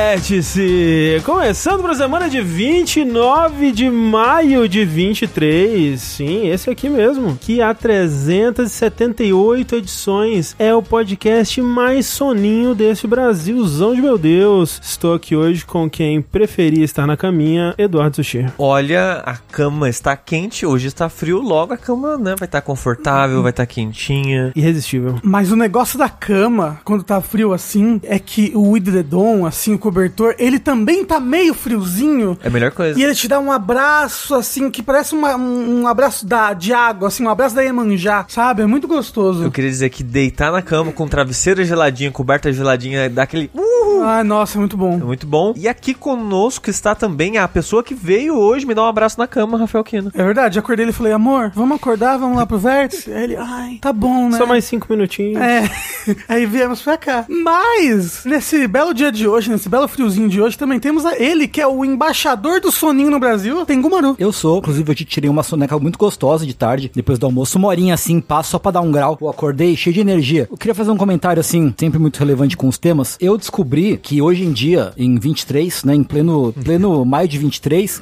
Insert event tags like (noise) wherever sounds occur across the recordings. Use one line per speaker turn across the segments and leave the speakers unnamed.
Vértice! Começando para a semana de 29 de maio de 23. Sim, esse aqui mesmo. Que há 378 edições. É o podcast mais soninho deste Brasilzão de meu Deus. Estou aqui hoje com quem preferia estar na caminha, Eduardo Sushi.
Olha, a cama está quente, hoje está frio, logo a cama né, vai estar confortável, vai estar quentinha.
Irresistível.
Mas o negócio da cama, quando tá frio assim, é que o edredom, assim, o cobertor, ele também tá meio friozinho.
É a melhor coisa.
E ele te dá um abraço, assim, que parece uma- um, um abraço da, de água, assim, um abraço da Iemanjá, sabe? É muito
Eu
gostoso.
queria dizer que deitar na cama com travesseira geladinha, coberta geladinha, dá aquele... Uhul!
Ai, nossa, é muito
É
bom.
muito bom. E aqui conosco está também a pessoa que veio hoje me dar um abraço na cama, Rafael Kino.
É verdade, eu acordei ele e falei, amor, vamos acordar, vamos lá pro vértice? Aí ele, ai, tá bom, né?
Só mais um. cinco minutinhos.
É, (laughs) aí viemos pra cá. Mas, nesse belo dia de hoje, nesse belo friozinho de hoje, também temos a ele, que é o embaixador do soninho no Brasil, Tengumaru.
Eu sou, inclusive eu te tirei uma soneca muito gostosa de tarde, depois do almoço, uma horinha assim, passo só pra dar um grau. Eu acordei cheio de energia. Eu queria fazer um comentário assim, sempre muito relevante com os temas. Eu descobri que hoje em dia, em 23, né, em pleno, pleno maio de 23,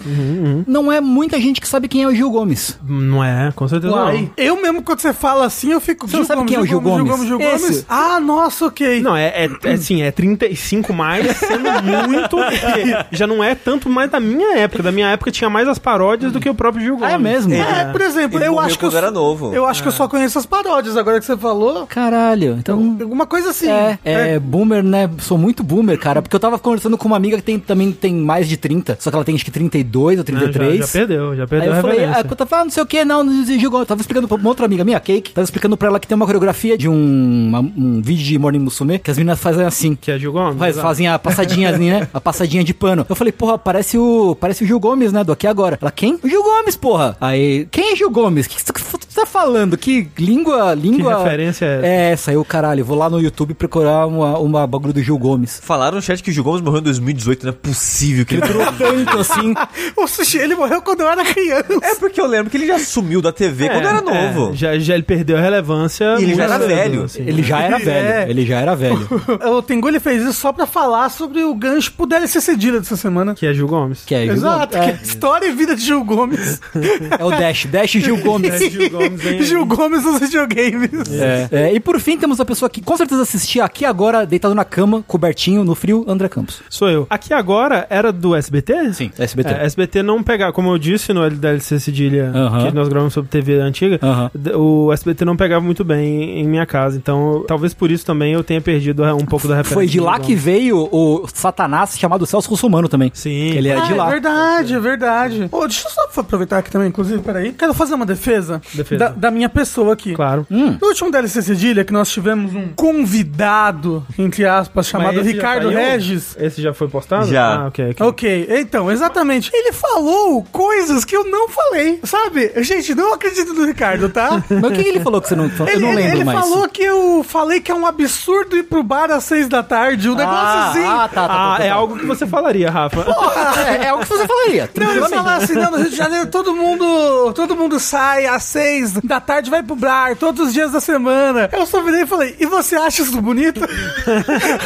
não é muita gente que sabe quem é o Gil Gomes.
Não é, com certeza
Uai. Eu mesmo, quando você fala assim, eu fico.
Você não sabe quem é o Gil Gomes?
Gil Gomes, Gil
Esse.
Gomes? Ah, nossa, ok.
não. Não, é, é, é assim, é 35 mais, sendo muito. porque Já não é tanto mais da minha época. Da minha época tinha mais as paródias do que o próprio Gil Gomes.
É mesmo?
É, por exemplo,
Ele
eu
morreu
acho que eu,
quando era novo.
eu
É.
acho que eu só conheço as paródias agora que você falou.
Caralho, então.
Alguma coisa assim.
É, é, boomer, né? Sou muito boomer, cara. Porque eu tava conversando com uma amiga que tem, também tem mais de 30, só que ela tem acho que 32 ou
Né, já-
33.
Já, perdeu, já
É. Aí
perdeu
eu
a
falei, ah,
referência.
eu tava falando não sei o que, não, não exigiu gol. Eu Tava explicando pra uma outra amiga minha, a Cake, tava explicando pra ela que tem uma coreografia de um, uma- um vídeo de Morning Musume, que as meninas fazem assim.
Que é Gil Gomes?
Faz-
exato.
fazem a passadinha, assim, né? A passadinha de pano. Eu falei, porra, parece o, parece o Gil Gomes, né? Do aqui agora. Ela, quem? O Gil Gomes, porra. Aí, quem é Gil Gomes? O que você tá falando? Que língua,
Que
língua.
referência é essa?
É essa, eu, caralho, vou lá no YouTube procurar uma, uma bagulho do Gil Gomes.
Falaram no chat que o Gil Gomes morreu em 2018, não é possível que ele...
Durou tanto (laughs) assim.
(laughs) O sushi, ele morreu quando eu
(laughs)
era criança.
(laughs) É porque eu lembro que ele já sumiu da TV
É,
quando era
é,
novo.
já, já ele perdeu a relevância.
E ele já
muito
era
cedo, assim, né?
velho.
Ele já
(laughs) É.
era velho. Ele já era velho.
o Tengu ele fez isso só pra falar sobre o gancho pro DLC Cedilha dessa semana.
Que é Gil Gomes.
Que é Gil
Exato,
Gomes.
que é a história e vida de Gil Gomes.
É o Dash, Dash
(laughs)
Gil Gomes.
Gil Gomes, hein?
Gil Gomes nos videogames.
É. É, e por fim temos a pessoa que com certeza assistia aqui agora, deitado na cama, cobertinho, no frio, André Campos.
Sou eu. Aqui agora era do SBT?
Sim, SBT.
É, SBT não pegava, como eu disse no LDLC Cedilha,
Aham.
que nós gravamos sobre TV antiga,
Aham.
d- Uhum. o SBT não pegava muito bem em minha casa. Então, talvez por isso também eu tenha perdido um pouco da referência.
Foi de
do
lá
Gil
que
Gomes.
veio o Satanás chamado Celso Russomano também.
Sim.
Ele é
Ah,
de lá.
É verdade, é verdade. Ô, deixa eu só aproveitar aqui também, inclusive, peraí. Quero fazer uma defesa,
Defesa.
Da, da minha pessoa aqui.
Claro.
Hum,
No último DLC Cedilha, que nós tivemos um convidado, entre aspas, chamado
Mas esse já
Ricardo
saiu?
é um
Regis.
Esse já foi postado?
Já.
Ah, ok. ok.
Ok, então, exatamente. Ele falou coisas que eu não falei, sabe? Gente, não acredito no Ricardo,
(laughs)
tá?
Mas o que que ele falou que você não falou? Eu
Ele,
não
ele-
lembro
ele
mais.
falou que eu falei que é um absurdo ir pro bar às seis da tarde, um negócio
ah,
assim.
ah, tá, tá, tá,
Ah,
tá,
é
tá.
algo que você falaria,
(laughs)
Rafa.
É, é algo que você (laughs) falaria.
Não, eles
tranquilamente.
falaram assim, não, no Rio de Janeiro todo mundo, todo mundo sai às seis da tarde, vai pro bar, todos os dias da semana. Eu só virei e falei, e você acha isso
(laughs)
bonito?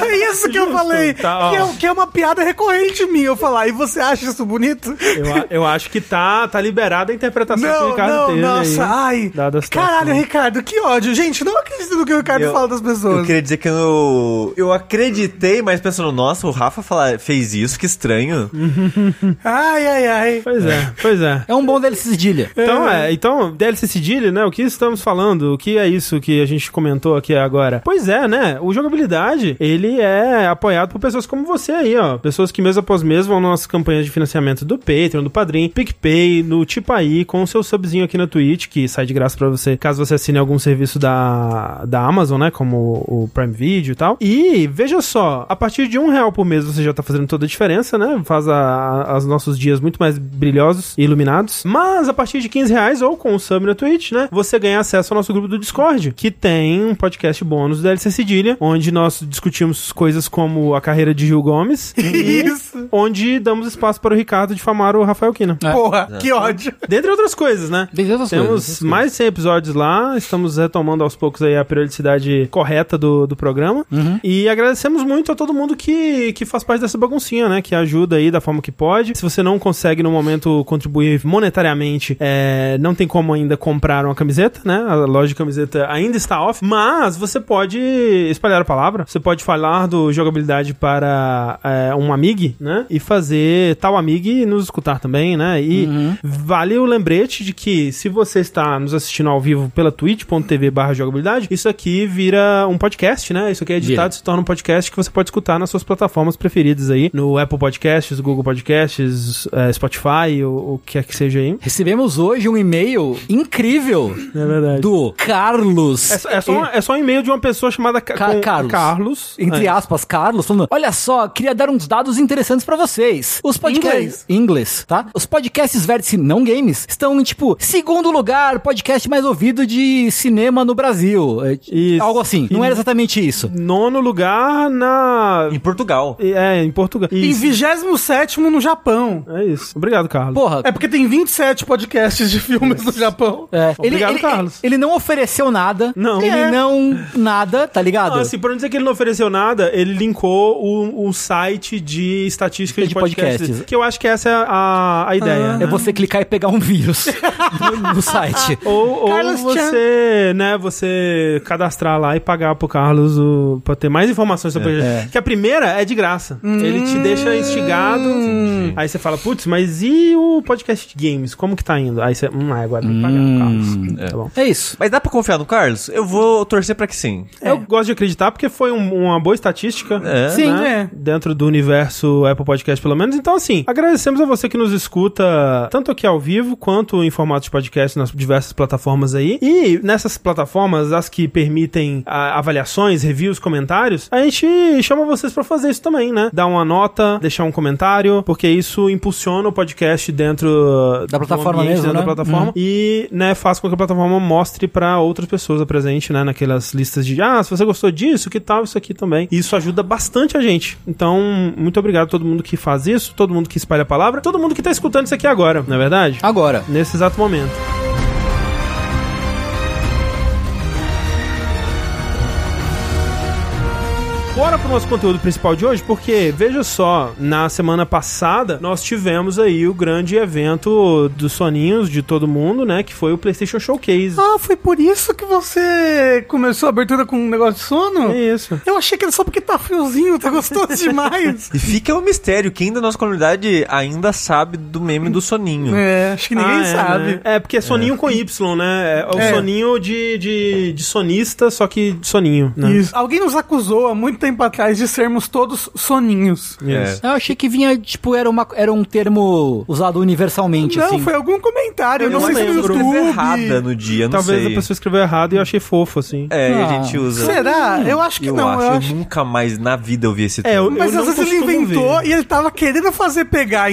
é isso que eu falei,
tá, ó.
que, é, que é uma piada recorrente minha, eu falar, e você acha isso bonito?
Eu, a- eu acho que tá, tá liberada a interpretação que o
Não,
Ricardo
não,
teve.
nossa,
aí.
ai.
dada a situação.
Caralho, Ricardo, que ódio. Gente, não acredito no que o Ricardo
Eu-
fala das
Eu
pessoas.
queria dizer que eu, eu acreditei, mas pensando, nossa, o Rafa fala- fez isso, que estranho.
Ai, ai, ai.
Pois é, pois é.
É um bom dele cedilha.
Então, é, então, DLC Cedilha, né? O que estamos falando? O que é isso que a gente comentou aqui agora? Pois é, né? O jogabilidade, ele é apoiado por pessoas como você aí, ó. Pessoas que mês após mês vão nas nossas campanhas de financiamento do Patreon, do Padrim, PicPay, no Tipaí, com o seu subzinho aqui na Twitch, que sai de graça pra você, caso você assine algum serviço da, da Amazon, né? Como o Prime Video e tal. E veja só, a partir de um real por mês você já tá fazendo toda a diferença, né? Faz a- a- os nossos dias muito mais brilhosos e iluminados. Mas a partir de 15 reais ou com o sub na Twitch, Twitch, né? Você ganha acesso ao nosso grupo do Discord, que tem um podcast bônus do DLC Cedilha, onde nós discutimos coisas como a carreira de Gil Gomes,
Isso.
onde damos espaço para o Ricardo difamar o Rafael Kina.
É.
Porra,
tá.
que ódio.
Dentre outras coisas, né?
Dentre outras
Temos
coisas, outras
mais 100 episódios lá, estamos retomando aos poucos aí a periodicidade correta do, do programa.
Uhum.
E agradecemos muito a todo mundo que, que faz parte dessa baguncinha, né? Que ajuda aí da forma que pode. Se você não consegue no momento contribuir monetariamente, é, não tem como ainda comprar uma camiseta, né? A loja de camiseta ainda está off, mas você pode espalhar a palavra, você pode falar do jogabilidade para é, um amig, né? E fazer tal amig nos escutar também, né? E vale o lembrete de que se você está nos assistindo ao vivo pela twitch.tv barra jogabilidade, isso aqui vira um podcast, né? Isso aqui é editado,
Vira.
se torna um podcast que você pode escutar nas suas plataformas preferidas aí, no Apple Podcasts, Google Podcasts, eh, Spotify, o, o que quer que seja aí.
Recebemos hoje um e-mail incrível
É verdade.
do Carlos.
É, só- é só, é só um e-mail de uma pessoa chamada Ca-
Ca-
com-
Carlos.
Carlos.
entre
É.
aspas, Carlos, falando: Olha só, queria dar uns dados interessantes pra vocês. Os podcasts.
Inglês.
Inglês, tá? Os podcasts vértice não games estão em, tipo, segundo lugar, podcast mais ouvido de cinema no Brasil. É,
Isso.
Algo assim. Não era exatamente isso.
Nono lugar na.
Em Portugal.
É, em Portugal.
Em
Isso.
27 no Japão.
É isso. Obrigado, Carlos.
Porra.
É porque tem 27 podcasts de filmes no Japão.
é,
Obrigado, Carlos.
Ele não ofereceu nada.
Não.
Ele
É.
não. Nada, tá ligado?
Ah, assim, pra não dizer que ele não ofereceu nada, ele linkou o, o site de estatística de,
De
podcasts,
podcasts.
Que eu acho que essa é a, a ideia.
É
né?
você clicar e pegar um vírus no,
(laughs)
no site.
Ou, ou
Carlos Chan.
você, né, você cadastrar lá e pagar pro Carlos o, pra ter mais informações sobre ele. Que a primeira é de graça. Ele te
Hum.
deixa instigado. Aí você fala, putz, mas e o podcast de games? Como que tá indo? Aí você, hum, ah, agora tem que pagar pro Carlos. Tá bom.
É isso.
Mas dá pra confiar no Carlos? Eu vou torcer pra que sim.
Eu gosto de acreditar porque foi um- uma boa estatística.
É.
Sim,
né?
É. é.
Dentro do universo Apple Podcast, pelo menos. Então, assim, agradecemos a você que nos escuta tanto aqui ao vivo quanto em formato de podcast nas diversas plataformas aí. E nessas plataformas, as que permitem a- avaliações, reviews, comentários, a gente chama vocês pra fazer isso também, né? Dar uma nota, deixar um comentário, porque isso impulsiona o podcast dentro
Da
do
plataforma
ambiente,
mesmo,
dentro
né?
Da plataforma. E, né, faz com que a plataforma mostre pra outras pessoas a presente, né, naquelas listas de, ah, se você gostou disso, que tal isso aqui também. E isso ajuda bastante a gente. Então, muito obrigado a todo mundo que faz isso, todo mundo que espalha a palavra, todo mundo que tá escutando isso aqui agora, não é verdade?
Agora.
Nesse exato momento. Bora pro nosso conteúdo principal de hoje, porque veja só, na semana passada nós tivemos aí o grande evento dos soninhos de todo mundo, né? Que foi o PlayStation Showcase.
Ah, foi por isso que você começou a abertura com um negócio de sono?
É isso.
Eu achei que era só porque tá friozinho, tá
(laughs)
gostoso demais.
E fica o mistério, quem da nossa comunidade ainda sabe do meme do soninho?
é, acho que ninguém
Ah, é,
sabe.
né? É, porque é soninho com Y, né? É o
É.
soninho de, de, de sonista, só que de soninho, né?
Isso. Alguém nos acusou há muito tempo atrás de sermos todos soninhos.
Isso.
Eu achei que vinha, tipo, era, uma, era um termo usado universalmente,
Não,
assim.
foi algum comentário, eu não
Eu
sei se é no
lembro.
YouTube.
errada
né?
no dia, não
Talvez
sei.
a pessoa escreveu errado e eu achei fofo, assim.
É, e a
Ah.
gente usa.
Será? Eu acho que
eu
não,
acho,
eu
eu
acho.
nunca mais na vida eu vi esse
É, eu-
termo.
Mas
não
às vezes ele
costumo
inventou
ver.
e ele tava querendo fazer pegar,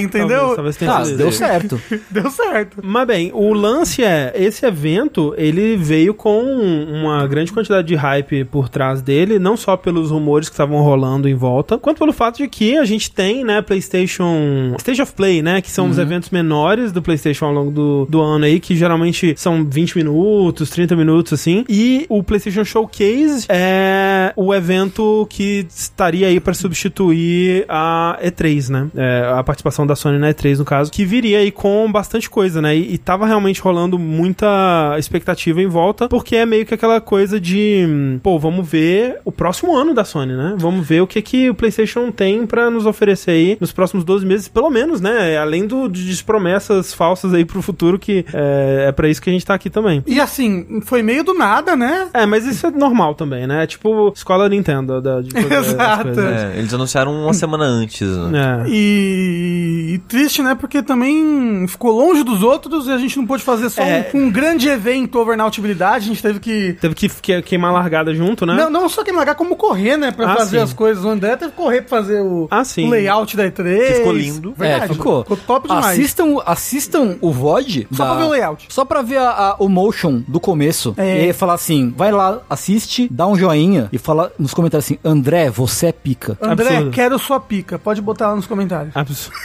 Talvez,
entendeu?
talvez tenha
Tá,
sido
deu
isso.
certo.
Deu certo.
Mas bem, o lance é, esse evento, ele veio com uma grande quantidade de hype por trás dele, não só pelos rumores que estavam rolando em volta, quanto pelo fato de que a gente tem, né, PlayStation Stage of Play, né, que são os eventos menores do PlayStation ao longo do, do ano aí, que geralmente são 20 minutos, 30 minutos, assim, e o PlayStation Showcase é o evento que estaria aí para substituir a E3, né, É, a participação da Sony na E3, no caso, que viria aí com bastante coisa, né? E, e tava realmente rolando muita expectativa em volta, porque é meio que aquela coisa de, hum, pô, vamos ver o próximo ano da Sony, né? Vamos ver o que que o PlayStation tem pra nos oferecer aí nos próximos 12 meses, pelo menos, né? Além do, de de promessas falsas aí pro futuro, que é, é para isso que a gente tá aqui também.
E assim, foi meio do nada, né?
É, mas isso é normal também, né? É tipo escola Nintendo da, de todas as
Exato.
coisas.
É, eles anunciaram uma semana antes, né?
É.
E... e triste, né? Porque também ficou longe dos outros e a gente não pôde fazer só
É.
um, um grande evento over na utilidade. A gente teve que.
Teve que que- queimar largada junto, né?
Não, não só que largar, como correr, né? pra
Ah,
fazer
sim.
as coisas. O André teve que correr pra fazer o,
Ah, sim.
o layout da E3.
Que ficou lindo.
(laughs) Verdade.
é, ficou.
Ficou top demais.
Assistam, assistam o VOD.
Só pra ver o layout.
Só pra ver a- a- o motion do começo.
É.
E aí falar assim, vai lá, assiste, dá um joinha e fala nos comentários assim, André, você é pica.
André,
Absurdo.
quero sua pica. Pode botar lá nos comentários.
Absurdo.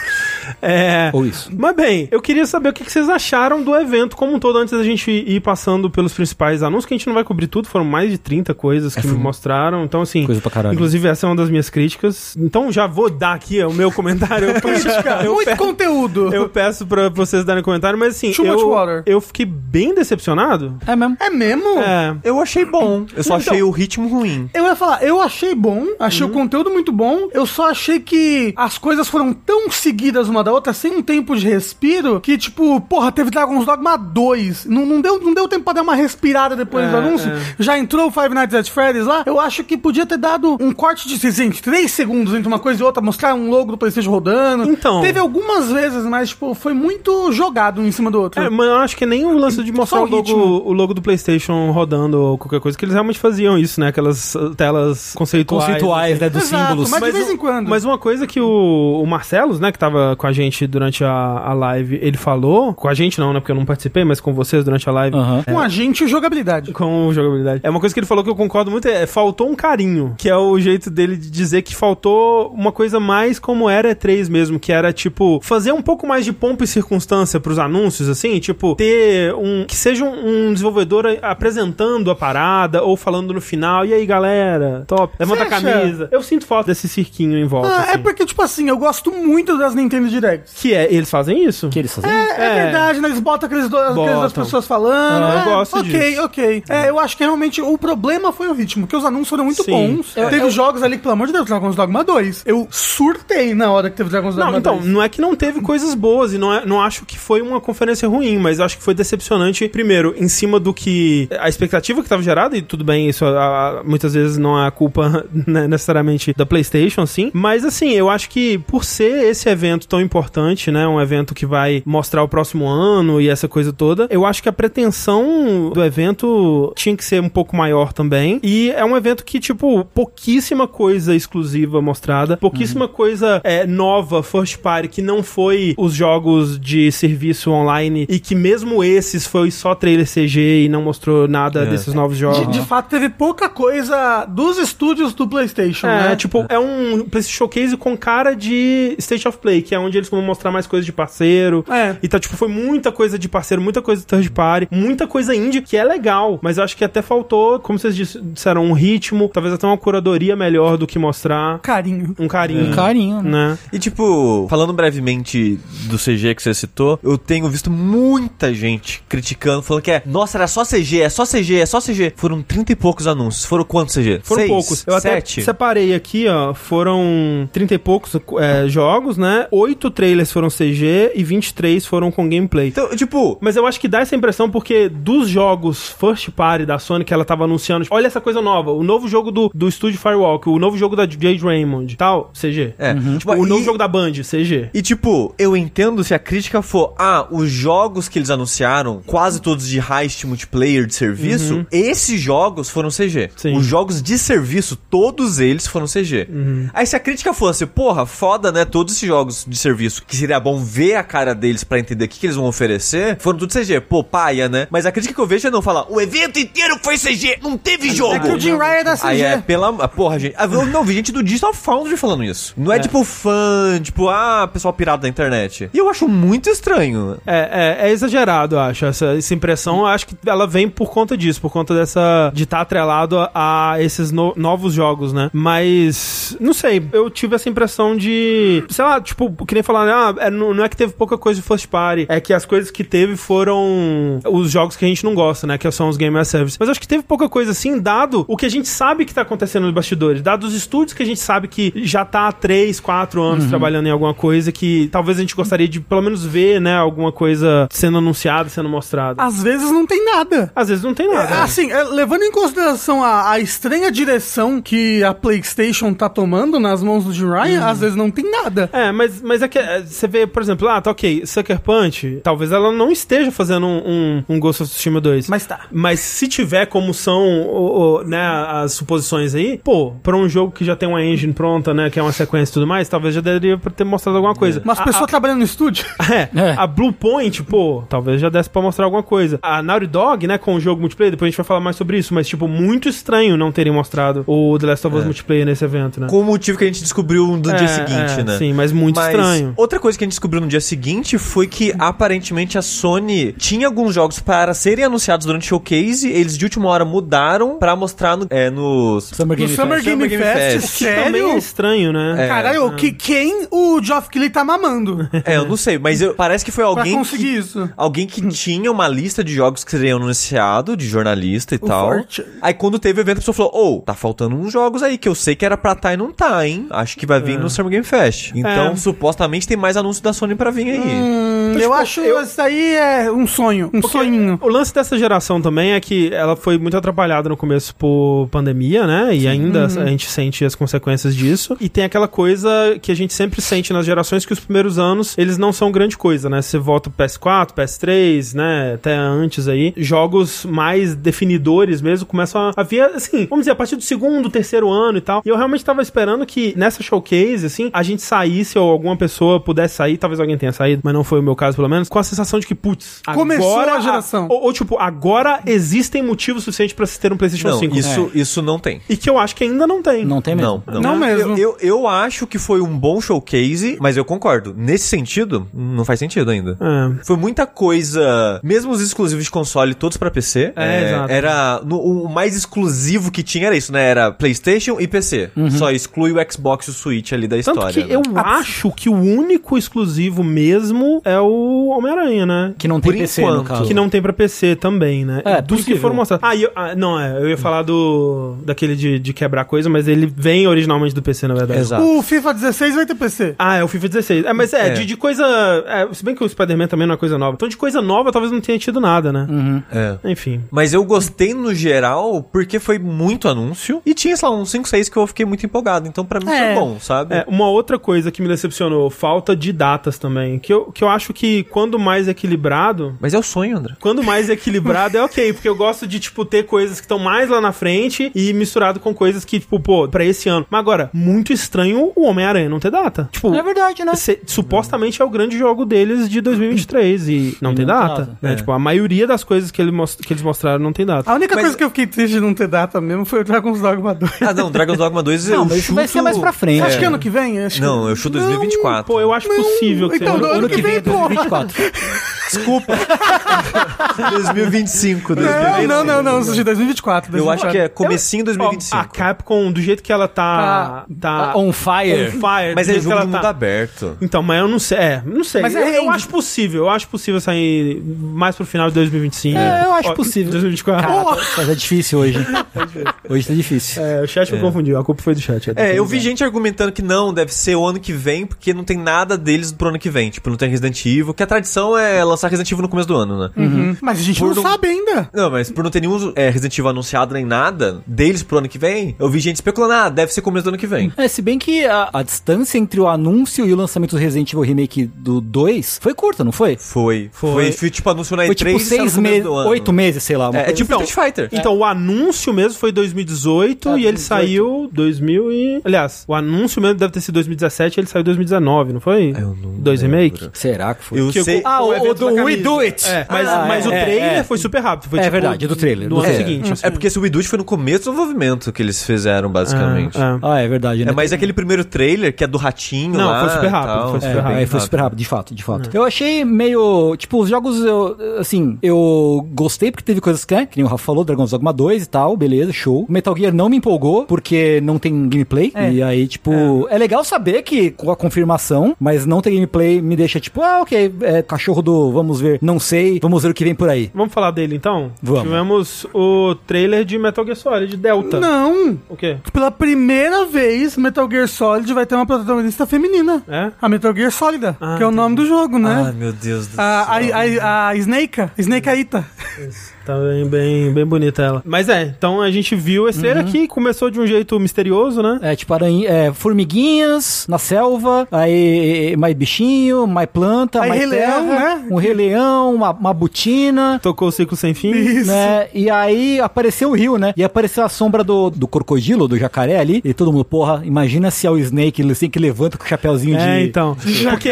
É.
Ou isso.
Mas bem, eu queria saber o que que vocês acharam do evento como um todo, antes da gente ir passando pelos principais anúncios, que a gente não vai cobrir tudo, foram mais de 30
É,
coisas que me mostraram. Então, assim,
Coisa pra caralho.
inclusive essa é uma das minhas críticas. Então já vou dar aqui o meu comentário. Eu peço-
(laughs) Crítica,
(laughs) eu
muito conteúdo. (laughs)
Eu peço pra vocês darem comentário, mas assim,
Too much water.
eu, eu fiquei bem decepcionado.
É mesmo?
É mesmo?
É.
Eu achei bom. Eu só
Então-
achei o ritmo ruim.
Eu ia falar, eu achei bom,
Uhum.
achei o conteúdo muito bom, eu só achei que as coisas foram tão seguidas uma da outra, sem um tempo de respiro, que tipo, porra, teve Dragon's Dogma 2, não, não deu, não deu tempo pra dar uma respirada depois
É,
do anúncio,
é.
já entrou o Five Nights at Freddy's lá, eu acho que podia ter dado um corte de, assim, 3 segundos entre uma coisa e outra, mostrar um logo do Playstation rodando,
Então.
teve algumas vezes, mas tipo, foi muito jogado um em cima do outro.
É, mas eu acho que nem o lance de mostrar
Só
o
o
logo,
ritmo.
o logo do PlayStation rodando ou qualquer coisa, que eles realmente faziam isso, né? Aquelas uh, telas conceituais.
Conceituais, né? Dos
Exato, é
símbolos.
mas- de vez
um-
em quando.
Mas uma coisa que o, o Marcelos, né, que tava com a gente durante a, a live, ele falou. Com a gente não, né? Porque eu não participei, mas com vocês durante a live.
Aham.
Com a gente e jogabilidade.
Com jogabilidade. É uma coisa que ele falou que eu concordo muito, é faltou um carinho, que é o jeito dele de dizer que faltou uma coisa mais como era E3 mesmo, que era tipo fazer um pouco mais de pompa e circunstância pros anúncios assim, tipo ter um que seja um, um desenvolvedor a- apresentando a parada ou falando no final, e aí galera, top, levanta a
Você acha?
camisa. Eu sinto falta desse cirquinho em volta.
Ah, é
assim.
porque, tipo assim, eu gosto muito das Nintendo Directs.
Que é, eles fazem isso?
Que eles fazem?
É, é
É.
verdade, né? Eles botam aqueles, do, aqueles
Botam.
duas pessoas falando.
Ah, eu
é,
gosto
Ok,
disso.
ok. É, eu acho que realmente o problema foi o ritmo, que os anúncios foram muito
Sim.
bons.
Eu-
teve jogos ali que, pelo amor de Deus, Dragon's Dogma 2. Eu surtei na hora que teve Dragon's Dogma
Não, então,
2.
não é que não teve coisas boas e não, é- não acho que foi uma conferência ruim, mas acho que foi decepcionante, primeiro, em cima do que a expectativa que estava gerada, e tudo bem, isso a- a- muitas vezes não é a culpa (laughs) né, necessariamente da PlayStation, assim, mas assim, eu acho que por ser esse evento tão importante, né, um evento que vai mostrar o próximo ano e essa coisa toda, eu acho que a pretensão do evento tinha que ser um pouco maior também, e é um evento que, tipo, pouquíssima coisa exclusiva mostrada,
Uhum.
pouquíssima coisa é, nova, first party, que não foi os jogos de serviço online e que mesmo esses foi só trailer CG e não mostrou nada
É.
desses novos jogos. Ah.
De, de fato, teve pouca coisa dos estúdios do PlayStation,
É,
né?
tipo, é um PlayStation Showcase com cara de State of Play, que é onde eles vão mostrar mais coisa de parceiro.
É.
E tá, tipo, foi muita coisa de parceiro, muita coisa de third party, muita coisa indie, que é legal, mas eu acho que até faltou, como vocês dis- disseram, um ritmo, talvez até uma curadoria melhor do que mostrar.
Carinho.
Um carinho.
Carinho, né?
Né?
E tipo, falando brevemente do CG que você citou, eu tenho visto muita gente criticando, falando que é, nossa, era só CG, é só CG, é só CG. Foram 30 e poucos anúncios. Foram quantos CG?
Foram
Seis?
poucos. Eu
sete?
até separei aqui, ó. Foram 30 e poucos é, jogos, né? Oito trailers foram CG e 23 foram com gameplay.
Então, tipo,
Mas eu acho que dá essa impressão porque dos jogos first party da Sony que ela tava anunciando, tipo, olha essa coisa nova, o novo jogo do, do estúdio Firewalk, o novo jogo da Jade Raymond, tal, CG.
é, tipo,
O novo
e-
jogo da Band, CG.
E tipo, eu entendo se a crítica for, ah, os jogos que eles anunciaram, quase todos de heist multiplayer de serviço,
Uhum.
esses jogos foram CG.
Sim.
Os jogos de serviço, todos eles foram CG.
Uhum.
Aí se a crítica fosse, porra, foda, né, todos esses jogos de serviço, que seria bom ver a cara deles pra entender o que, que eles vão oferecer, foram tudo CG. Pô, paia, né? Mas a crítica que eu vejo é não falar, o evento inteiro foi CG, não teve jogo.
É que o Jim Ryan é da CG.
Aí é pela. ah, Porra, gente. Ah, Eu não vi gente do Digital Foundry falando isso. Não é, tipo fã, tipo, ah, pessoal pirado da internet. E eu acho muito estranho.
É, é, é exagerado, eu acho. Essa, essa impressão, eu acho que ela vem por conta disso, por conta dessa. de estar atrelado a, a esses no- novos jogos, né? Mas. não sei, eu tive essa impressão de. sei lá, tipo, que nem falar, ah, é, não, não é que teve pouca coisa de first party, é que as coisas que teve foram os jogos que a gente não gosta, né? Que são os Game as Service. Mas eu acho que teve pouca coisa assim, dado o que a gente sabe que tá acontecendo nos bastidores, dado os estúdios que a gente sabe que já tá há 3, 4 anos trabalhando em alguma coisa que talvez a gente gostaria de pelo menos ver, né? Alguma coisa sendo anunciada, sendo mostrada.
Às vezes não tem nada.
Às vezes não tem
É,
nada. né?
Assim, é, levando em consideração a, a estranha
Uhum.
direção que a PlayStation tá tomando nas mãos do Jim Ryan, às vezes não tem nada.
É, mas, mas é é que é, você vê, por exemplo, ah, tá ok, Sucker Punch, talvez ela não esteja fazendo um, um, um Ghost of Tsushima 2.
Mas tá.
Mas se tiver como são o- o, né, as suposições aí, pô, pra um jogo que já tem uma engine pronta, né, que é uma sequência e tudo mais, talvez já deveria ter mostrado alguma coisa.
É. Mas
A-
pessoas trabalhando no estúdio.
é,
É.
a Blue Point, pô, talvez já desse pra mostrar alguma coisa. A Naughty Dog, né, com o jogo multiplayer, depois a gente vai falar mais sobre isso, mas, tipo, muito estranho não terem mostrado o The Last of Us multiplayer nesse evento, né?
Com o motivo que a gente descobriu É. no
É,
dia seguinte,
é,
né?
Sim, mas muito
Mas
estranho.
outra coisa que a gente descobriu no dia seguinte foi que aparentemente a Sony tinha alguns jogos para serem anunciados durante o showcase, eles de última hora mudaram pra mostrar no, é, nos
(laughs)
Summer
No
Game
Summer
Fest.
Game,
Summer (laughs) Game
Fest,
Fest.
Também é
sério?
estranho, né?
Caralho, que,
Uhum.
quem o Geoff Keighley tá mamando
É, eu não sei, mas eu- parece que foi
pra
alguém
conseguir
que,
isso?
alguém que tinha uma lista de jogos que seriam anunciados, de jornalista e tal. Então,
Forte.
Aí quando teve o evento, a pessoa falou: Ô, tá faltando uns jogos aí que eu sei que era pra tá e não tá, hein? Acho que vai vir no Summer Game Fest. Então,
É.
supostamente tem mais anúncio da Sony pra vir aí.
Hum,
tipo,
eu acho que isso aí é um sonho, um sonhinho.
O lance dessa geração também é que ela foi muito atrapalhada no começo por pandemia, né? E ainda
Uhum.
a gente sente as consequências disso. E tem aquela coisa que a gente sempre sente nas gerações que os primeiros anos eles não são grande coisa, né? Você volta pro PS4, PS3, né? Até antes aí. Jogos mais definidores mesmo começam a- a vir, assim, vamos dizer, a partir do segundo, terceiro ano e tal. E eu realmente tava esperando que nessa showcase, assim, a gente saísse ou alguma pessoa pudesse sair, talvez alguém tenha saído, mas não foi o meu caso pelo menos, com a sensação de que, putz,
Começou a geração.
ou, ou, tipo, agora existem motivos suficientes pra se ter um PlayStation
Não,
5.
isso, isso não tem.
E que eu acho que ainda não tem.
Não tem mesmo.
Não, não.
Não mesmo.
Eu, eu, eu acho que foi um bom showcase, mas eu concordo. Nesse sentido, não faz sentido ainda.
É.
Foi muita coisa, mesmo os exclusivos de console, todos pra PC.
É, exato.
Era. no- o mais exclusivo que tinha era isso, né? Era PlayStation e PC. Só exclui o Xbox e o Switch ali da
Uhum. Tanto
história.
que
né?
eu acho que o único exclusivo mesmo é o Homem-Aranha, né?
Que não tem
Por
PC, no
enquanto.
caso.
Que não tem pra PC também, né?
É,
Dos que
possível.
foram mostrados. Ah, e eu- ah, não, é, eu ia falar do. daquele de, de quebrar coisa, mas ele vem originalmente do PC, na
É.
verdade.
Exato.
O FIFA 16 vai ter PC.
Ah, é o FIFA 16. É, mas é,
É.
De, de coisa. é, se bem que o Spider-Man também não é coisa nova. Então, de coisa nova, talvez não tenha tido nada, né?
É.
Enfim.
Mas eu gostei no geral porque foi muito anúncio e tinha, sei lá, uns 5, 6 que eu fiquei muito empolgado. Então pra mim
É.
foi bom, sabe?
É, uma outra coisa que me decepcionou, falta de datas também. Que eu, que eu acho que quando mais equilibrado.
Mas é o sonho, André.
Quando mais equilibrado é ok, porque eu gosto de, tipo, ter coisas que estão mais lá na frente e misturado com coisas que, tipo, pô, pra esse ano. Mas agora, muito estranho o Homem-Aranha não ter data. Tipo,
É verdade, né?
se- supostamente é o grande jogo deles de 2023 e não tem
não tem
data.
data.
né? Tipo, a maioria das coisas que, ele mos- que eles mostraram não tem data.
A única
Mas-
coisa que eu fiquei triste de não ter data mesmo foi o Dragon's Dogma 2.
Ah, não, Dragon's Dogma 2 eu
Não, mas isso vai
chuto-
ser mais pra frente. É.
Acho que ano que vem? Acho que-
é. Não, eu chuto 2024.
Pô, eu acho
Não,
possível que
então
seja. um
não-
Ano que vem é
porra.
2024. (laughs)
(laughs) Desculpa. 2025,
Não,
2025.
não, não, não, de 2024.
Eu acho que é
2024.
comecinho de
Ó, a
2025.
Capcom, do jeito que ela tá. tá,
Ah, On fire.
on fire,
Mas
do
é
jeito que ah,
jogo
ela tá.
de mundo aberto.
Então, mas eu não sei. É, não sei.
Mas
eu,
é
eu
indie.
acho possível. Eu acho possível sair mais pro final de 2025.
É, eu acho
Ó,
possível.
2024.
Cara, mas é
(laughs)
difícil hoje. Hoje tá difícil.
É, o chat me confundiu. A culpa foi do chat.
É, eu vi gente argumentando que não, deve ser o ano que vem, porque não tem nada deles pro ano que vem. Tipo, não tem Resident Evil, que a tradição é lançar Resident Evil no começo do ano, né?
Uhum. Mas a gente
Por
não
um-
sabe ainda.
Não, mas por não ter nenhum é, Resident Evil anunciado nem nada deles pro ano que vem, eu vi gente especulando, ah, deve ser começo do ano que vem.
É, se bem que a, a distância entre o anúncio e o lançamento do Resident Evil Remake do 2 foi curta, não foi?
Foi.
Foi.
Foi, foi tipo anúncio na E3
Foi
saiu no
tipo seis
começo
meses,
do ano.
oito meses, sei lá.
É,
uma
é
coisa assim.
tipo Street Fighter.
Então, o anúncio mesmo foi 2018
Ah,
e ele
2018.
saiu 2000 e... Aliás, o anúncio mesmo deve ter sido 2017 e ele saiu 2019, não foi?
Eu não
Dois
lembro.
remake? Tipo,
assim. Será que foi?
Então, Eu
Que
sei.
o-
Ah,
o
o, o
evento
do
da
We
camisa.
Do It!
É, mas,
Ah,
mas o
é,
trailer
é.
foi super rápido. Foi,
É
tipo,
verdade, é do trailer,
Do
do
ano
É.
seguinte. assim.
É porque esse We Do It foi no começo do desenvolvimento que eles fizeram, basicamente.
Ah, ah.
Ah, é verdade, né?
É mais aquele primeiro trailer que é do ratinho.
Não,
lá
foi super
e
rápido,
tal.
foi super
É,
rápido.
aí foi super rápido, de fato, de fato.
É.
Eu achei meio. Tipo, os jogos, eu, assim, eu gostei porque teve coisas que, que nem o Rafa falou, Dragon's Dogma 2 e tal, beleza, show. O Metal Gear não me empolgou porque não tem gameplay.
É.
E aí, tipo, é. legal saber que com a confirmação, mas não ter gameplay me deixa, tipo, ah, ok, é cachorro do vamos ver, não sei, vamos ver o que vem por aí.
Vamos falar dele, então?
Vamos.
Tivemos o trailer de Metal Gear Solid, Delta.
Não.
O quê?
Pela primeira vez, Metal Gear Solid vai ter uma protagonista feminina.
É?
A Metal Gear Solida,
Ah,
que é o nome do jogo, né?
Ah, Ai, meu Deus Ah, do
A, a,
céu.
a, a Snake, Snake Aita.
Tá bem, bem, bem bonita ela. Mas é, então a gente viu a estrela
Uhum.
que começou de um jeito misterioso, né?
É, tipo aranha, é, formiguinhas na selva, aí mais bichinho, mais planta,
Aí
mais
Rei
terra,
Leão, né?
um rei leão, uma, uma butina,
Tocou o ciclo sem fim.
(laughs) né? E aí apareceu o rio, né? E apareceu a sombra do, do crocodilo, do jacaré ali, e todo mundo, porra, imagina se é o Snake, ele assim que levanta com o chapéuzinho
É,
de
então. Porque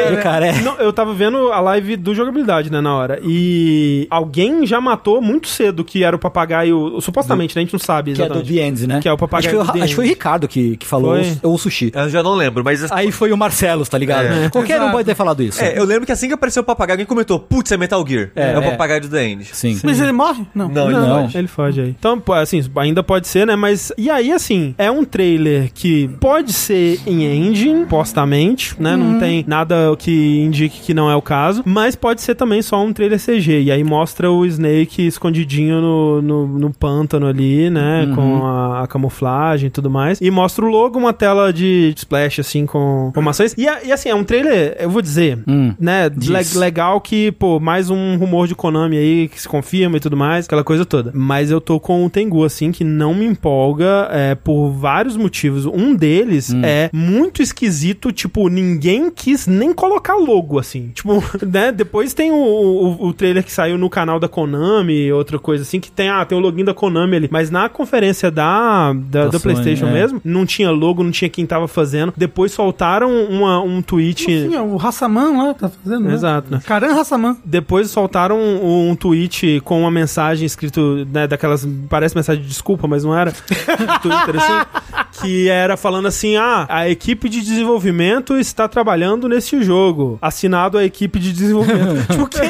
(laughs)
jacaré.
não, eu tava vendo a live do jogabilidade, né, na hora. E alguém já matou muito cedo que era o papagaio. Supostamente, né? A gente não sabe
Que é do
exatamente.
The End, né?
Que é o papagaio
Acho
do
que foi,
The
acho que foi o
End.
Ricardo que, que falou,
Foi?
ou o Sushi.
Eu já não lembro, mas.
Aí foi o Marcelo, tá ligado?
É.
Qualquer um
Exato.
pode ter falado isso.
É, eu lembro que assim que apareceu o papagaio, alguém comentou: putz, é Metal Gear. É,
É,
o
é.
papagaio do The End.
Sim.
Mas ele morre? Não.
Não, ele
Não.
não.
Ele foge aí. Então, pô, assim, ainda pode ser, né? Mas. E aí, assim, é um trailer que pode ser em engine, postamente, né? Não tem nada que indique que não é o caso. Mas pode ser também só um trailer CG. E aí mostra o Snake escondidinho no, no, no pântano ali, né? Com a, a camuflagem e tudo mais. E mostra o logo, uma tela de splash, assim, com informações. E, a- e, assim, é um trailer, eu vou dizer,
Hum.
né?
Diz.
le- legal que, pô, mais um rumor de Konami aí que se confirma e tudo mais, aquela coisa toda. Mas eu tô com o Tengu, assim, que não me empolga é, por vários motivos. Um deles
Hum.
é muito esquisito, tipo, ninguém quis nem colocar logo, assim. Tipo, (laughs) né? Depois tem o, o, o trailer que saiu no canal da Konami, outra coisa assim, que tem, ah, tem o login da Konami ali. Mas na conferência da, da,
Da
do
Sony,
PlayStation
é.
mesmo, não tinha logo, não tinha quem tava fazendo. Depois soltaram uma, um tweet.
Sim, assim, o Hassaman lá tá fazendo. né?
Exato, né?
Karan Hassaman.
Depois soltaram um, um tweet com uma mensagem escrito, né, daquelas. Parece mensagem de desculpa, mas não era. (laughs) No Twitter, assim. Que era falando assim: ah, a equipe de desenvolvimento está trabalhando neste jogo. Assinado a equipe de desenvolvimento. tipo, quem,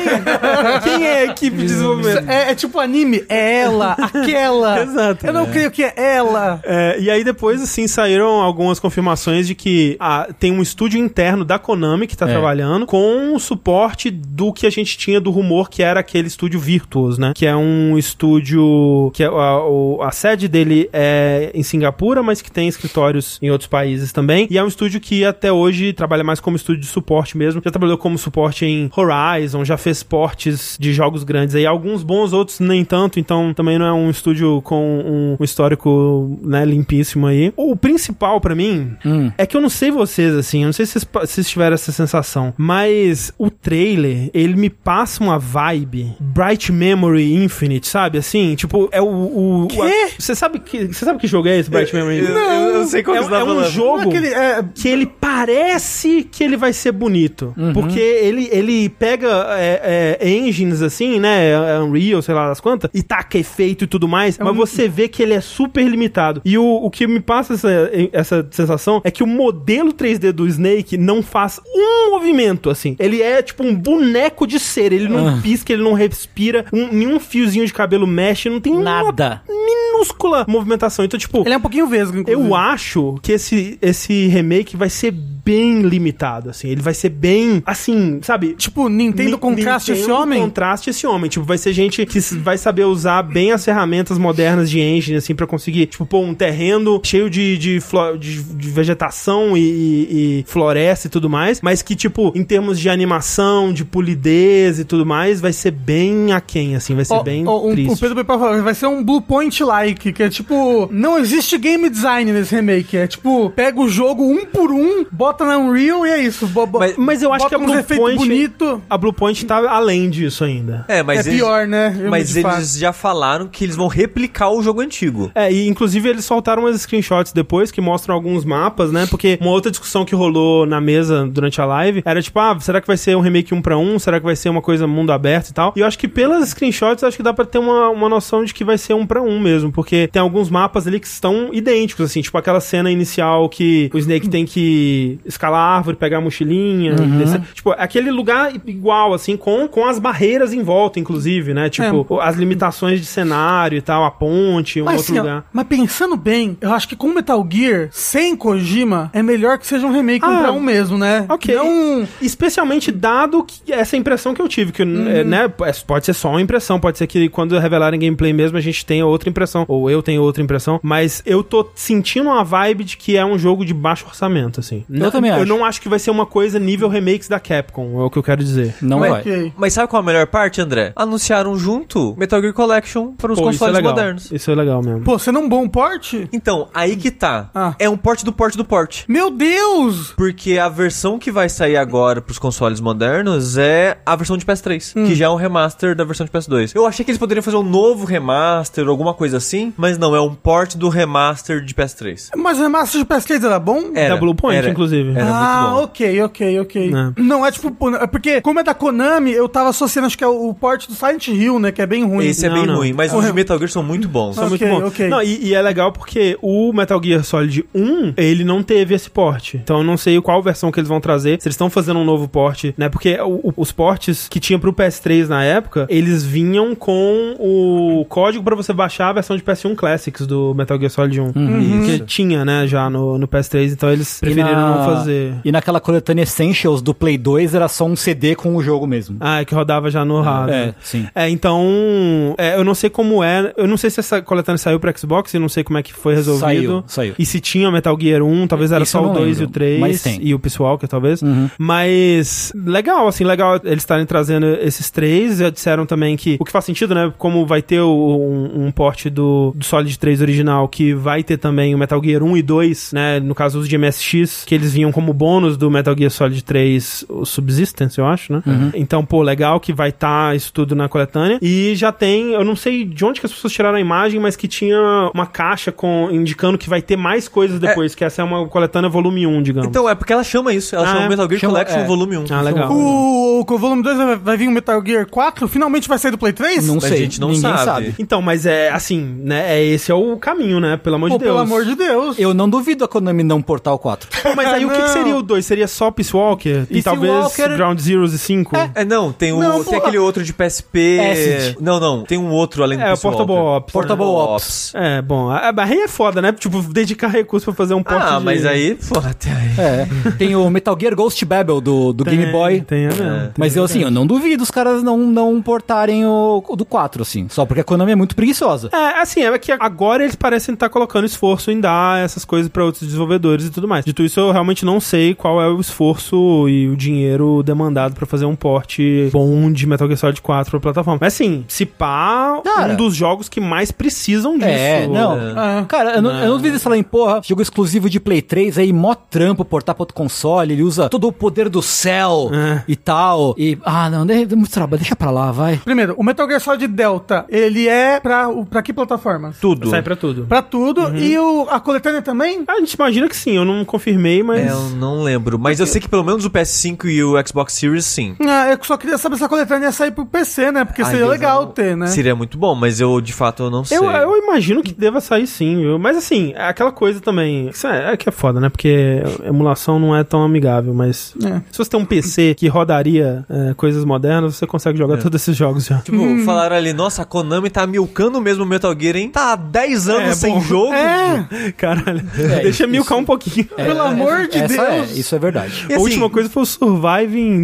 quem é a equipe de desenvolvimento?
É, é tipo anime. É ela, aquela.
Exato.
Eu não creio que é ela.
É, e aí depois, assim, saíram algumas confirmações de que ah, tem um estúdio interno da Konami que tá
É.
trabalhando com o suporte do que a gente tinha do rumor que era aquele estúdio Virtuos, né? Que é um estúdio que é- a, o- a sede dele é em Singapura, mas que tem escritórios em outros países também. E é um estúdio que até hoje trabalha mais como estúdio de suporte mesmo. Já trabalhou como suporte em Horizon, já fez portes de jogos grandes aí, alguns bons, outros nem tanto, então também não é um estúdio com um, um histórico, né, limpíssimo aí. O principal pra mim
Hum.
é que eu não sei vocês, assim, eu não sei se vocês, pa- se vocês tiveram essa sensação, mas o trailer, ele me passa uma vibe Bright Memory Infinite, sabe? Assim, tipo, é o... o, o- a- você, sabe que, você sabe que jogo é esse, Bright Memory
Eu,
Infinite?
eu- eu sei qual
É,
que você tá
é um
falando.
jogo
Não é aquele, é,
que ele parece que ele vai ser bonito. Porque ele, ele pega é, é, engines assim, né? é, é Unreal, sei lá das quantas, e taca efeito e tudo mais. mas você vê que ele é super limitado. E o, o que me passa essa, essa sensação é que o modelo 3D do Snake não faz um movimento assim. Ele é tipo um boneco de cera. Ele não pisca, ele não respira, um- nenhum fiozinho de cabelo mexe, não tem
Nada.
uma minúscula movimentação. Então, tipo.
ele é um pouquinho vesgo, inclusive.
Eu acho que esse, esse remake vai ser bem limitado, assim. Ele vai ser bem, assim, sabe? Tipo,
Tipo, Nintendo
Ni-
contraste esse
Nintendo
homem.
contraste esse homem. Tipo, vai ser gente que s- vai saber usar bem as ferramentas modernas de engine, assim, pra conseguir, tipo, pôr um terreno cheio de, de, flo- de- de vegetação e, e- e floresta e tudo mais, mas que, tipo, em termos de animação, de polidez e tudo mais, vai ser bem aquém, assim. Vai ser
Ó,
bem
ó, um-
triste.
o Pedro Pepa falou, vai ser um Blue Point like, que é tipo, não existe game design nesse remake, é tipo, pega o jogo um por um, bota na Unreal e é isso. Bo- bo-
Mas-
mas eu acho que
bota
a
uns
Blue
efeitos
Point-
bonito.
A Bluepoint tá além disso ainda.
É, mas
é
eles-
pior, né? Eu
Mas
de fato.
eles já falaram que eles vão replicar o jogo antigo.
É, e inclusive eles soltaram umas screenshots depois que mostram alguns mapas, né? Porque uma outra discussão que rolou na mesa durante a live era tipo, ah, será que vai ser um remake um pra um? Será que vai ser uma coisa mundo aberto e tal? E eu acho que pelas screenshots, eu acho que dá pra ter uma, uma noção de que vai ser um pra um mesmo, porque tem alguns mapas ali que estão idênticos, assim, tipo aquela cena inicial que o Snake tem que escalar a árvore, pegar a mochilinha, descer. tipo, aquele lugar igual, assim, com, com as barreiras em volta, inclusive, né? Tipo, as limitações de cenário e tal, a ponte, um
Mas,
outro
assim, ó,
lugar.
mas pensando bem, eu acho que com Metal Gear, sem Kojima, é melhor que seja um remake
Ah,
um pra um mesmo, né?
ok.
Não,
Especialmente dado que- essa impressão que eu tive, que é, né, p- é, pode ser só uma impressão, pode ser que quando revelarem gameplay mesmo a gente tenha outra impressão, ou eu tenho outra impressão, mas eu tô sentindo uma vibe de que é um jogo de baixo orçamento, assim.
Eu também
eu
acho.
não acho que vai ser uma coisa nível remakes da Capcom, é o que eu quero dizer.
Não
Ué,
vai.
Ok.
Mas sabe qual é a melhor parte, André? Anunciaram junto Metal Gear Collection para os
Pô, isso é
consoles
legal.
modernos.
Isso é legal mesmo.
Pô, sendo um bom porte?
Então, aí que tá.
Ah.
É um porte do porte do porte.
Meu Deus!
Porque a versão que vai sair agora pros consoles modernos é a versão de PS3,
Hum.
que já é um remaster da versão de PS2. Eu achei que eles poderiam fazer um novo remaster, alguma coisa assim, mas não, é um port do remaster de PS3.
Mas o remaster de PS3 era bom?
Era,
Da Blue Point,
era.
inclusive.
É, Era
ah,
muito bom.
ok, ok, ok.
É.
Não, é tipo, pô, é porque como é da Konami, eu tava associando, acho que é o, o porte do Silent Hill, né, que é bem ruim.
Esse é
Não,
bem
não.
ruim, mas os de Metal Gear são muito bons.
Isso é
Ok,
muito bom.
ok.
Não, e, e é legal porque o Metal Gear Solid 1, ele não teve esse porte. Então eu não sei qual versão que eles vão trazer, se eles estão fazendo um novo porte, né? Porque o- o- os portes que tinha pro PS3 na época, eles vinham com o código pra você baixar a versão de PS1 Classics do Metal Gear Solid 1. Que tinha, né, já no, no PS3, então eles
E
preferiram
na-
não fazer.
E naquela coletânea Essentials do Play 2 era só um CD com o jogo mesmo.
Ah, é que rodava já no rádio.
É, sim.
É, então, é, eu não sei como é. Eu não sei se essa coletânea saiu pra Xbox, eu não sei como é que foi resolvido.
Saiu, saiu.
E se tinha Metal Gear 1, talvez era
Isso
só
eu
o
não
2 e o
lembro,
3
mas tem.
e o Peace Walker, talvez. Mas legal, assim, legal eles estarem trazendo esses três. Já disseram também que o que faz sentido, né? Como vai ter o- um, um porte do, do Solid 3 original, que vai ter também o Metal Gear 1 e 2, né? No caso, os de MSX, que eles vinham como bônus do Metal Gear Solid 3 o Subsistence, eu acho, né? Então, pô, legal que vai estar isso tudo na coletânea. E já tem, eu não sei de onde que as pessoas tiraram a imagem, mas que tinha uma caixa com indicando que vai ter mais coisas depois, que essa é uma coletânea volume 1, digamos.
Então, é porque ela chama isso, ela
Ah,
chama
é.
Metal Gear
Chama-
Collection
é.
Volume 1.
ah, legal.
O, o, com o volume 2 vai, vai vir o Metal Gear 4? Finalmente vai sair do Play 3?
Não
Mas
sei,
a gente não
ninguém
sabe.
sabe.
Então, mas é assim, né? É, esse é o caminho, né? Pelo amor
Pô,
de Deus.
pelo amor de Deus.
Eu não duvido a Konami não portar o 4.
Pô, (laughs) mas aí o que, que
Não.
seria o 2? Seria só Peace Walker? E
Peace
talvez
Walker-
Ground Zeroes e 5? É,
É, não, tem, o,
Não,
tem
pô.
aquele outro de PSP.
Acid.
Não, não, tem um outro além do
é o
Peace
Portable
Walker.
Ops. né?
Portable Ops.
É, bom, a a barreira é foda, né? Tipo, dedicar recurso pra fazer um porte
Ah,
de-
mas aí, pô, até aí.
É. Tem o Metal Gear Ghost Babel do, do
Tem-
Game Boy.
Tem, é mesmo.
Mas eu, assim, eu não duvido os caras não, não portarem o, o do 4, assim. Só porque a Konami é muito preguiçosa.
É, assim, é que agora eles parecem estar colocando esforço em dar essas coisas pra outros desenvolvedores e tudo mais. Dito isso, eu realmente não sei qual é o esforço e o dinheiro demandado pra fazer um porte bom de Metal Gear Solid 4 pra plataforma. Mas assim, se pá,
Cara.
um dos jogos que mais precisam disso.
É, não.
Ah.
Cara, eu não, eu não duvido eles falarem, porra, jogo exclusivo de Play 3, aí mó trampo portar pra outro console, ele usa todo o poder do céu
É.
e tal. E, ah, não, de- deu muito trabalho, deixa pra lá, vai.
Primeiro, o Metal Gear Solid Delta, ele é pra, o- pra que plataformas?
Tudo.
Sai pra tudo.
Pra tudo.
Uhum.
E o, a coletânea também?
A gente imagina que sim, eu não confirmei, mas.
É, eu não lembro. Mas eu sei que pelo menos o PS5 e o Xbox Series, sim.
Ah, eu só queria saber se a coletânea ia sair pro PC, né? Porque
Ai,
seria
Deus,
legal
eu não-
ter, né?
Seria muito bom, mas eu de fato eu não sei.
Eu, eu imagino que deva sair sim, viu? Mas assim, é aquela coisa também. Isso é, é que é foda, né? Porque emulação não é tão amigável, mas.
É.
Se você tem um PC que rodaria é, coisas modernas, você consegue jogar todos esses jogos já.
Tipo, (laughs) falaram ali, nossa, a Konami tá milcando mesmo o Metal Gear, hein? Tá há 10 anos
É,
sem
bom.
jogo.
É,
Caralho.
É,
Deixa
isso-
milcar um pouquinho.
É.
(laughs)
pelo amor de
Essa é,
Deus.
isso é verdade.
E
a
assim,
última coisa foi o Survive em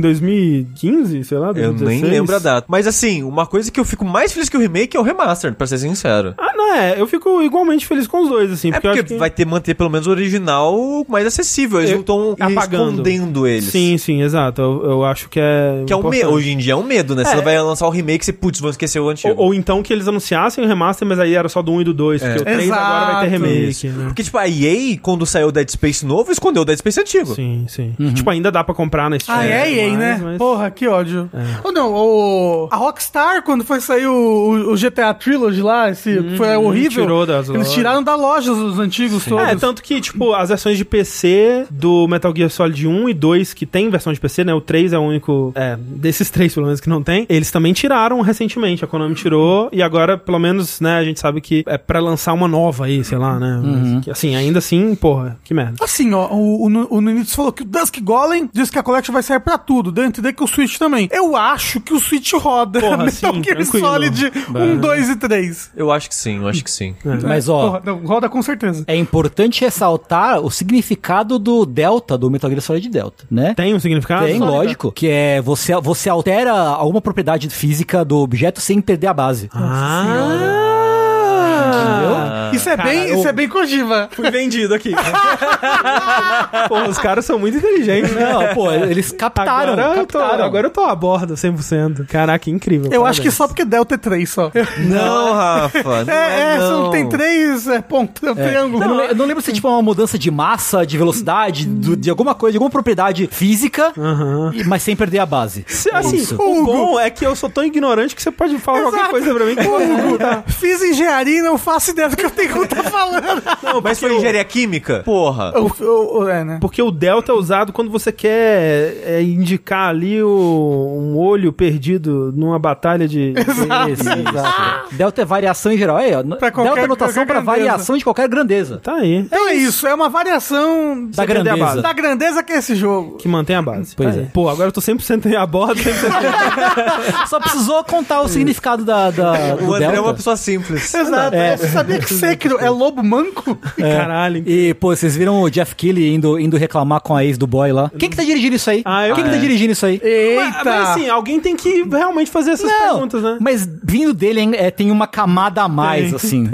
2015, sei lá,
Eu
2016.
nem lembro a data. Mas assim, uma coisa que eu fico mais feliz que o remake é o remaster, pra ser sincero.
Ah, não, é. Eu fico igualmente feliz com os dois, assim.
É
porque,
porque
eu acho que...
vai ter manter pelo menos o original mais acessível. Eles
Eu-
não estão
apagando.
escondendo eles.
Sim, sim, exato. Eu, eu acho que é.
Que é um
importante.
medo. Hoje em dia é um medo, né? Você vai lançar o remake e putz, vão esquecer o antigo.
Ou, ou então que eles anunciassem o remaster, mas aí era só do 1 e do
É.
2, porque o 3 agora vai ter
Exato.
remake.
Isso.
Né?
Porque, tipo, a EA, quando saiu o Dead Space novo, escondeu o Dead Space antigo.
Sim, sim. Tipo, ainda dá pra comprar na Steam.
Ah, é, EA,
mas-
né?
mas- É.
Porra, que ódio. Ou não, o, a Rockstar, quando foi sair o, o GTA Trilogy lá, esse, que foi
Hum,
horrível.
Uhum. tirou das
eles
lojas.
tiraram da loja os os antigos todos.
É, tanto que, tipo, as versões de PC do Metal Gear Solid 1 e 2, que tem versão de PC, né? O 3 é o único. É, desses (laughs) três, pelo menos, que não tem. Eles também tiraram recentemente. A Konami tirou. E agora, pelo menos, né? A gente sabe que é pra lançar uma nova aí, sei lá, né?
Uhum.
Mas, que, assim, ainda assim, porra, que merda.
Assim, ó, o, o, Nu- o Nunitz falou que o Dusk Golem disse que a Collection vai sair pra tudo, dentro de que o Switch também. Eu acho que o Switch roda (laughs)
Porra,
Metal
sim,
Gear
tranquilo.
Solid 1, 2 e 3.
Eu acho que sim, eu acho
(laughs)
que sim.
É.
Mas, ó,
Porra, não, roda com certeza.
é importante ressaltar o significado do Delta, do Metal Gear Solid Delta, né?
Tem um significado?
Tem, lógico, que é você, você altera Ah. alguma propriedade física do objeto sem perder a base.
Ah! Ah,
Isso é
Cara,
bem,
eu-
isso é bem Kojima.
Fui vendido (laughs) aqui. Pô, os caras são muito inteligentes, né?
Não, pô, eles captaram.
agora, eu tô,
captaram.
agora eu tô a bordo, 100%. Caraca, incrível.
Eu acho que
parabéns.
só porque Delta é 3 só.
(laughs)
Não, Rafa. Não
É,
é,
(laughs) é,
não.
são, tem três é, ponto, é um triângulo.
Eu não, le- eu não lembro se é tipo uma mudança de massa, de velocidade, do- de alguma coisa, de alguma propriedade física, e- mas sem perder a base.
Se-
É
assim,
isso.
o
Hugo.
bom é que eu sou tão ignorante que você pode falar qualquer
Exato.
coisa pra mim. que eu vou perguntar.
(laughs) Fiz engenharia e não faço ideia do que o Tengu tá falando.
Mas foi engenharia química? Porra.
O- o- o- é, né?
Porque o delta é usado quando você quer é, indicar ali o- um olho perdido numa batalha de...
Isso, exato. Delta é variação em geral. É, ó,
Pra qualquer-
delta é notação
qualquer
pra
grandeza.
variação de qualquer grandeza.
Tá aí.
Então é isso, é uma variação
Da
perder a
grandeza.
da grandeza que é esse jogo.
Que mantém a base.
Pois
Tá aí.
é.
Pô, agora eu tô 100% a bordo. (laughs) 100%.
Só precisou contar o significado da, da- do
O André é uma
delta.
pessoa
(laughs)
simples.
Exato.
É.
Você sabia que Sekiro é lobo manco?
É. Caralho.
E, pô, vocês viram o Jeff Keighley indo, indo reclamar com a ex do boy lá? Quem que tá dirigindo isso aí?
Ah, eu-
Quem
Ah,
que
é.
tá dirigindo isso aí?
Mas,
Eita!
mas assim, alguém tem que realmente fazer essas
Não,
perguntas, né?
mas vindo dele hein, é, tem uma camada a mais,
Tem,
assim.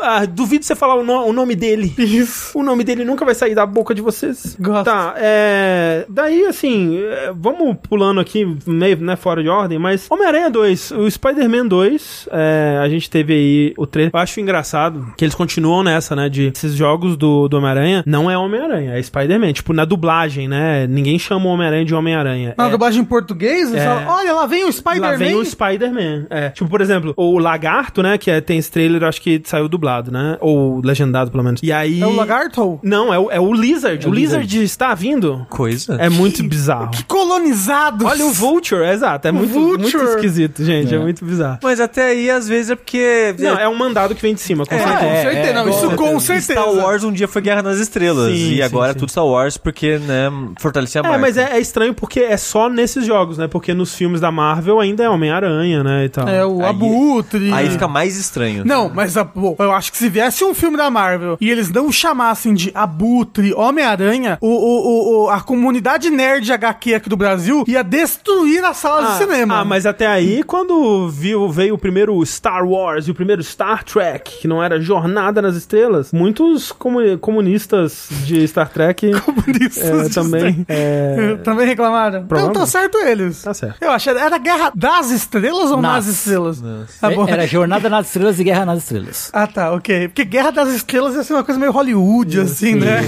Ah, duvido você falar o, no- o nome dele. Isso. O nome dele nunca vai sair da boca de vocês.
Gosto.
Tá, é. Daí, assim, é, vamos pulando aqui, meio, né, fora de ordem, mas. Homem-Aranha 2, o Spider-Man 2, é, a gente teve aí o trailer. Eu acho engraçado que eles continuam nessa, né? De esses jogos do, do Homem-Aranha, não é Homem-Aranha, é Spider-Man. Tipo, na dublagem, né? Ninguém chama o Homem-Aranha de Homem-Aranha.
Na
É-
dublagem em português, eles
É.
falam, olha, lá vem o Spider-Man.
Lá vem o Spider-Man. É. Tipo, por exemplo, o Lagarto, né? Que é- tem esse trailer, acho que saiu dublado, né? Ou legendado, pelo menos. E aí.
É o Lagarto?
Não, é o, é o Lizard. o Lizard. está vindo.
Coisa.
É muito bizarro.
Que colonizados!
Olha o Vulture, é exato. É muito,
Vulture.
muito esquisito, gente. É, muito bizarro.
Mas até aí, às vezes, é porque.
Não, é um mandado que vem de cima, com
É,
certeza.
com
é,
certeza,
é,
não,
com
isso com certeza.
Star Wars um dia foi Guerra nas Estrelas.
Sim,
e
sim,
agora
sim.
é tudo Star Wars porque, né, fortalecer a
É,
marca.
mas é, é estranho porque é só nesses jogos, né? Porque nos filmes da Marvel ainda é Homem-Aranha, né? E tal.
É o
Aí-
Abutre.
Aí fica mais estranho.
Não, mas a- pô, eu acho que se viesse um filme da Marvel e eles não chamassem de Abutre, Homem-Aranha, o, o- o- o- a comunidade nerd HQ aqui do Brasil ia destruir as salas de cinema.
Ah,
(laughs)
mas até aí, quando viu, veio o primeiro Star Wars e o primeiro Star Trek, que não era Jornada nas Estrelas, muitos comuni- comunistas de Star (laughs) Trek
Comunistas
é,
de
também. é,
Também reclamaram. Então
Provavelmente.
tá certo eles.
(laughs) Tá certo.
Eu achei, era Guerra das Estrelas ou
Nas.
nas Estrelas? Tá bom.
É, Era Jornada nas Estrelas e Guerra nas Estrelas.
Ah, tá, ok. Porque Guerra das Estrelas ia ser uma coisa meio Hollywood, assim, né?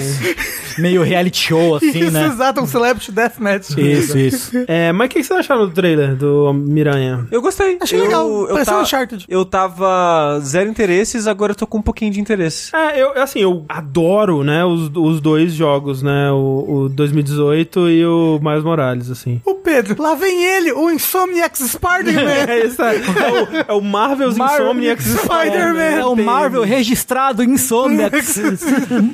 Meio reality show, assim,
(laughs) Isso,
né?
exato, um Celebrity Deathmatch.
Isso, isso.
É, mas o que, que vocês acharam do trailer do Miranha?
Eu gostei.
Achei
eu,
legal,
Eu,
pareceu um
ta-
Uncharted.
eu tava zero interesses, agora eu tô com um pouquinho de interesse.
É, eu, assim, eu adoro, né, os, os dois jogos, né, o, o 2018 e o Miles Morales, assim.
O Pedro, lá vem ele, o
(laughs)
Insomniac Spider-Man.
É, isso aí. é, o, é o Marvel's
Marvel-
Insomniac
Spider-Man.
É o Marvel registrado em Somnex.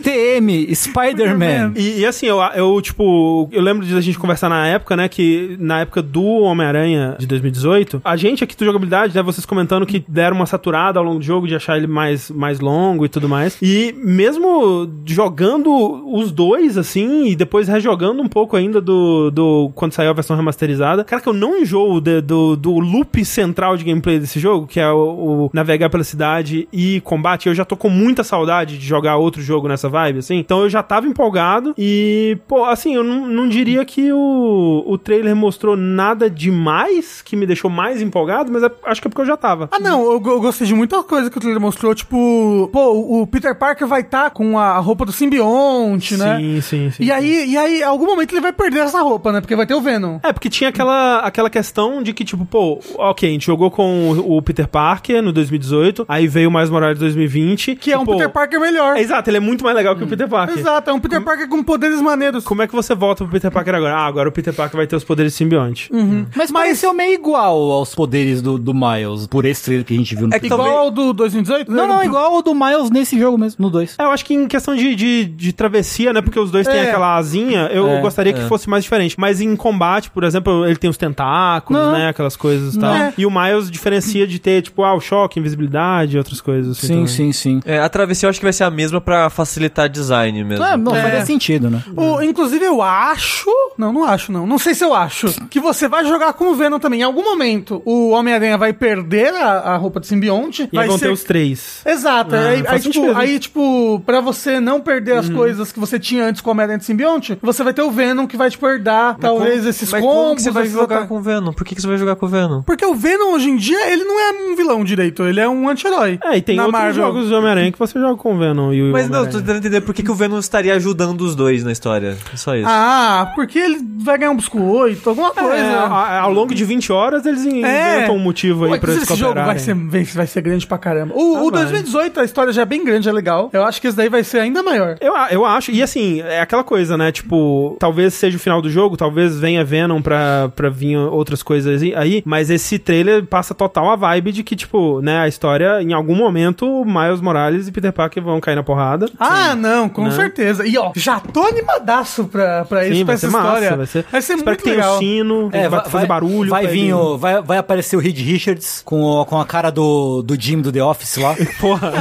TM, Spider-Man.
E, e assim, eu, eu, tipo, eu lembro de a gente conversar na época, né? Que na época do Homem-Aranha de 2018, a gente aqui do jogabilidade, né? Vocês comentando que deram uma saturada ao longo do jogo, de achar ele mais, mais longo e tudo mais. E mesmo jogando os dois, assim, e depois rejogando um pouco ainda do. do quando saiu a versão remasterizada, cara, que eu não enjoo de- do, do loop central de gameplay desse jogo, que é o, o navegar pela cidade e combate. Eu já tô com muita saudade de jogar outro jogo nessa vibe, assim. Então eu já tava empolgado e, pô, assim, eu não, não diria que o, o trailer mostrou nada demais que me deixou mais empolgado, mas é- acho que é porque eu já tava.
Ah, não, eu, go- eu gostei de muita coisa que o trailer mostrou, tipo, pô, o o Peter Parker vai estar com a roupa do simbionte, né?
Sim, sim, sim.
E aí, e aí, em algum momento ele vai perder essa roupa, né? Porque vai ter o Venom.
É, porque tinha aquela, aquela questão de que, tipo, pô, ok, a gente jogou com o o Peter Parker no 2018, aí veio o Miles Morales 2020.
Que é um
pô,
Peter Parker melhor.
É, Exato, ele é muito mais legal que o Peter Parker.
Exato, é um Peter Parker com poderes maneiros.
Como é que você volta pro Peter Parker agora? Ah, agora o Peter Parker vai ter os poderes simbiontes.
Uhum.
Mas pareceu meio igual aos poderes do, do Miles, por esse trailer que a gente viu no
É que
Igual
também-
ao do 2018? né?
Não, não, igual ao do Miles nesse jogo mesmo, no 2.
É, eu acho que em questão de, de, de travessia, né? Porque os dois têm
É.
aquela asinha, eu
É,
gostaria que fosse mais diferente. Mas em combate, por exemplo, ele tem os tentáculos,
Não.
né? Aquelas coisas e tal.
É.
E o Miles diferencia de ter, tipo, ah, o choque, invisibilidade e outras coisas. Assim. difícil. também.
sim, sim.
É, a travessia eu acho que vai ser a mesma pra facilitar design mesmo.
É, não,
É.
faz sentido, né?
O- inclusive, eu acho. Não, não acho, não. Não sei se eu acho. Que você vai jogar com o Venom também. Em algum momento, o Homem-Aranha vai perder a, a roupa de simbionte.
E
vai
aí vão
ser-
ter os três.
Exato.
Ah,
aí,
faz
aí, tipo,
sentido. Uhum.
aí, tipo, pra você não perder as coisas que você tinha antes com o Homem-Aranha de simbionte, você vai ter o Venom que vai te herdar, talvez, esses
mas
combos.
como que você vai
esses
jogar
ataques.
com o Venom? Por que, que você vai jogar com o Venom?
Porque o Venom, hoje em dia, ele não é um vilão direito. Ele é um anti-herói.
É, e tem
Na
outros
Marvel.
jogos de Homem-Aranha que você joga com o Venom e o
Mas não, eu tô
Homem-Aranha.
tentando entender por que, que o Venom estaria ajudando os dois na história. É só isso.
Ah, porque ele vai ganhar um biscoito, alguma coisa.
É, a- ao longo de 20 horas eles inventam um motivo aí
Ué,
pra
mas
eles
esse jogo
cooperarem.
vai ser, vai- vai ser grande pra caramba. O,
Ah,
o
vai.
2018, a história já é bem grande, é legal. Eu acho que esse daí vai ser ainda maior.
Eu, a- eu acho, e assim, é aquela coisa, né? Tipo, talvez seja o final do jogo, talvez venha Venom pra, pra vir outras coisas aí- aí, mas esse trailer passa total a vibe de que, tipo, né, a história, em algum momento, Miles Morales e Peter Parker vão cair na porrada.
Ah, não, com
Né?
certeza. E ó, já tô animadaço pra, pra, É isso,
Sim,
pra
vai
essa
ser massa,
história.
vai ser.
vai ser
Espero
muito
que tenha
legal.
o sino,
É,
vai, fazer barulho.
Vai
pra
vir
ele-
o, vai, vai aparecer o Reed Richards com, o- com a cara do, do Jim do The Office lá.
(laughs) Porra.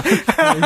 (laughs)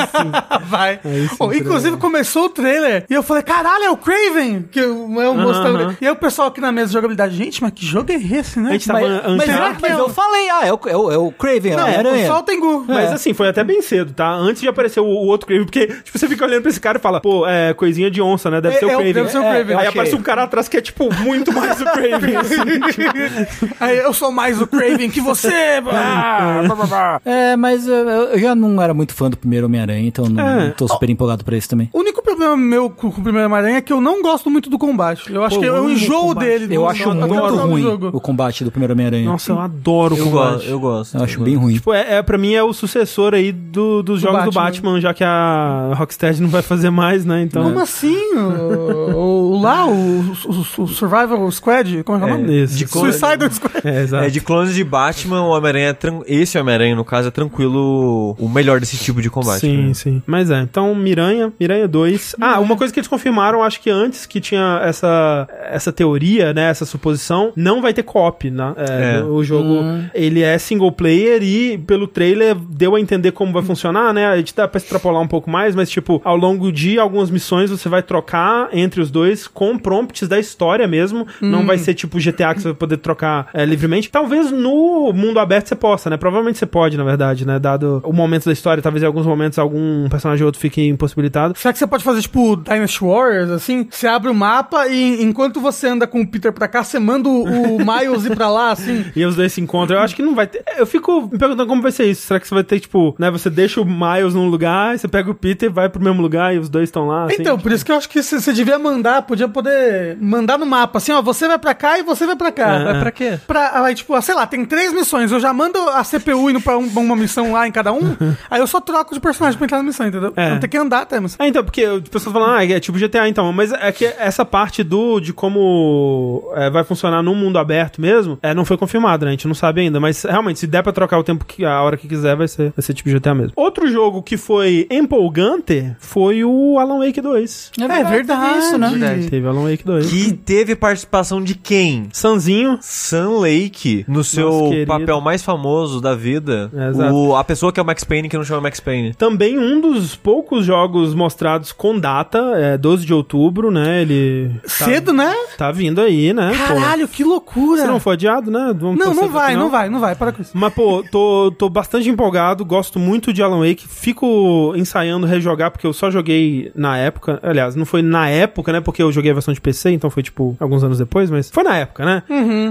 vai.
isso,
Bom,
muito
inclusive, começou o trailer e eu falei, caralho, é o Craven! Que eu, eu mostrando.
aham.
E aí o pessoal aqui na mesa de jogabilidade, gente, mas que jogo é esse, né?
A gente tava
mas,
antes.
mas,
será
eu-
que
mas
é
eu
o-
falei, ah, é o, é o, é o Craven, é o
Não, o É.
Homem-Aranha.
sol tem gu.
Mas assim, foi até bem cedo, tá? Antes de aparecer o, o outro Craven, porque tipo, você fica olhando pra esse cara e fala, pô, é coisinha de onça, né? Deve
É,
ser o
é o-
Craven.
deve ser o
É,
Craven,
aí
achei.
aparece um cara atrás que é, tipo, muito mais o Craven.
(laughs)
assim.
Aí é, eu sou mais o Craven
(laughs)
que você! Ah. blá, blá, blá, blá.
É, mas eu, eu já não era muito fã do primeiro Homem-Aranha, então não,
É.
não tô super empolgado pra esse também.
O único problema meu com com o primeiro Homem-Aranha é que eu não gosto muito do combate. Eu acho
Pô,
que
eu
eu, eu
amo o
enjoo
combate.
dele.
Eu
no-
acho
no- no-
muito
no- no
ruim
jogo.
o combate do primeiro Homem-Aranha.
Nossa, eu adoro o
eu gosto,
combate.
eu gosto.
Eu acho bem ruim.
Tipo, é, é, pra mim é o sucessor aí do, dos
Do
jogos do
Batman.
Batman, já que a Rocksteady não vai fazer mais, né? Então.
Como assim? O, o- o lá, o, o- o Survival Squad? Como é que é o nome?
Isso.
de cor-
Suicide Squad.
É, exato.
É, de clones de Batman, o Homem-Aranha é tran- esse Homem-Aranha, no caso, é tranquilo o melhor desse tipo de combate.
Sim,
né?
sim. Mas é, então Miranha, Miranha 2. Ah, uma coisa que eles confirmaram, acho que antes que tinha essa, essa teoria, né, essa suposição, não vai ter co-op, né? É,
É.
no- O jogo, ele é single player e pelo trailer deu a entender como vai funcionar, né? A gente dá pra extrapolar um pouco mais, mas tipo, ao longo de algumas missões você vai trocar entre os dois com prompts da história mesmo. Não vai ser tipo GTA que você vai poder trocar é, livremente. Talvez no mundo aberto você possa, né? Provavelmente você pode, na verdade, né? Dado o momento da história, talvez em alguns momentos algum personagem ou outro fique impossibilitado.
Será que você pode fazer, tipo, Dynasty Warriors, assim? Você abre o mapa e enquanto você anda com o Peter pra cá, você manda o,
(laughs)
o Miles ir pra lá, assim?
E os dois se encontram. Eu acho que não vai ter. Eu fico me perguntando como vai ser isso. Será que você vai ter, tipo, né? Você deixa o Miles num lugar, aí você pega o Peter, vai pro mesmo lugar e os dois estão lá. assim?
Então, por isso que eu acho que você você devia mandar, podia poder mandar no mapa, assim, ó, você vai pra cá e você vai pra cá.
Ah,
Mas pra quê?
Pra, aí, tipo, ah, sei lá, tem três missões. Eu já mando a CPU indo pra um- uma missão lá em
(laughs)
cada um. aí eu só troco de personagem pra entrar na missão, entendeu?
É.
Não tem que andar até a missão.
É, então, porque as pessoas falam, ah, é tipo GTA, então. Mas é que essa parte do de como é, vai funcionar no mundo aberto mesmo, é, não foi confirmada, né? A gente não sabe ainda. Mas realmente, se der pra trocar o tempo que a hora que quiser, vai ser, vai ser tipo GTA mesmo. Outro jogo que foi empolgante foi o Alan Wake 2.
É
É
né?
Verdade.
Teve Alan Wake 2.
Que teve participação de quem?
Sanzinho.
Sam Lake, no seu
querido.
papel mais famoso da vida.
É, exato.
O- a pessoa que é o Max Payne, que não chama Max Payne.
Também um dos poucos jogos mostrados com data, é 12 de outubro, né? Ele. tá-
Cedo, né?
Tá vindo aí, né? pô?
Caralho, que loucura.
Se não for adiado, né? Vamos
não,
torcer
não
pro
vai,
final.
não vai, não vai, para com isso.
Mas, pô, tô, tô bastante empolgado, gosto muito de Alan Wake, fico ensaiando rejogar, porque eu só joguei na época. Aliás, não foi na época, né? Porque eu joguei a versão de PC, então foi, tipo, alguns anos depois, mas foi na época, né?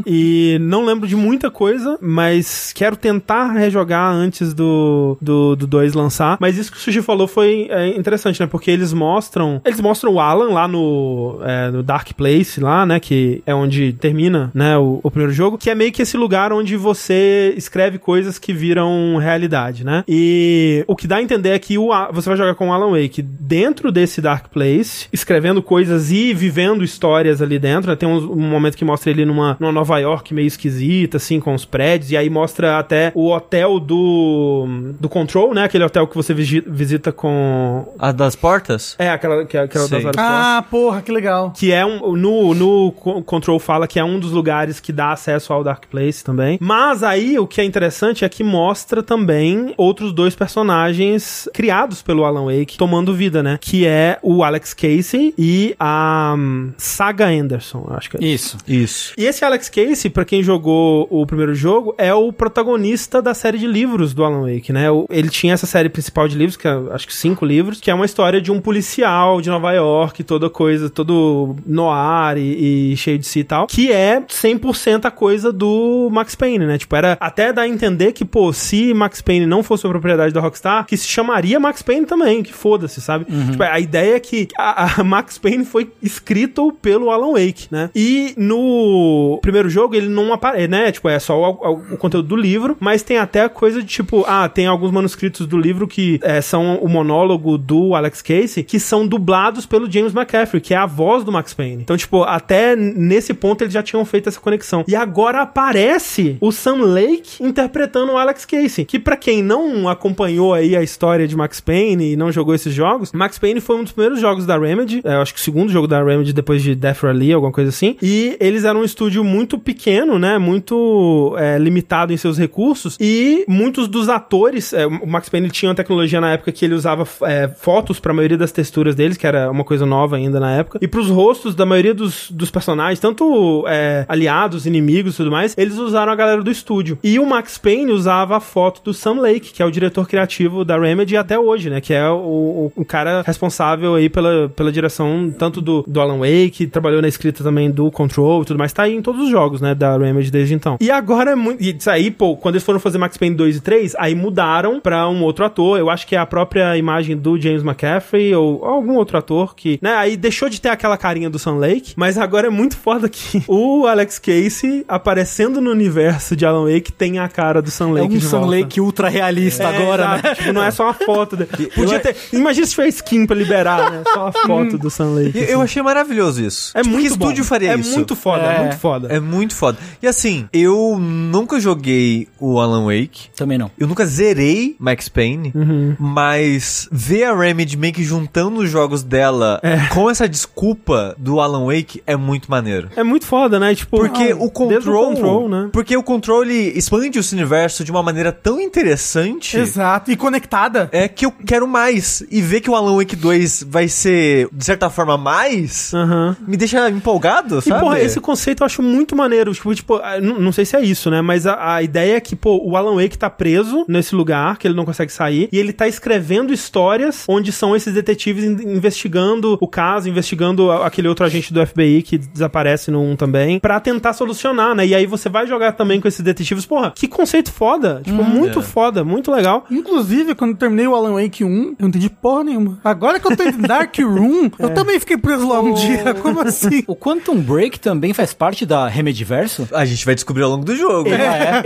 E não lembro de muita coisa, mas quero tentar rejogar antes do 2 do, do dois lançar. Mas isso que o Sushi falou foi é, interessante, né? Porque eles mostram. Eles mostram o Alan lá no, é, no Dark Place, lá, né? Que é onde termina, né? O, o primeiro jogo. Que é meio que esse lugar onde você escreve coisas que viram realidade, né? E o que dá a entender é que o, A- você vai jogar com o Alan Wake dentro desse Dark Place, escrevendo coisas e vivendo histórias ali dentro. né? Tem um, um momento que mostra ele numa, numa Nova York meio esquisita, assim, com os prédios. E aí mostra até o hotel do, do Control, né? Aquele hotel que você visi- visita com,
A das portas?
é, É, aquela, que- aquela das
Sei.
várias formas.
Ah, porra, que legal.
Que é um. No, no co- Control fala que é um dos lugares que dá acesso ao Dark Place também. Mas aí o que é interessante é que mostra também outros dois personagens criados pelo Alan Wake tomando vida, né? Que é o Alex Casey e a hum, Saga Anderson, acho que é.
Isso.
Isso.
E esse Alex Casey, pra quem jogou o primeiro jogo, é o protagonista da série de livros do Alan Wake, né? O- Ele tinha essa série principal de livros, que é, acho que cinco livros, que é uma história de um policial de Nova York, toda coisa, todo noir e, e cheio de si e tal, que é 100% a coisa do Max Payne, né? Tipo, era até dar a entender que, pô, se Max Payne não fosse uma propriedade da Rockstar, que se chamaria Max Payne também, que foda-se, sabe? Tipo, a ideia é que a, a Max Payne foi escrito pelo Alan Wake, né? E no primeiro jogo ele não aparece, né? Tipo, é só o, o- o conteúdo do livro, mas tem até a coisa de tipo, ah, tem alguns manuscritos do livro que é, são o monólogo do Alex Casey, que são dublados pelo James McCaffrey, que é a voz do Max Payne. Então, tipo, até n- nesse ponto eles já tinham feito essa conexão. E agora aparece o Sam Lake interpretando o Alex Casey, que pra quem não acompanhou aí a história de Max Payne e não jogou esses jogos, Max Payne foi um dos primeiros jogos da Remedy, é, eu acho que o segundo jogo da Remedy depois de Death Rally, alguma coisa assim, e eles eram um estúdio muito pequeno, né, muito é, limitado em seus recursos, e muitos dos atores, é, o Max Payne tinha uma tecnologia na época que ele usava é, fotos pra maioria das texturas deles, que era uma coisa nova ainda na época, e pros rostos da maioria dos, dos personagens, tanto é, aliados, inimigos e tudo mais, eles usaram a galera do estúdio. E o Max Payne usava a foto do Sam Lake, que é o diretor criativo da Remedy até hoje, né? Que é o, o, o cara responsável aí pela, pela direção tanto do, do Alan Wake, trabalhou na escrita também do Control e tudo mais, tá aí em todos os jogos, né? Da Remedy desde então. E agora é muito. E isso aí, pô, quando eles foram fazer Max Payne 2 e 3, aí mudaram pra um outro ator. Eu acho que é a própria imagem do James McCaffrey ou algum outro ator que, né? Aí deixou de ter aquela carinha do Sam Lake, mas agora é muito foda que (laughs) o Alex Casey aparecendo no universo de Alan Wake tem a cara do Sam
É
Lake.
um
de
Sun
volta.
Lake ultra realista
É,
agora,
exato.
né?
Tipo, não é só uma foto. dele. Podia ter. Imagina se foi skin pra liberar, né?
(laughs)
Só a foto do Sun Lake.
Eu, eu achei maravilhoso isso.
assim- É
Tipo,
muito
que estúdio
bom.
faria
é
isso?
muito foda, é,
É.
muito foda.
É muito foda. E assim, eu nunca joguei o Alan Wake.
Também não.
Eu nunca zerei Max Payne,
Uhum.
mas ver a Remedy meio que juntando os jogos dela
É.
com essa desculpa do Alan Wake é muito maneiro.
É muito foda, né? Tipo,
Porque o
desde
control,
Control, né?
Porque o control ele expande esse universo de uma maneira tão interessante.
Exato. E conectada.
É que eu quero mais. E ver que o Alan Wake 2 vai ser, de certa forma, mais,
Aham.
me deixa empolgado,
E,
sabe?
Ah. porra, é esse conceito eu acho muito maneiro. Tipo, tipo, ah, n- não sei se é isso, né? Mas a, a ideia é que, pô, o Alan Wake tá preso nesse lugar, que ele não consegue sair, e ele tá escrevendo histórias onde são esses detetives in- investigando o caso, investigando a- aquele outro agente do FBI que desaparece no 1 também, pra tentar solucionar, né? E aí você vai jogar também com esses detetives. Porra, que conceito foda. Tipo, muito foda, muito legal.
Inclusive, quando eu terminei o Alan Wake 1, eu não entendi porra nenhuma. Agora que eu tô
(laughs)
em Dark Room, eu também fiquei preso lá um dia. Como assim?
É. O Quantum Break também faz parte da Remediverso?
A gente vai descobrir ao longo do jogo.
Ele,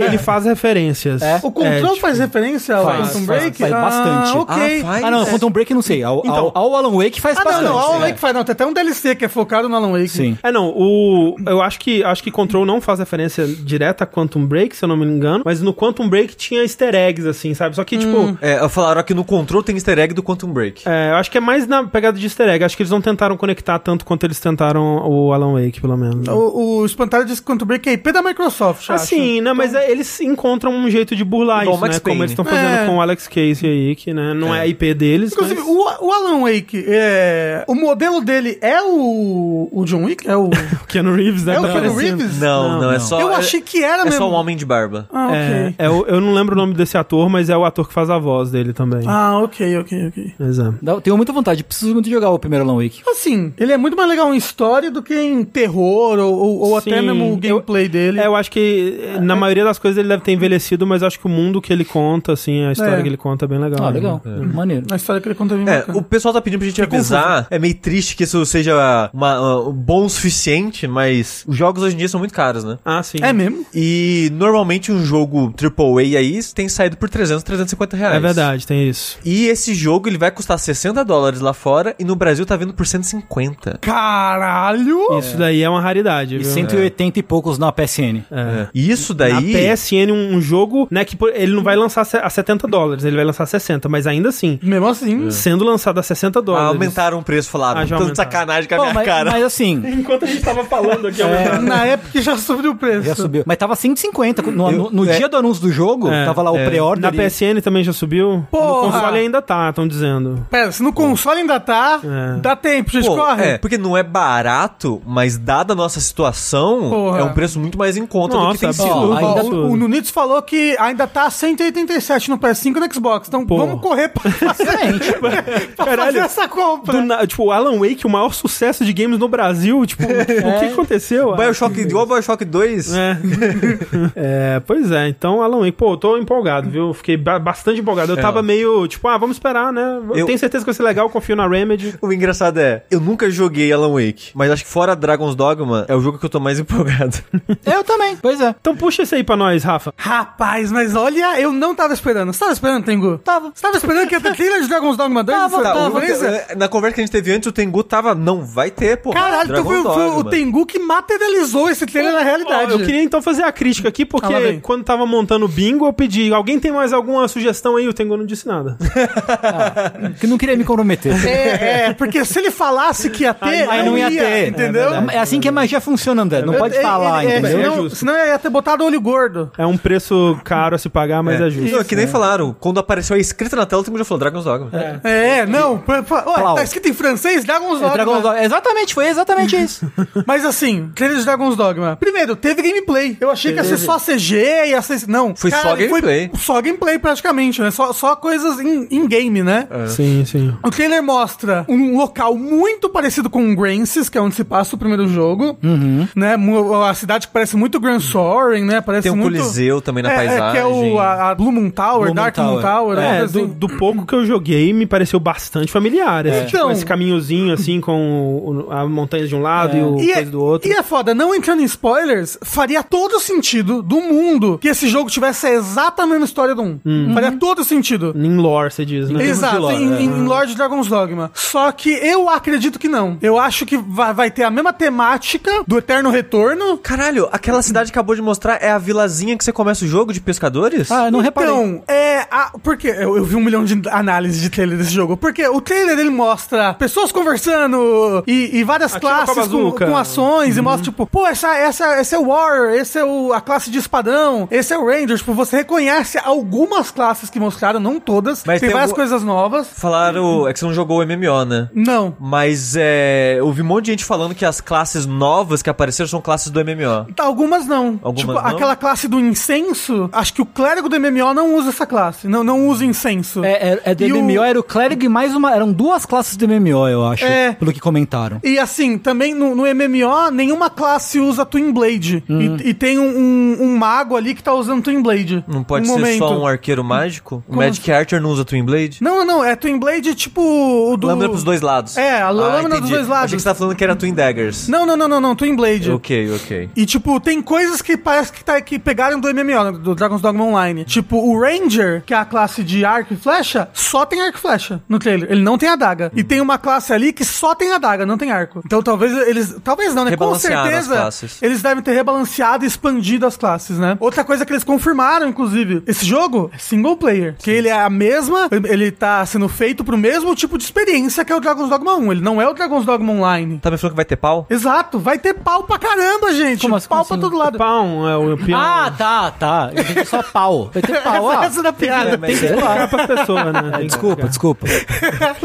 ele faz referências.
É.
O Control
tipo,
faz referência ao
faz,
Quantum
faz,
Break?
faz bastante.
Ah, ok.
Ah, faz?
Ah, não,
É.
Quantum Break eu não sei. Ao,
Então.
ao- ao Alan Wake faz
Ah, não,
bastante.
não. Alan
é.
Wake faz não. Tem até um DLC que é focado no Alan Wake.
Sim.
É, não, o. Eu acho que acho que Control não faz referência direta a Quantum Break, se eu não me engano, mas no Quantum Break tinha easter eggs, assim, sabe?
Hum.
Só que, tipo.
É, falaram que no control tem easter egg do Quantum Break.
é, eu acho que é mais na pegada de easter egg. Acho que eles não tentaram conectar tanto quanto eles tentaram o Alan Wake, pelo menos.
O, o Espantalho disse que Quantum Break é IP da Microsoft,
Ah,
acho. Então-
Assim, né? Mas é, eles encontram um jeito de burlar
Igual
isso,
Max
né? Como
Payne.
eles estão fazendo
É.
com o Alex Casey aí, que né, não é, IP deles.
Inclusive,
mas-
o, o Alan Wake, é, o modelo dele é o, o John Wick?
(laughs)
É o,
o Keanu Reeves, né?
é o
tá
Keanu
aparecendo.
Reeves?
Não, não,
Não,
é
não.
só.
Eu
é-
achei que era
É
mesmo.
só um homem de barba.
Ah, ok.
É, é o- eu não lembro o nome desse ator, mas é o ator que faz a voz dele também.
Ah, ok, ok, ok.
Pois é.
Dá- Tenho muita vontade, preciso muito jogar o primeiro Alan Wake.
Assim, ele é muito mais legal em história do que em terror ou, ou- ou até
Sim,
mesmo o
eu-
gameplay dele.
É, eu acho que eh, na maioria das coisas ele deve ter envelhecido, mas acho que o mundo que ele conta, assim, a história
É.
que ele conta é bem legal.
Ah,
né?
legal. Maneiro.
A história que ele conta é bem
É,
bacana.
o pessoal tá pedindo pra gente avisar. É meio triste que isso seja uma, uh, bom o suficiente, mas os jogos hoje em dia são muito caros, né?
Ah, sim.
É mesmo?
E normalmente um jogo AAA aí tem saído por 300, 350 reais.
É verdade, tem isso.
E esse jogo ele vai custar 60 dólares lá fora e no Brasil tá vindo por 150.
Caralho!
Isso daí é uma raridade,
E
viu?
180 e poucos na PSN.
É.
E isso
Na
daí.
PSN, um, um jogo, né, que por- ele não vai lançar se- a 70 dólares, ele vai lançar a 60, mas ainda assim,
Mesmo assim,
sendo lançado a 60 60 dólares.
Ah, aumentaram o preço, falaram.
Ah, já
Tanto
aumentaram.
sacanagem com a
Pô,
minha
mas,
cara.
(laughs)
mas assim,
Enquanto a gente tava falando
(laughs) É.
aqui, aumentaram.
Na época já subiu o preço.
já subiu. Mas tava 150. No, anu- no
é.
dia do anúncio do jogo,
É,
tava lá o
é.
pré-order.
Na
e-
PSN também já subiu.
Porra!
No console ainda tá, estão dizendo.
Pera, se no console ainda tá,
É.
dá tempo, gente,
Pô,
corre.
é, porque não é barato, mas dada a nossa situação,
Porra.
é um preço muito mais em conta do que
Nossa,
tem sido.
ó,
absurdo,
ainda-
absurdo.
O, o Nunitz falou que ainda tá 187 no PS5 e no Xbox. Então
Pô.
vamos correr
(laughs)
pra,
Exatamente.
pra fazer
Caralho.
essa compra.
Do na- tipo, Alan Wake, o maior sucesso de games no Brasil.
(laughs)
Tipo, o que aconteceu?
É. Bioshock, igual Bioshock 2. (laughs)
É. É, pois é, então Alan Wake, pô, eu tô empolgado, viu? Fiquei ba- bastante empolgado. Eu tava meio, tipo, ah, vamos esperar, né?
É, Eu-
Eu tenho certeza que vai ser legal, confio na Remedy.
O engraçado é, eu nunca joguei Alan Wake, mas acho que fora Dragon's Dogma, é o jogo que eu tô mais (laughs) empolgado.
Eu também. Pois é.
Então puxa esse aí pra nós, Rafa.
Rapaz, mas olha, eu não tava esperando. Você tava esperando, Tengu? Tava. Você tava esperando que ia ter trailer de Dragon's Dogma 2?
Tava,
nessa
tava.
conferência?
É, Na conversa que a gente teve antes, o Tengu tava, não, vai ter, pô.
Caralho, então foi, foi o Tengu que materializou esse trailer na realidade.
Ó, eu queria então fazer a crítica aqui,
Ah,
porque
lá vem.
quando tava montando o bingo, eu pedi, alguém tem mais alguma sugestão aí? O Tengu não disse nada.
Que não queria me comprometer.
É, é, porque se ele falasse que ia ter,
(laughs) Aí- aí não ia ter.
entendeu?
É assim que a magia funciona, André. Não pode
É, é,
falar,
é, é,
entendeu?
É
Senão,
justo.
senão ia ter botado olho gordo.
É um preço caro a se pagar, mas é, justo.
Não, é que nem falaram, quando apareceu a escrita na tela, o Tengu já falou Dragon's Dogma.
É, não. pra- pra- Olha,
Flau.
tá escrito em francês Dragon's
É,
Dogma.
Dragon's Dogma. Exatamente, foi exatamente isso.
Mas assim, trailer de Dragon's Dogma. Primeiro, teve gameplay. Eu achei que ia ser só CG, ia ser. Não.
Foi só
ele
gameplay.
Foi só gameplay praticamente, né? Só, só coisas em em game, né?
É.
Sim, sim.
O trailer mostra um local muito parecido com o Grances, que é onde se passa o primeiro jogo.
Uhum.
Né? Mu- A cidade que parece muito Grand Soaring, né? Parece
Tem um
muito...
coliseu também na
é,
paisagem.
É, que é o, a, a Blue Moon Tower,
Blue Moon
Dark Moon
Tower.
Tower. alguma
É,
coisa
do,
assim.
do pouco que eu joguei, me pareceu bastante familiar. Esse, tipo,
Então-
esse caminhozinho, assim, com o- o- a montanha de um lado e o
E é,
coisa do outro.
e é foda, não entrando em spoilers, faria todo sentido do mundo que esse jogo tivesse a exata mesma história do 1.
Hum.
Faria
Uhum.
todo sentido.
Em lore, você diz, né?
Exato,
lore,
em,
é.
em- em Lord Dragon's Dogma. Só que eu acredito que não. Eu acho que vai, vai ter a mesma temática do Eterno Retorno.
Caralho, aquela cidade que acabou de mostrar é a vilazinha que você começa o jogo de pescadores?
Ah, eu não reparei.
Então, é. A, porque eu, eu vi um milhão de análises de trailer desse jogo. Porque o trailer ele mostra pessoas conversando e, e várias
Atira com a
classes com,
bazuca.
com ações. E
Uhum.
mostra, tipo, pô, essa, essa, esse é o Warrior, esse é o, a classe de espadão, esse é o Ranger. Tipo, você reconhece algumas classes que mostraram, não todas.
Mas tem
tem, várias
algum-
coisas novas.
Falaram, é que você não jogou o MMO, né?
Não.
Mas é. Eu vi um monte de gente falando que as classes novas que apareceram são classes do MMO.
Tá, Algumas não.
Algumas
tipo,
não?
aquela classe do incenso, acho que o clérigo do MMO não usa essa classe. Não, não usa incenso.
É, é, é do
E o-
MMO, era o clérigo e mais uma. Eram duas classes do MMO, eu acho.
É.
Pelo que comentaram.
E assim, também no, no MMO, nenhuma classe usa Twin Blade. E, e tem um, um- um mago ali que tá usando Twin Blade.
Não pode ser só um arqueiro mágico?
Como assim?
o Magic Archer não usa Twin Blade?
Não, não, não. É Twin Blade tipo o do.
Lâmina pros dois lados. Ah,
É, a lâmina dos dois lados.
Achei que você tá falando que era Twin Daggers.
Não, não, não, não, não. Twin Blade.
Ok, ok.
E, tipo, tem coisas que parece que, tá, que pegaram do MMO, né, do Dragon's Dogma Online. Tipo, o Ranger, que é a classe de arco e flecha, só tem arco e flecha no trailer. Ele não tem adaga. E tem uma classe ali que só tem adaga, não tem arco. Então talvez eles. Talvez não, né? Com
Rebalancearam as
certeza.
classes.
Eles devem ter rebalanceado e expandido as classes, né? Outra coisa que eles confirmaram, inclusive, esse jogo é single player. Que ele é a mesma, ele tá sendo feito pro mesmo tipo de experiência que é o Dragon's Dogma 1. Ele não é o Dragon's Dogma Online.
Tá me falando que vai ter pau?
Exato, vai ter pau pra caramba, gente.
Como assim,
pau
como
pra
assim?
todo lado.
Pão, é o peão.
Ah, tá, tá. Eu entendi só pau. Vai ter pau,
(laughs)
ah.
Essa da piada.
É, mas é-
Explicar pras pessoas,
(laughs)
né? Tem que
Desculpa,
explicar.
desculpa.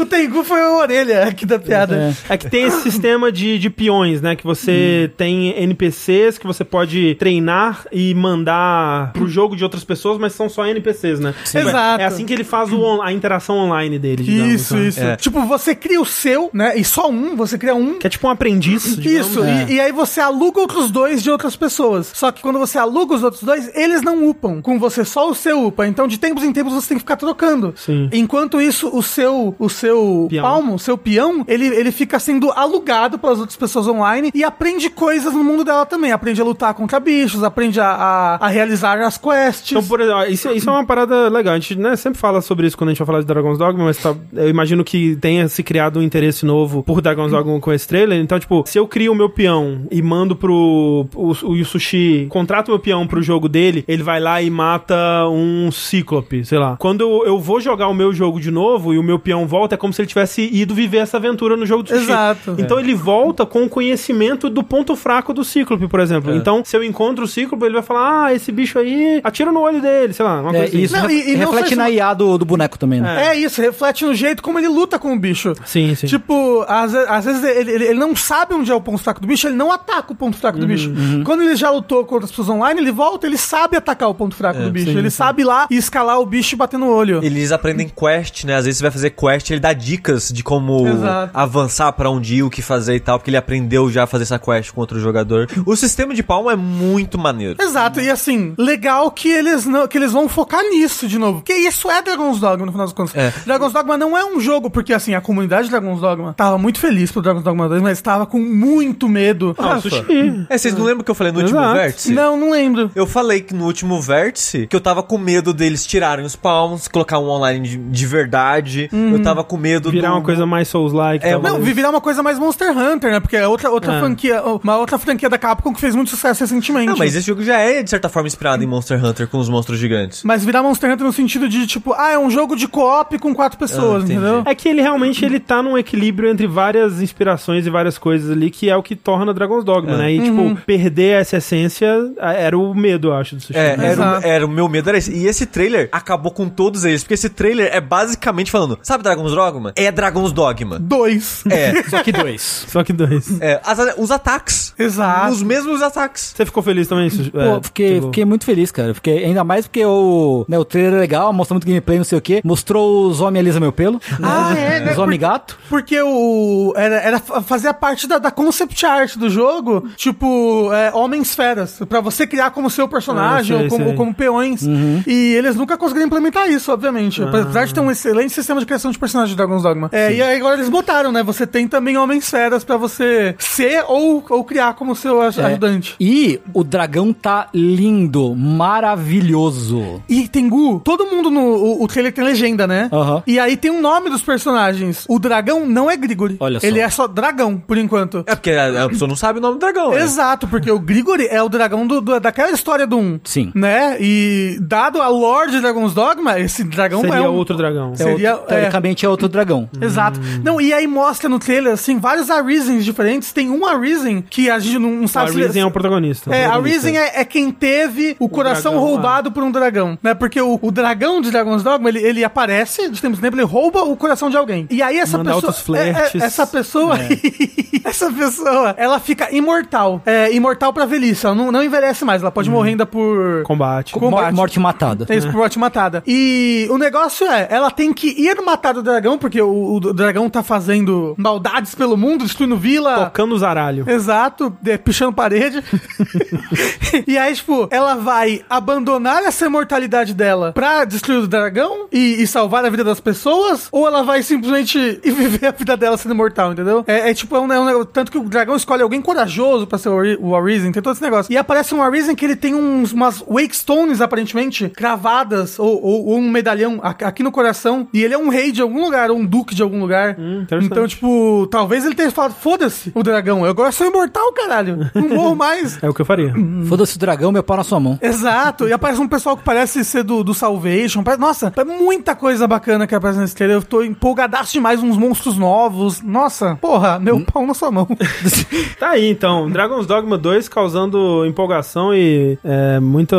O Tengu foi a orelha aqui da piada.
É que tem esse sistema de, de peões, né? Que
Hum.
você tem NPCs que você pode treinar e mandar pro jogo de outras pessoas, mas são só NPCs, né? É-
Exato.
É assim que ele faz o on- a interação online dele, digamos.
Isso,
né?
isso.
É.
Tipo, você cria o seu, né? E só um, você cria um.
Que é tipo um aprendiz. digamos. é.
Isso, e, e aí você aluga outros dois de outras pessoas. Só que quando você aluga os outros dois, eles não upam. Com você só o seu upa. Então, de tempos em tempos, você tem que ficar trocando.
Sim.
Enquanto isso, o seu, o seu
Peão.
palmo, o seu peão, ele, ele fica sendo alugado pelas outras pessoas online e aprende coisas no mundo dela também. Aprende a lutar contra bichos, aprende a, a, a realizar as quests.
Então, por exemplo, ó, isso, isso é uma parada legal. A gente né, sempre fala sobre isso quando a gente vai falar de Dragon's Dogma, mas tá- eu imagino que tenha se criado um interesse novo por Dragon's Dogma com esse trailer. Então, tipo, se eu crio o meu peão e mando pro o, o Yusushi, contrato o meu peão pro jogo dele, ele vai lá e mata um Cíclope, sei lá. Quando eu, eu vou jogar o meu jogo de novo e o meu peão volta volta, é como se ele tivesse ido viver essa aventura no jogo do sushi.
Exato.
Então ele volta com o conhecimento do ponto fraco do Cíclope, por exemplo. Então, se eu encontro o Cíclope, ele vai falar, ah, esse bicho aí, atira no olho dele, sei lá, uma
É,
coisa assim.
isso
Não,
re-
e- e não
reflete
só
na
isso-
IA do, do boneco também, né?
É isso, reflete no jeito como ele luta com o bicho.
Sim, sim.
Tipo, às, ve- às vezes ele, ele- ele não sabe onde é o ponto fraco do bicho, ele não ataca o ponto fraco do bicho. Quando ele já lutou contra as pessoas online, ele volta, ele sabe atacar o ponto fraco do bicho. ele sabe ir lá e escalar o bicho e bater no olho.
Eles aprendem quest, né? Às vezes você vai fazer quest, ele dá dicas de como
Exato.
avançar pra onde ir, o que fazer e tal, porque ele aprendeu já a fazer essa quest com outro jogador. O sistema de palma é muito maneiro.
Exato, e assim, legal que eles, não, que eles vão focar nisso de novo. Porque isso é Dragon's Dogma, no final das contas.
É.
Dragon's Dogma não é um jogo, porque assim, a comunidade de Dragon's Dogma tava muito feliz pro Dragon's Dogma 2, mas tava com muito medo.
Ah,
Rafa,
sushi.
É, vocês não lembram que eu falei no último
Exato.
vértice?
Não, não lembro.
Eu falei que no último vértice que eu tava com medo deles tirarem os palms, colocar um online de, de verdade. Eu tava com medo
Virar
do-
uma coisa mais Souls-like. tá
É,
talvez.
Não, vi- virar uma coisa mais Monster Hunter, né? Porque é outra, outra franquia, uma outra franquia da Capcom que fez muito sucesso recentemente.
Ah. Não, mas esse jogo já é, de certa forma, inspirado em Monster Hunter com os monstros gigantes.
Mas virar Monster Hunter no sentido de, tipo, ah, é um jogo de co-op com quatro pessoas,
Ah, entendi.
entendeu?
É que ele realmente ele tá num equilíbrio entre várias inspirações e várias coisas ali, que é o que torna Dragon's Dogma, né? E, tipo, perder essa essência ah, era o medo, eu acho, do sushi.
É,
né?
era o,
Exato.
era o meu medo, era esse. E esse trailer acabou com todos eles, porque esse trailer é basicamente falando, sabe Dragon's Dogma? É Dragon's Dogma.
Dois.
É.
Só que dois.
(laughs) Só que dois.
é, as- os ataques.
Exato.
Os mesmos ataques.
Você ficou feliz também, Sushi? É, tipo,
Pô, fiquei, fiquei muito feliz, cara. Fiquei, ainda mais porque o, né, o trailer é legal, mostrou muito gameplay, não sei o quê. Mostrou os homens alisa meu pelo.
Ah, é, né?
Os homens gato.
Porque o. Era, era fa- fazia parte da, da concept art do jogo, tipo, é, homens feras. Pra você criar como seu personagem,
Ah, sei,
ou como,
sei.
como peões. E eles nunca conseguiram implementar isso, obviamente. Apesar de ter um excelente sistema de criação de personagens de Dragon's Dogma. É, e aí agora eles botaram, né? Você tem também homens feras pra você ser ou, ou criar como seu
É
aj- ajudante.
E o dragão tá lindo, maravilhoso.
E Tengu, todo mundo no. O, o trailer tem legenda, né?
Aham.
E aí tem o nome dos personagens. O dragão não é Grigori.
Olha só.
Ele é só dragão, por enquanto.
É porque a, a pessoa não sabe o nome do dragão. né?
Exato, porque o Grigori é o dragão do, do- daquela história do 1.
Sim.
Né? E dado a Lorde de Dragon's Dogma, esse dragão
Seria
é um...
outro Hum. dragão.
É outro-
Seria- é.
teoricamente é. outro dragão.
Exato. Não, e aí mostra no trailer, assim, vários Arisens diferentes. Tem um Arisen que a gente não, não
A
sabe se...
Reason é o protagonista.
É, a
Protagonista.
Risen é, é quem teve o, coração
dragão,
roubado por um dragão, né? Porque o, o dragão de Dragon's Dogma, ele, ele aparece, de tempo em tempo, ele rouba o coração de alguém. E aí essa
Manda
pessoa...
altos flertes. É.
é- é- essa pessoa... (laughs) essa pessoa, ela fica imortal. É, imortal pra velhice. Ela não, não envelhece mais. Ela
Uhum.
pode morrer ainda por...
Combate.
Com- Combate.
Mor- Morte matada.
É isso, por morte matada. E o negócio é, ela tem que ir matar o dragão, porque o, o dragão tá fazendo maldades pelo mundo, destruindo vila.
Tocando os aralhos.
Exato, é, pichando parede. e aí, tipo, ela vai abandonar essa imortalidade dela pra destruir o dragão e, e salvar a vida das pessoas? Ou ela vai simplesmente e viver a vida dela sendo imortal, entendeu? É, é tipo, é um, é um negócio. Tanto que o dragão escolhe alguém corajoso pra ser o Ari- o Arisen, tem todo esse negócio. E aparece um Arisen que ele tem uns, umas Wake Stones, aparentemente, cravadas, ou, ou- ou um medalhão a- aqui no coração. E ele é um rei de algum lugar, ou um duque de algum lugar.
interessante.
então, Tipo, talvez ele tenha falado, foda-se o dragão, eu agora sou imortal, caralho. Não morro mais. (laughs)
É o que eu faria.
Foda-se o dragão, meu pau na sua mão.
Exato, e aparece um pessoal que parece ser do, do Salvation. parece- Nossa, é muita coisa bacana que aparece nesse trailer. Eu tô empolgadaço demais, uns monstros novos. Nossa, porra, meu pau na sua mão.
(laughs) Tá aí, então. Dragon's Dogma 2 causando empolgação e é, muito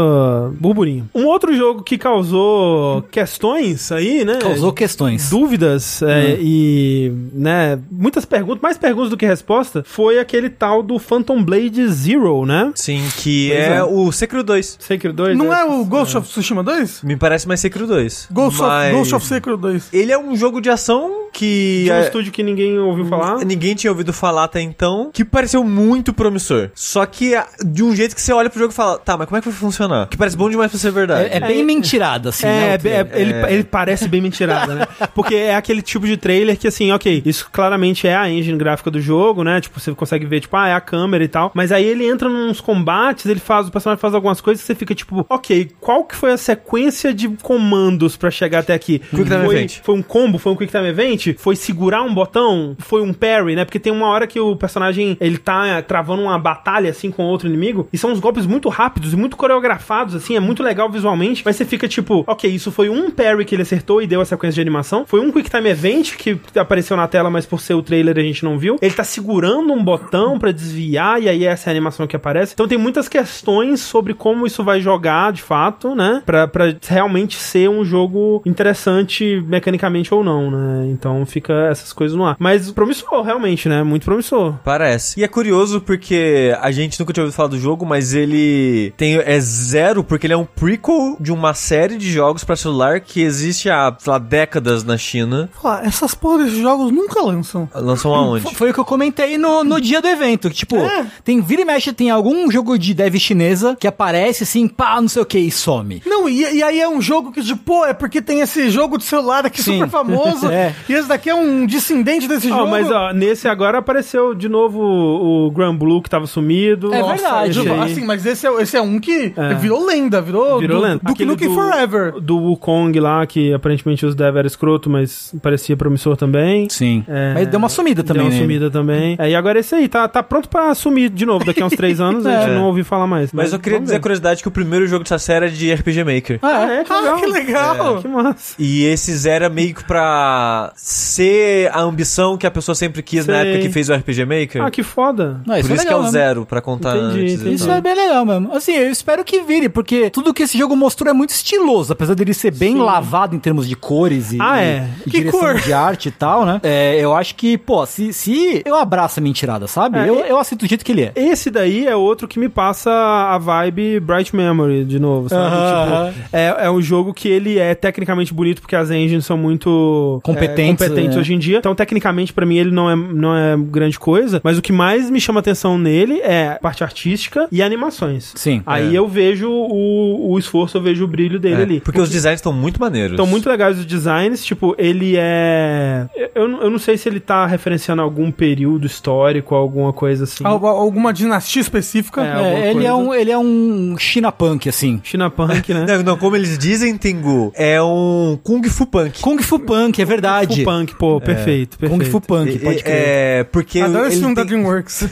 burburinho. Um outro jogo que causou questões aí, né?
Causou questões.
Dúvidas é, e, né, muitas perguntas, mais perguntas do que resposta, foi aquele tal do Phantom Blade Zero, né?
Sim, que
Pois
é,
é.
o Sekiro 2.
Sekiro 2.
Não é o Ghost of Tsushima 2?
Me parece mais Sekiro 2.
Ghost,
mas...
of, Ghost of Secret 2.
Ele é um jogo de ação que...
de um
é-
estúdio que ninguém ouviu falar.
Ninguém tinha ouvido falar até então, que pareceu muito promissor. Só que ah, de um jeito que você olha pro jogo e fala, tá, mas como é que vai funcionar? Que parece bom demais pra ser verdade.
É, é bem mentirada, assim. né,
É,
o trailer.
é, ele, ele parece bem mentirado,
(laughs)
né? Porque é aquele tipo de trailer que, assim, ok, isso claramente é a engine gráfica do jogo, né? Tipo, você consegue ver, tipo, ah, é a câmera e tal. Mas aí ele entra nos combates, ele faz, o personagem faz algumas coisas que você fica, tipo, ok, qual que foi a sequência de comandos pra chegar até aqui?
Quick Time
foi,
Event.
foi um combo? Foi um Quick Time Event? realmente foi segurar um botão, foi um parry, né? Porque tem uma hora que o personagem ele tá travando uma batalha assim com outro inimigo e são uns golpes muito rápidos e muito coreografados, assim, é muito legal visualmente, mas você fica tipo, ok, isso foi um parry que ele acertou e deu a sequência de animação, foi um quick time event que apareceu na tela, mas por ser o trailer a gente não viu. Ele tá segurando um botão pra desviar e aí essa é a animação que aparece. Então tem muitas questões sobre como isso vai jogar de fato, né? Pra, pra realmente ser um jogo interessante mecanicamente ou não, né? Então fica essas coisas no ar. Mas promissor, realmente, né? Muito promissor.
Parece. E é curioso porque a gente nunca tinha ouvido falar do jogo, mas ele tem é zero porque ele é um prequel de uma série de jogos pra celular que existe há, sei lá, décadas na China.
Fala, essas porra desses jogos nunca lançam.
(laughs)
Lançam aonde?
Foi o que eu comentei no, no dia do evento. que, Tipo,
É.
tem vira e mexe, tem algum jogo de dev chinesa que aparece assim, pá, não sei o que, e some.
Não, e, e aí é um jogo que, tipo, pô, é porque tem esse jogo de celular aqui
Sim.
super famoso.
É.
E esse daqui é um descendente desse
Ó,
jogo.
mas ó, nesse agora apareceu de novo o o Grand Blue que tava sumido.
É
Nossa,
verdade.
esse
Tipo,
aí
assim, mas esse é, esse é um que virou lenda, virou,
Virou
du-
lenda.
Duke
Aquele
Nukem
do-
Forever.
Do Wukong lá, que aparentemente os dev era escroto, mas parecia promissor também.
Sim.
É,
Mas deu uma sumida também. né?
Deu uma
né?
nele.
sumida também. É, e agora esse aí, tá, tá pronto pra sumir de novo daqui a uns três anos,
(laughs)
a gente
É.
não ouviu falar mais. né?
Mas eu queria
vamos
dizer a
ver.
curiosidade que o primeiro jogo dessa série é de RPG Maker.
Ah, é, que legal.
Ah, que legal.
Que massa.
E esses era meio que pra ser a ambição que a pessoa sempre quis na
Sei.
época que fez o RPG Maker.
Ah, que foda.
Não,
Por isso
legal
que é o
mesmo.
zero, né? pra contar
né? Entendi,
antes. então.
entendi.
e
Isso
tal.
é bem legal mesmo. Assim, eu espero que vire, porque tudo que esse jogo mostrou é muito estiloso, apesar dele ser bem lavado em termos de cores e,
Ah, é.
e
Que
direção
cor?
de arte e tal, né? É, eu acho que, pô, se, se eu abraço a mentirada, sabe?
É,
eu,
e-
eu aceito do jeito que ele é.
Esse daí é outro que me passa a vibe Bright Memory de novo, sabe?
Aham.
Tipo, é, é um jogo que ele é tecnicamente bonito porque as engines são muito
Competentes,
é, competentes
né?
hoje em dia. Então, tecnicamente, pra mim, ele não é, não é grande coisa. Mas o que mais me chama atenção nele é a parte artística e animações.
Sim.
Aí eu vejo o, o esforço, eu vejo o brilho dele
É,
ali.
porque os designs estão muito maneiros.
Estão muito legais os designs, tipo, ele é. Eu, eu não sei se ele tá referenciando algum período histórico, alguma coisa assim.
Al- alguma dinastia específica.
É,
É,
alguma
ele,
coisa.
é um, ele é um China Punk, assim.
China Punk,
(laughs)
né?
Não, não, como eles dizem, Tengu, é um Kung Fu Punk.
Kung Fu Punk, é verdade.
Fu Punk, pô, perfeito, perfeito.
Kung Fu Punk, pode crer.
É, porque.
Adoro esse
ele
filme da
tem-
(laughs) DreamWorks.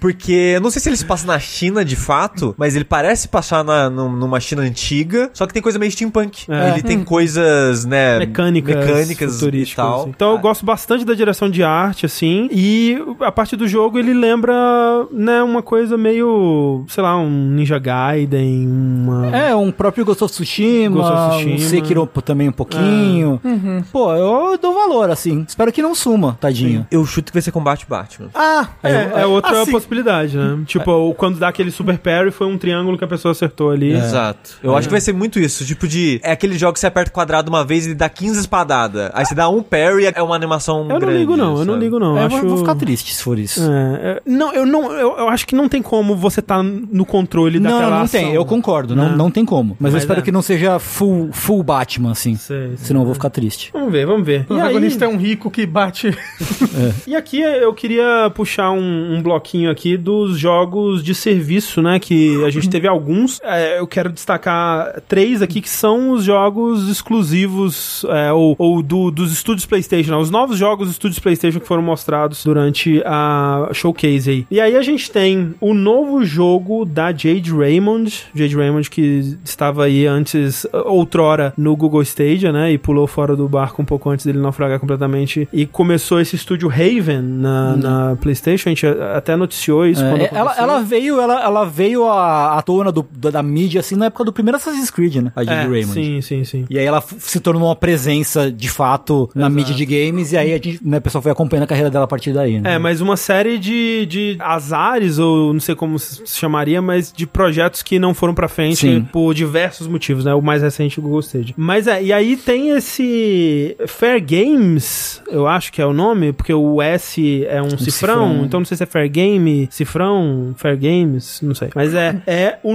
Porque eu não sei se eles passam na China de fato, mas ele parece passar na, num- numa China antiga, só que tem coisa meio steampunk.
É.
Ele tem coisas, né,
Mecânicas,
mecânicas e
futurísticas,
tal.
assim. Então eu
Ah,
gosto bastante da direção de arte, assim, e a parte do jogo ele lembra, né, uma coisa meio, sei lá, um Ninja Gaiden, uma...
É, um próprio Ghost of Tsushima,
Ghost of Tsushima. É.
um Sekiro também um pouquinho. Pô, eu dou valor, assim. Espero que não suma, tadinho.
Eu chuto que vai ser combate Batman.
ah,
É, é outra
assim,
possibilidade, né? Tipo, o- quando dá aquele super parry, foi um triângulo que a pessoa acertou ali.
Exato. Eu acho que vai ser muito isso. Tipo de. É aquele jogo que você aperta o quadrado uma vez e dá 15 espadadas. Aí você dá um parry é uma animação.
Eu não
grande,
ligo, não, eu não
sabe?
ligo, não.
É, eu
acho...
vou, vou ficar triste se for isso.
É, é, não, eu não, eu, eu acho que não tem como você tá no controle
Não,
daquela
não
ação.
tem, eu concordo, não,
Né?
não tem como. Mas, eu
Mas
espero
é.
que não seja full, full Batman, assim.
Sei, sei.
Senão eu vou ficar triste.
Vamos ver, vamos ver.
O
E aí-
protagonista é um rico que bate.
E aqui eu queria puxar um, um bloquinho aqui dos jogos de serviço, né? Que a gente teve alguns. É, eu quero destacar três aqui que são os jogos exclusivos é, ou, ou do- dos estúdios PlayStation, né, os novos jogos dos estúdios PlayStation que foram mostrados durante a showcase aí. E aí a gente tem o novo jogo da Jade Raymond, Jade Raymond que estava aí antes, outrora, no Google Stadia, né? E pulou fora do barco um pouco antes dele naufragar completamente. E começou esse estúdio Raven na, na PlayStation. A gente até noticiou isso quando.
Uhum. É, ela,
aconteceu.
ela veio, ela, ela veio à, à tona do- da, da mídia, assim, na época do primeiro Assassin's Creed, né? A Jade
É,
Raymond.
Sim, sim, sim.
E aí ela f- se tornou uma presença, de fato, na mídia de games, e aí a gente, né, o pessoal foi acompanhando a carreira dela a partir daí, né?
É, mas uma série de, de azares, ou não sei como se chamaria, mas de projetos que não foram pra frente
Sim.
por diversos motivos, né? O mais recente, o Google Stage. Mas é, e aí tem esse Fair Games, eu acho que é o nome, porque o S é um cifrão,
cifrão.
então não sei se é Fair Game, cifrão, Fair Games, não sei. Mas é, é o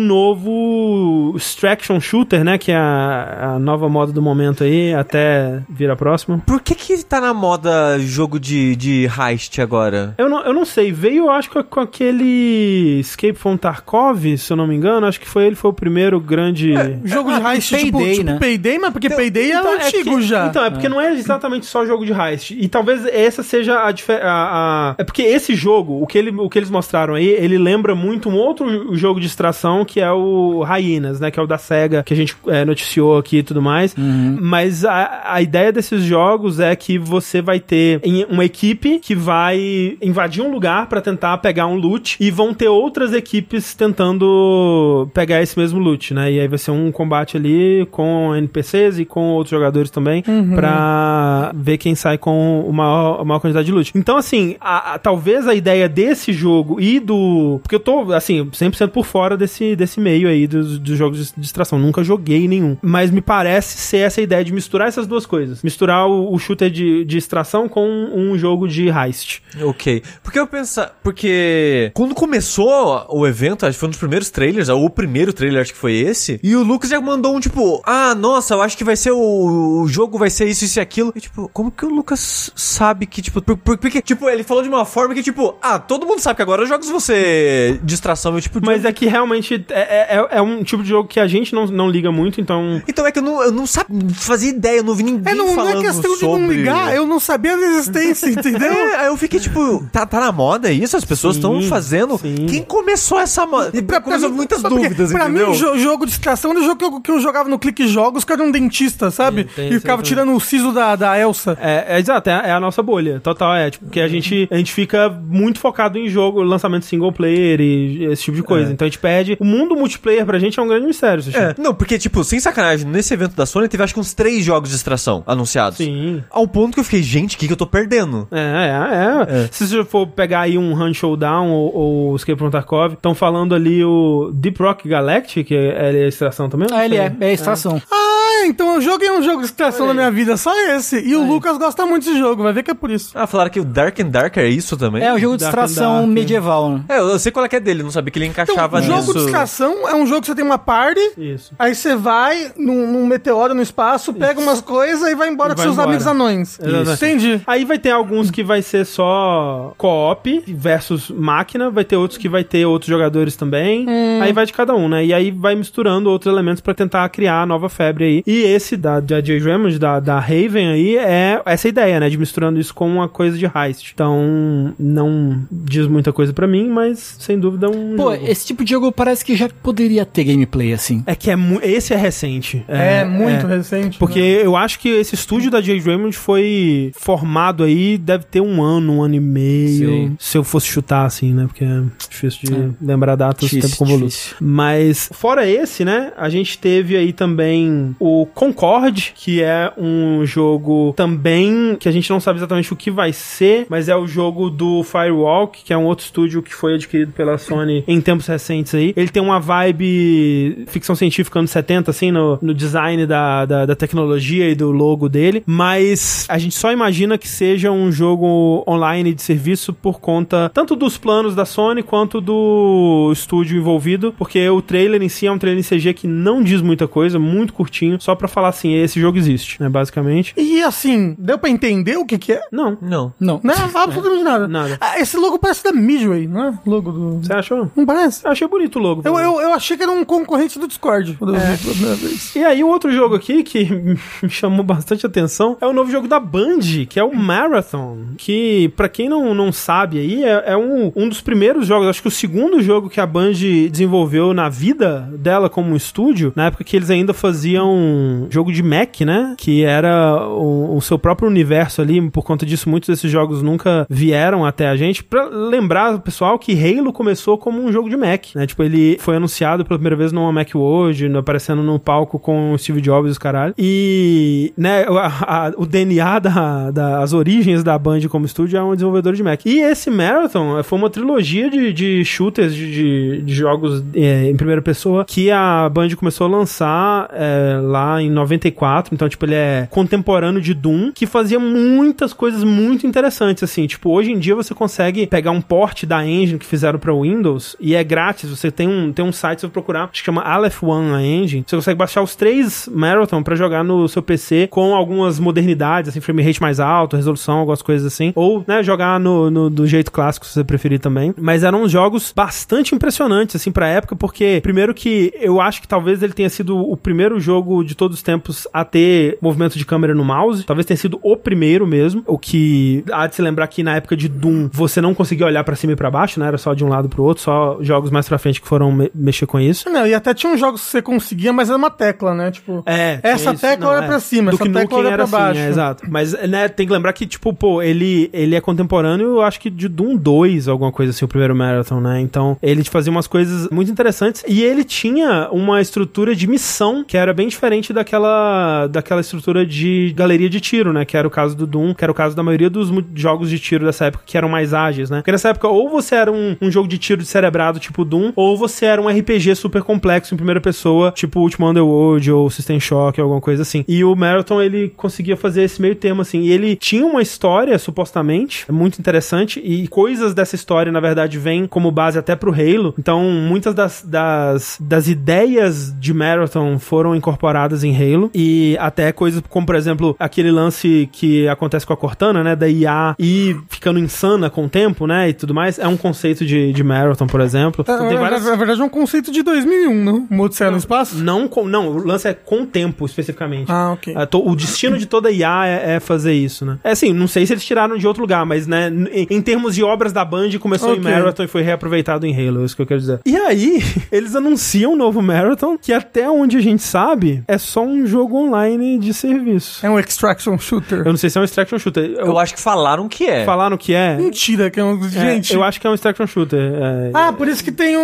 novo Extraction Shooter, né? Que é a, a nova moda do momento aí, até vir a próxima.
Por que que tá na moda jogo de, de heist agora?
Eu não, eu não sei, veio eu acho que com aquele Escape from Tarkov, se eu não me engano, acho que foi ele foi o primeiro grande
(laughs) Jogo de heist,
Payday,
tipo, tipo
né?
Payday, mas porque Payday é
Então,
antigo
que-
já.
Então, é porque não é exatamente só jogo de heist. E talvez essa seja a, dife- a- a- É porque esse jogo, o que, ele, o que eles mostraram aí, ele lembra muito um outro jo- jogo de extração que é o Hyenas, né? Que é o da SEGA, que a gente é, noticiou aqui e tudo mais.
Uhum.
Mas a, a ideia desses jogos é que você vai ter em- uma equipe que vai invadir um lugar pra tentar pegar um loot e vão ter outras equipes tentando pegar esse mesmo loot, né? E aí vai ser um combate ali com NPCs e com outros jogadores também pra ver quem sai com a maior, a maior quantidade de loot. Então, assim, a- a- talvez a ideia desse jogo e do... Porque eu tô, assim, 100% por fora desse, desse meio aí dos, dos jogos de distração. Nunca joguei nenhum. Mas me parece ser essa ideia de misturar essas duas coisas. Misturar o, o shooter de, de extração com um jogo de heist.
Ok. Porque eu penso. Porque. Quando começou o evento, acho que foi um dos primeiros trailers, ou o primeiro trailer, acho que foi esse. E o Lucas já mandou um tipo: Ah, nossa, eu acho que vai ser o. O jogo vai ser isso, isso e aquilo. E tipo, como que o Lucas sabe que, tipo. por- por- porque, tipo, ele falou de uma forma que, tipo, ah, todo mundo sabe que agora os jogos você. Distração, eu, tipo.
Mas
tipo,
é que realmente é, é- é um tipo de jogo que a gente não, não liga muito, então...
Então é que eu não, eu não sabia, não fazia ideia, eu não vi ninguém
É, não, não
falando
é questão de
sobre...
não ligar, eu não sabia da (laughs) existência, entendeu?
É, aí eu fiquei tipo, tá, tá na moda isso? As pessoas
Sim,
estão fazendo?
sim.
Quem começou essa moda? E
Pra, pra
começou
mim,
muitas
sabe por quê?
dúvidas,
Pra
entendeu?
mim, jo- jogo de distração era o jogo que eu, que eu jogava no Clique Jogos, que era um dentista, sabe?
tem
e
isso
ficava
aí
tirando o siso da, da Elsa.
É, é exato, é, a- é a nossa bolha, total, é, tipo, porque a gente, a gente fica muito focado em jogo, lançamento single player e esse tipo de coisa,
É.
então a gente perde, o mundo multiplayer pra gente é um grande mistério, Sushi.
É. Não, porque, tipo, sem sacanagem, nesse evento da Sony teve acho que uns três jogos de extração anunciados.
Sim.
Ao ponto que eu fiquei, gente, o que, que eu tô perdendo?
É, é, é, Se você for pegar aí um Hunt Showdown ou, ou Escape from Tarkov, estão falando ali o Deep Rock Galactic, que é, é a extração também?
Ah, ele
Não
é,
sei.
é a extração.
Ah, então eu joguei um jogo de distração na minha vida, só esse. E o Lucas gosta muito desse jogo, vai ver que é por isso.
Ah, falaram que o Dark and Dark é isso também?
É o jogo de
Dark
extração
Dark.
medieval, né?
É, eu, eu sei qual é que é dele, não sabia que ele
Então,
encaixava
o jogo
nisso.
de distração é um jogo que você tem uma party,
Isso.
aí você vai num, num meteoro no espaço, pega umas coisas e vai embora
E
com
vai
seus
embora.
amigos anões.
Exatamente.
Entendi.
Aí vai ter alguns que vai ser só co-op versus máquina, vai ter outros que vai ter outros jogadores também. Aí vai de cada um, né? E aí vai misturando outros elementos pra tentar criar a nova febre aí. E esse da, da J. Raymond, da, da Raven aí, é essa ideia, né? De misturando isso com uma coisa de heist. Então, não diz muita coisa pra mim, mas sem dúvida é um.
Pô,
jogo.
esse tipo de jogo parece que já poderia ter gameplay, assim.
É que é mu- esse é recente.
É, muito recente.
Porque
né?
eu acho que esse estúdio da J. Raymond foi formado aí, deve ter um ano, um ano e meio.
Sim.
Se eu fosse chutar, assim, né? Porque é difícil de
É.
lembrar datas,
Difícil,
tempo convoluto.
difícil.
Mas, fora esse, né? A gente teve aí também o Concorde, que é um jogo também que a gente não sabe exatamente o que vai ser, mas é o jogo do Firewalk, que é um outro estúdio que foi adquirido pela Sony em tempos recentes aí. Ele tem uma vibe ficção científica anos 70, assim, no, no design da, da, da tecnologia e do logo dele, mas a gente só imagina que seja um jogo online de serviço por conta tanto dos planos da Sony quanto do estúdio envolvido, porque o trailer em si é um trailer em CG que não diz muita coisa, muito curtinho, só pra falar assim, esse jogo existe, né, basicamente.
E assim, deu pra entender o que que é?
Não,
Não.
Não.
(laughs)
Não, absolutamente nada.
nada.
Ah, esse logo parece da Midway, não é? Logo do...
Você achou?
Não parece?
Eu achei bonito o logo.
Eu, eu, eu achei que era um concorrente do Discord. quando eu vi
É.
pela primeira vez.
E aí, o outro jogo aqui que (laughs) me chamou bastante atenção é o novo jogo da Band, que é o Marathon. Que, pra quem não, não sabe aí, é, é um, um dos primeiros jogos, acho que o segundo jogo que a Band desenvolveu na vida dela como um estúdio, na época que eles ainda faziam jogo de Mac, né? Que era o, o seu próprio universo ali, por conta disso, muitos desses jogos nunca vieram até a gente. Pra lembrar, pessoal, que Halo começou como um jogo de Mac, né? Tipo, ele foi anunciado pela primeira vez numa Mac World, no- aparecendo no palco com o Steve Jobs e os caralho. E, né, o- a- a- o DNA da, da- as origens da Band como estúdio é um desenvolvedor de Mac. E esse Marathon eh, foi uma trilogia de, de shooters, de, de- de jogos eh, em primeira pessoa, que a Band começou a lançar eh, lá em 94. Então, tipo, ele é contemporâneo de Doom, que fazia muitas coisas muito interessantes, assim. Tipo, hoje em dia você consegue pegar um porte da engine que fizeram para Windows e é grátis. Você tem um, tem um site, você vai procurar, acho que chama Aleph One a engine. Você consegue baixar os três Marathon para jogar no seu PC com algumas modernidades, assim, frame rate mais alto, resolução, algumas coisas assim. Ou, né, jogar no, no- do jeito clássico, se você preferir também. Mas eram uns jogos bastante impressionantes, assim, pra época, porque, primeiro que eu acho que talvez ele tenha sido o primeiro jogo de todos os tempos a ter movimento de câmera no mouse. Talvez talvez tenha sido o primeiro mesmo. O que há de se lembrar que na época de Doom você não conseguia olhar pra cima e pra baixo, né? Era só de um lado pro outro, só jogos mais pra frente que foram me- mexer com isso.
Não, e até tinha uns jogos que você conseguia, mas era uma tecla, né? Tipo,
É, tinha
essa
isso.
tecla
Não,
era
é.
pra cima,
Duke
essa tecla
Nukem
era, pra
assim,
baixo.
é, exato. Mas, né, tem que lembrar que, tipo, pô, ele, ele é contemporâneo, eu acho que de Doom 2, alguma coisa assim, o primeiro Marathon, né? Então, ele fazia umas coisas muito interessantes e ele tinha uma estrutura de missão que era bem diferente daquela, daquela estrutura de galeria de tiro, né? Que era o caso do Doom, que era o caso da maioria dos mu- jogos de tiro dessa época que eram mais ágeis, né? Porque nessa época, ou você era um, um jogo de tiro de cerebrado, tipo Doom, ou você era um RPG super complexo em primeira pessoa, tipo Ultima Underworld ou System Shock, alguma coisa assim. E o Marathon, ele conseguia fazer esse meio termo, assim. E ele tinha uma história, supostamente, é muito interessante, e coisas dessa história, na verdade, vêm como base até pro Halo. Então, muitas das, das, das ideias de Marathon foram incorporadas em Halo, e até coisas como, por exemplo, aquele lance que acontece com a Cortana, né, da IA e ficando insana com o tempo, né, e tudo mais, é um conceito de, de Marathon, por exemplo.
Na-
Tem
na-
várias...
Na verdade é um conceito de 2001, não? O Odisseia no Espaço?
Não, com, não, o lance é com o tempo, especificamente.
Ah, ok.
É, to- o destino de toda IA é, é fazer isso, né? É assim, não sei se eles tiraram de outro lugar, mas, né, n- em, em termos de obras da Band, começou em
Ok.
Marathon e foi reaproveitado em Halo, é isso que eu quero dizer. E aí, (laughs) eles anunciam um novo Marathon, que até onde a gente sabe, é só um jogo online de serviço.
É um extraction shooter.
Eu não sei se é um extraction shooter. Eu,
Eu acho que falaram que é.
falaram que é.
Mentira, que é um. Gente.
É, eu acho que é um extraction shooter. é.
Ah, por isso que tem um-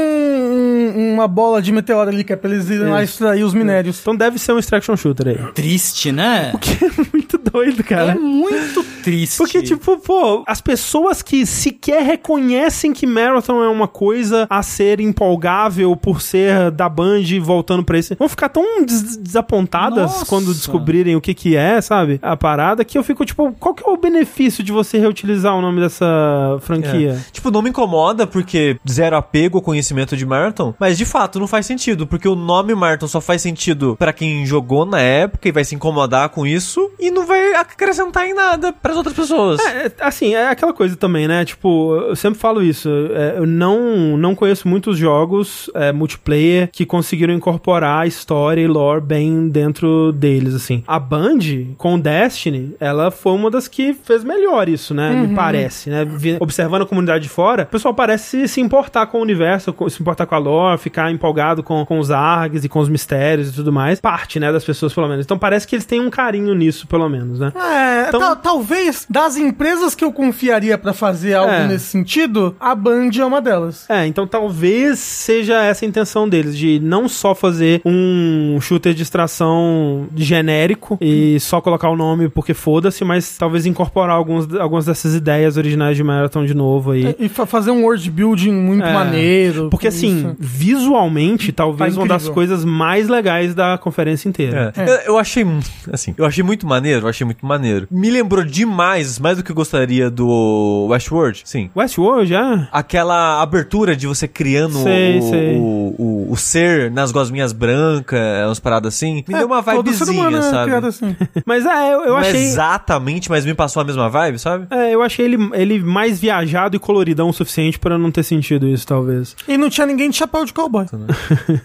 um- uma bola de meteoro ali, que é pra eles irem lá
Isso.
extrair os minérios.
Então deve ser um extraction shooter (laughs) aí.
Triste, né?
é Muito doido, cara.
É muito triste.
Porque, tipo, pô, as pessoas que sequer reconhecem que Marathon é uma coisa a ser empolgável por ser da Band e voltando pra esse. Vão ficar tão des- desapontadas
Nossa.
quando descobrirem o que que é, sabe? A parada, que eu fico, tipo, qual que é o benefício de você reutilizar o nome dessa franquia?
É. Tipo, não me incomoda porque zero apego ao conhecimento de Marathon, mas de fato não faz sentido, porque o nome Marathon só faz sentido pra quem jogou na época e vai se incomodar com isso e não vai acrescentar em nada pras outras pessoas.
É, é, assim, é aquela coisa também, né? Tipo, eu sempre falo isso. é, eu não, não conheço muitos jogos é, multiplayer que conseguiram incorporar história e lore bem dentro deles, assim. A Band, com o Destiny, ela foi uma das que fez melhor isso, né? Me parece, né? Vi- Observando a comunidade de fora, o pessoal parece se importar com o universo, co- se importar com a lore, ficar empolgado com, com os args e com os mistérios e tudo mais. Parte, né, das pessoas, pelo menos. Então parece que eles têm um carinho nisso, pelo menos, né?
É,
Então-
tal- talvez das empresas que eu confiaria pra fazer algo
É.
nesse sentido, a Band é uma delas.
É, então talvez seja essa a intenção deles, de não só fazer um shooter de extração genérico e só colocar o nome porque foda-se, mas talvez incorporar alguns, algumas dessas ideias originais de Marathon de novo aí.
E fa- fazer um world building muito
É,
maneiro.
Porque
com
assim,
isso.
visualmente, talvez
Tá
uma das
incrível.
coisas mais legais da conferência inteira.
É. Eu, eu achei, mu- assim, eu achei muito maneiro, eu achei muito maneiro. Me lembrou demais, mais do que eu gostaria do Westworld, sim.
Westworld, é?
Aquela abertura de você criando
Sei,
o,
sei.
O, o, o ser nas gosminhas brancas, umas paradas assim. Me
É,
deu uma
todo ser humano
vibezinha,
é
sabe?
criado assim.
Mas é, eu, eu
não é
achei...
exatamente, mas me passou a mesma vibe, sabe?
É, eu achei ele, ele mais viajado e coloridão o suficiente pra não ter sentido isso, talvez.
E não tinha ninguém de chapéu de cowboy.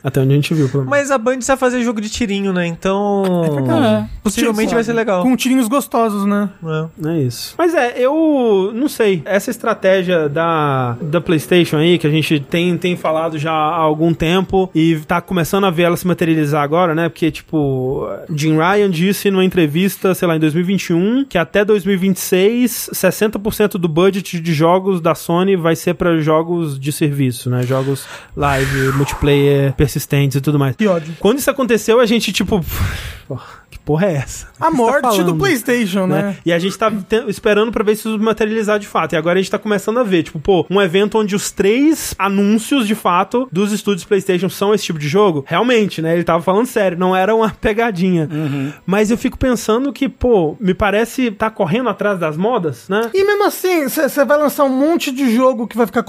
Até onde a gente viu, pelo menos.
Mas a Band sabe fazer jogo de tirinho, né? Então.
É.
Possivelmente vai ser legal.
Com tirinhos gostosos, né?
É.
É isso. Mas é, eu não sei. Essa estratégia da, da PlayStation aí, que a gente tem, tem falado já há algum tempo e tá começando a ver ela se materializar agora, né? Porque, tipo, Jim Ryan disse numa entrevista, sei lá, em 2021, que até 2026, 60% do budget de jogos da Sony vai ser pra jogos de serviço, né? Jogos live, multiplayer, persistentes e tudo mais.
Que ódio.
Quando isso aconteceu, a gente, tipo, (laughs) porra, que porra é essa?
A morte do
falando?
PlayStation,
né?
né?
E a gente tá te- esperando pra ver se isso materializar de fato. E agora a gente tá começando a ver, tipo, pô, um evento onde os três anúncios de fato dos estúdios PlayStation são esse tipo de jogo? Realmente, né? Ele tava falando sério, não era uma pegadinha.
Uhum.
Mas eu fico pensando que, pô, me parece tá correndo atrás das modas, né?
E mesmo assim, você vai lançar um monte de jogo que vai ficar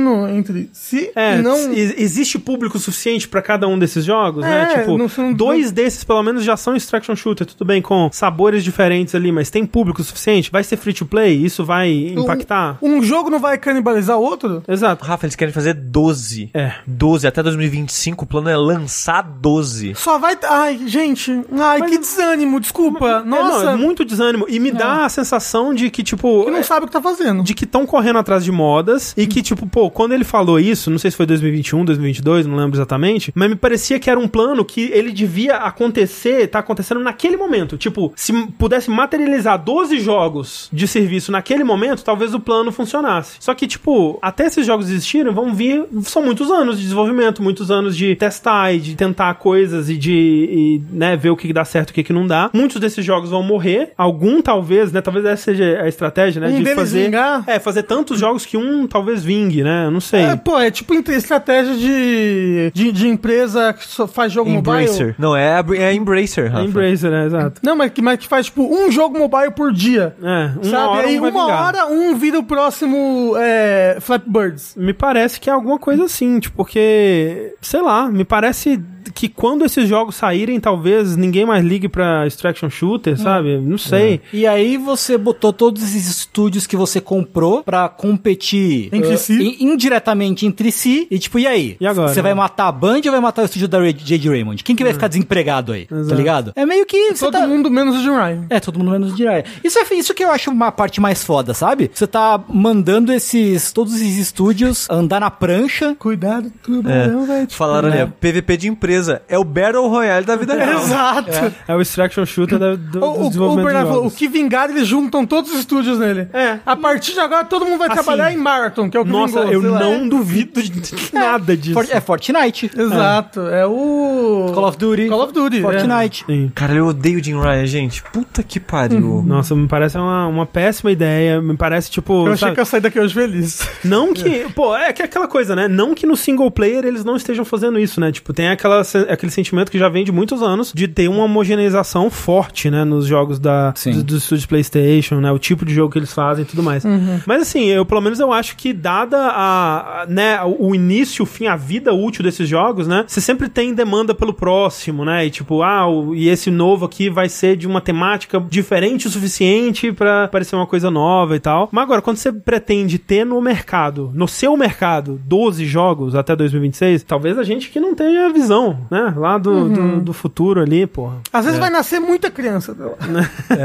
competindo entre si
É,
e não.
e- existe público suficiente pra cada um desses jogos, né?
É,
Tipo,
não são-
dois desses pelo menos já são extraction shooter, tudo bem, com sabores diferentes ali, mas tem público suficiente? Vai ser free to play? Isso vai impactar?
Um, um jogo não vai canibalizar o outro?
Exato.
Rafa, eles querem fazer 12.
É.
12. Até 2025 o plano é lançar 12.
Só vai. Ai, gente. Ai, que desânimo, desculpa.
É, não,
Nossa. É.
é muito desânimo. E me dá a sensação de que, tipo.
que não sabe o que tá fazendo.
de que estão correndo atrás de modas e que, tipo, pô, quando ele falou isso, não sei se foi 2021, 2022, não lembro exatamente, mas me parecia que era um plano que ele devia acontecer, tá acontecendo naquele momento. Tipo, se m- pudesse materializar 12 jogos de serviço naquele momento, talvez o plano funcionasse. Só que, tipo, até esses jogos existirem, vão vir, são muitos anos de desenvolvimento, muitos anos de testar e de tentar coisas e de, e, né, ver o que dá certo e o que que não dá. Muitos desses jogos vão morrer, algum talvez, né, talvez essa seja a estratégia, né, de
Um deles
fazer...
vingar?
É, fazer tantos jogos que um talvez vingue, né? Eu não sei.
É, pô, é tipo inte- estratégia de, de, de empresa que só faz jogo mobile.
Não, é a, é a Embracer, Rafa.
É Embracer, né? Exato.
Não, mas que, mas que faz tipo um jogo mobile por dia.
É, uma
sabe?
hora
Aí
um vai
uma
vingar.
hora um vira o próximo é, Flap Birds.
Me parece que é alguma coisa assim, tipo, porque, sei lá, me parece que quando esses jogos saírem, talvez ninguém mais ligue pra Extraction
Hum.
Shooter, sabe? Não sei.
E aí você botou todos esses estúdios que você comprou pra competir
Entre
eh,
si.
in- indiretamente entre si. E tipo, e aí?
E agora?
Você vai matar a Band ou vai matar o estúdio da Ray- J.D. Raymond? Quem que vai ficar desempregado aí? Tá
Exato.
ligado? É meio que você
Todo
tá...
mundo menos o Jim Ryan.
É, todo mundo menos dirá. Isso é isso que eu acho uma parte mais foda, sabe? Você tá mandando esses todos esses estúdios andar na prancha.
Cuidado, tubarão, vai te
Falaram ali, é
Né?
PVP de empresa. É o Battle Royale da vida real.
Exato.
É o Extraction Shooter da, do,
O,
do
o, o
desenvolvimento de
Bernardo falou, o
jogos.
que vingar, eles juntam todos os estúdios nele.
É.
A partir de agora, todo mundo vai
Assim,
trabalhar em Marathon, que é o que
Nossa,
vingou,
eu
sei lá.
não duvido de nada disso.
For- é Fortnite.
Exato, é o...
Call of Duty.
Call of Duty, é.
Fortnite.
Sim.
Cara, eu odeio o Jim Ryan, gente. Puta que pariu.
Nossa, me parece uma, uma péssima ideia. Me parece, tipo. sabe?
Eu achei que eu saí daqui hoje feliz.
Não que. Pô, é que é aquela coisa, né? Não que no single player eles não estejam fazendo isso, né? Tipo, tem aquela, se- aquele sentimento que já vem de muitos anos de ter uma homogeneização forte, né? Nos jogos da,
Sim.
do, dos estúdios PlayStation, né? O tipo de jogo que eles fazem e tudo mais. Mas assim, eu pelo menos eu acho que, dada a, a- né, o o início, o fim, a vida útil desses jogos, né? Você sempre tem demanda pelo próximo, né? E tipo, ah, o- e esse novo aqui vai ser de uma temática diferente o suficiente pra parecer uma coisa nova e tal. Mas agora, quando você pretende ter no mercado, no seu mercado, 12 jogos até 2026, talvez a gente que não tenha a visão, né? Lá do, do, do futuro ali, porra.
Às vezes vai nascer muita criança. sei lá.
É.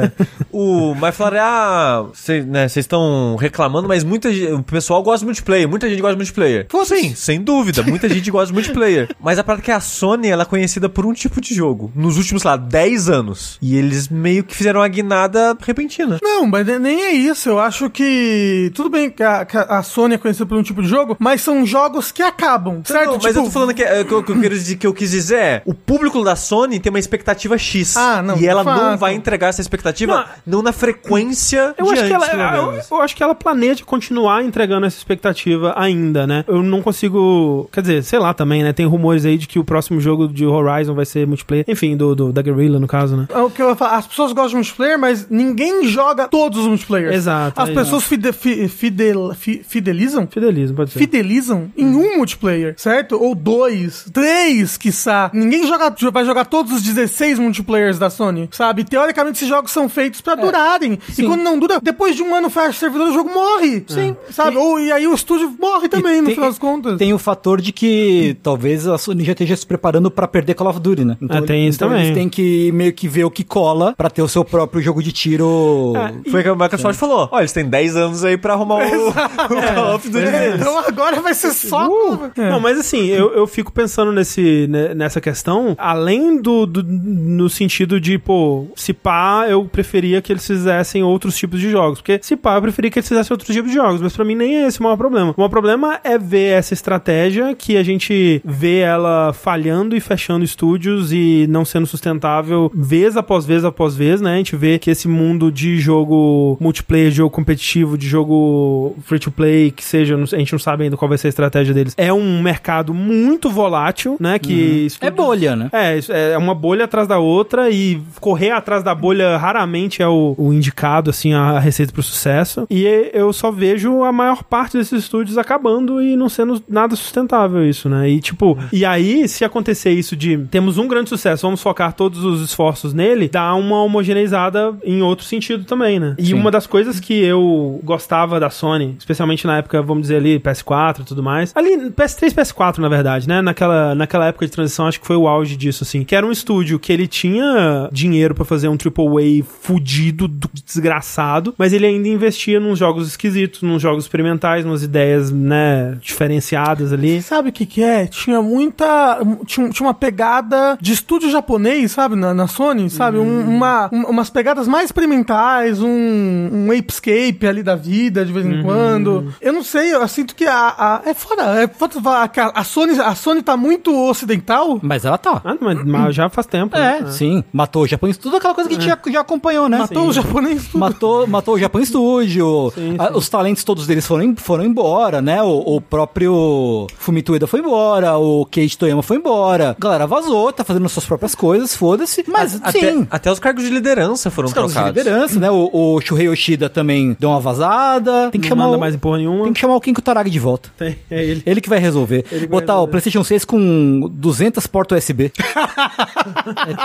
O, mas falaram, ah, vocês estão reclamando, mas muita gente, o pessoal gosta de multiplayer, muita gente gosta de multiplayer. Falou assim, sem dúvida, muita gente gosta de multiplayer. Mas a parada é que a Sony, ela é conhecida por um tipo de jogo, nos últimos, sei lá, 10 anos. E eles meio que fizeram uma guinada repentina.
Não, mas ne- nem é isso. Eu acho que. Tudo bem que a, que a Sony é conhecida por um tipo de jogo, mas são jogos que acabam. Certo? Tipo,
Não, mas eu tô falando que, é, que, eu- que eu quero dizer- que eu quis dizer é, o público da Sony tem uma expectativa X.
Ah, não,
E ela
fato.
não vai entregar essa expectativa, não, na frequência
Eu
de
acho, que
antes, né,
ela, é
pelo
eu,
menos.
eu acho que ela planeja continuar entregando essa expectativa ainda, né? Eu não consigo. Quer dizer, sei lá também, né? Tem rumores aí de que o próximo jogo de Horizon vai ser multiplayer. Enfim, do, do- da Guerrilla, no caso, né?
É o que eu ia falar. As pessoas gostam de um multiplayer, mas ninguém joga todos os multiplayers.
Exato,
As
é
pessoas fide, fi- fidel, fi- fidelizam?
Fidelismo, pode ser.
Fidelizam em um multiplayer, certo? Ou dois, três, quiçá. Ninguém joga, vai jogar todos os 16 multiplayers da Sony, sabe? Teoricamente, esses jogos são feitos pra durarem. E quando não dura, depois de um ano fecha o servidor, o jogo morre. Sim. Sabe? Ou, e aí o estúdio morre também,
E
no
tem-
final das contas.
Tem o fator de que talvez a Sony já esteja se preparando pra perder Call of Duty, né?
É,
Ah, tem
ele-
isso
então
também.
eles têm que meio que ver o que cola pra ter o seu próprio jogo de tiro.
É.
Foi o que a Microsoft falou. Olha, eles têm 10 anos aí pra arrumar (laughs) o, o Call of Duty deles.
(laughs) Então agora vai ser só. É.
Não, mas assim, eu, eu fico pensando nesse, ne- nessa questão, além do, do- no sentido de, pô, se pá, eu preferia que eles fizessem outros tipos de jogos, porque se pá, eu preferia que eles fizessem outros tipos de jogos, mas pra mim nem é esse o maior problema. O maior problema é ver essa estratégia que a gente vê ela falhando e fechando estúdios e não sendo sustentável vez após vez após vez, né? A gente vê que esse mundo de jogo multiplayer, de jogo competitivo, de jogo free to play, que seja, não sei- a gente não sabe ainda qual vai ser a estratégia deles. É um mercado muito volátil, né? Que
É
estúdios-
bolha, né?
é, isso é uma bolha atrás da outra e correr atrás da bolha raramente é o, o indicado, assim, a receita pro sucesso. E eu só vejo a maior parte desses estúdios acabando e não sendo nada sustentável isso, né? E tipo, e aí, se acontecer isso de temos um grande sucesso, vamos focar todos os esforços nele, dá uma homogeneizada em outro sentido também, né? E
Sim.
uma das coisas que eu gostava da Sony, especialmente na época, vamos dizer ali, PS4 e tudo mais, ali, PS3, PS4, na verdade, né? Naquela, naquela época de transição, acho que foi o auge disso, assim, que era um estúdio que ele tinha dinheiro pra fazer um AAA fudido, do- desgraçado, mas ele ainda investia nos jogos esquisitos, nos jogos experimentais, nas ideias, né, diferenciadas ali.
Sabe o que que é? Tinha muita... Tinha, tinha uma pegada de estúdio japonês, sabe? Na, na Sony, sabe? Um-
Hum.
uma, um- umas pegadas mais experimentais, um, um apescape ali da vida, de vez
Uhum.
em quando. Eu não sei, eu sinto que a... a- é foda. É foda falar que a, a Sony, a Sony tá muito ocidental.
Mas ela tá.
Ah, mas, mas já faz tempo.
É,
né?
sim. Matou o Japão Studio, aquela coisa que a gente já, já acompanhou, né?
É. Matou o japonês então tudo.
Matou, matou o Japão Studio,
Sim,
a- os talentos todos deles foram, em- foram embora, né? O, o próprio Fumito Ueda foi embora, o Keiji Toyama foi embora. A galera vazou, tá fazendo suas próprias coisas, foda-se. Mas,
Até,
sim,
até os cargos de liderança foram
os caras de
trocados.
liderança, né? O, o Shuhei Yoshida também deu uma vazada. Tem que,
Não
chamar
manda
o,
mais em porra nenhuma.
tem que chamar o Kenko Taragi de volta.
Tem, é ele.
Ele que vai resolver.
vai
Botar o
resolver.
PlayStation 6 com 200 portas USB.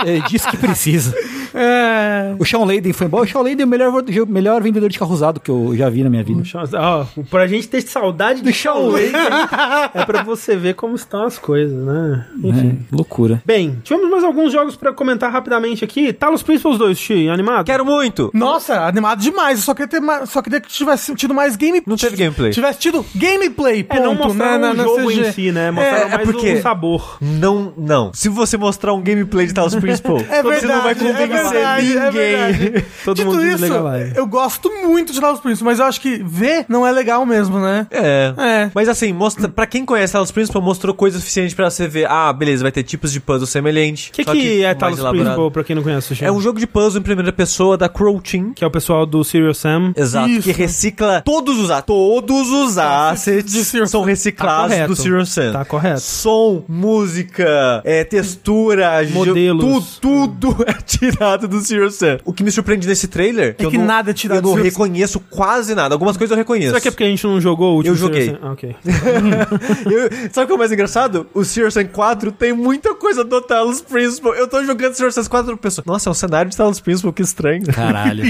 é, é disso que precisa.
É...
O Sean Layden foi embora. O Sean Layden é o melhor, vo- melhor vendedor de carro usado que eu já vi na minha vida.
Ó, pra gente ter saudade do Shawn Layden, (laughs) é pra você ver como estão as coisas, né? Enfim.
É, loucura.
Bem, tivemos mais alguns jogos pra comentar rapidamente aqui. Talos Principles 2, Xi, animado?
Quero muito!
Nossa, animado demais. Eu só queria, ter ma- só queria que tivesse tido mais gameplay.
Não teve gameplay.
Tivesse tido gameplay,
É,
ponto.
não
né,
mostraram
na-
o
na
jogo
CG.
em si, né? Mostraram
É, é
mais
porque-
o sabor.
Não, não. Se você mostrar um gameplay de Talos Principle,
(laughs) É
você não vai
verdade, é
convencer
verdade, é
ninguém.
verdade.
Todo
Dito
mundo desliga a
isso,
live.
eu gosto muito de Talos Príncipes, mas eu acho que ver não é legal mesmo, né?
(laughs) É.
É.
Mas assim, mostra, pra quem conhece Talos Principle, mostrou coisa suficiente pra você ver. Ah, beleza, vai ter tipos de puzzle semelhante.
O que,
só
que é
mais
Talos
elaborado.
Principle, pra quem não conhece, Xi?
É um jogo de puzzle em primeira pessoa da Crow Team.
Que é o pessoal do Serious Sam.
Exato,
Isso.
que recicla Tá, todos os assets. Todos os assets
de Serious-
são
Tá
reciclados
correto.
do Serious Sam.
Tá correto.
Som, música, é, textura, ge-
Modelos.
tu- tudo (laughs) é tirado do Serious Sam. O que me surpreende nesse trailer
que nada é tirado
Eu
do
não
Serious-
reconheço quase nada. Algumas coisas eu reconheço. (laughs)
Será que é porque a gente não jogou o último
Eu joguei.
Serious Sam? Ah, ok.
Eu- sabe o que é o mais engraçado? O Serious Sam 4 tem muita coisa do Talos Principle. Eu tô jogando Serious Sam 4 pessoas. Nossa, é um cenário de Talos Principle, que estranho.
Caralho.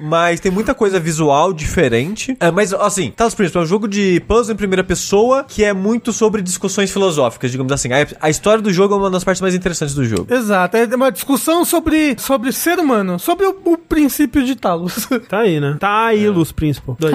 Mas tem muita coisa visual diferente. É, mas, assim, Talos Principle é um jogo de puzzle em primeira pessoa que é muito sobre discussões filosóficas, digamos assim. A, a história do jogo é uma das partes mais interessantes do jogo.
Exato, é uma discussão sobre, sobre ser humano, sobre o, o princípio de Talos.
Tá aí,
(laughs) É.
né? Tá aí, Luz Principle 2.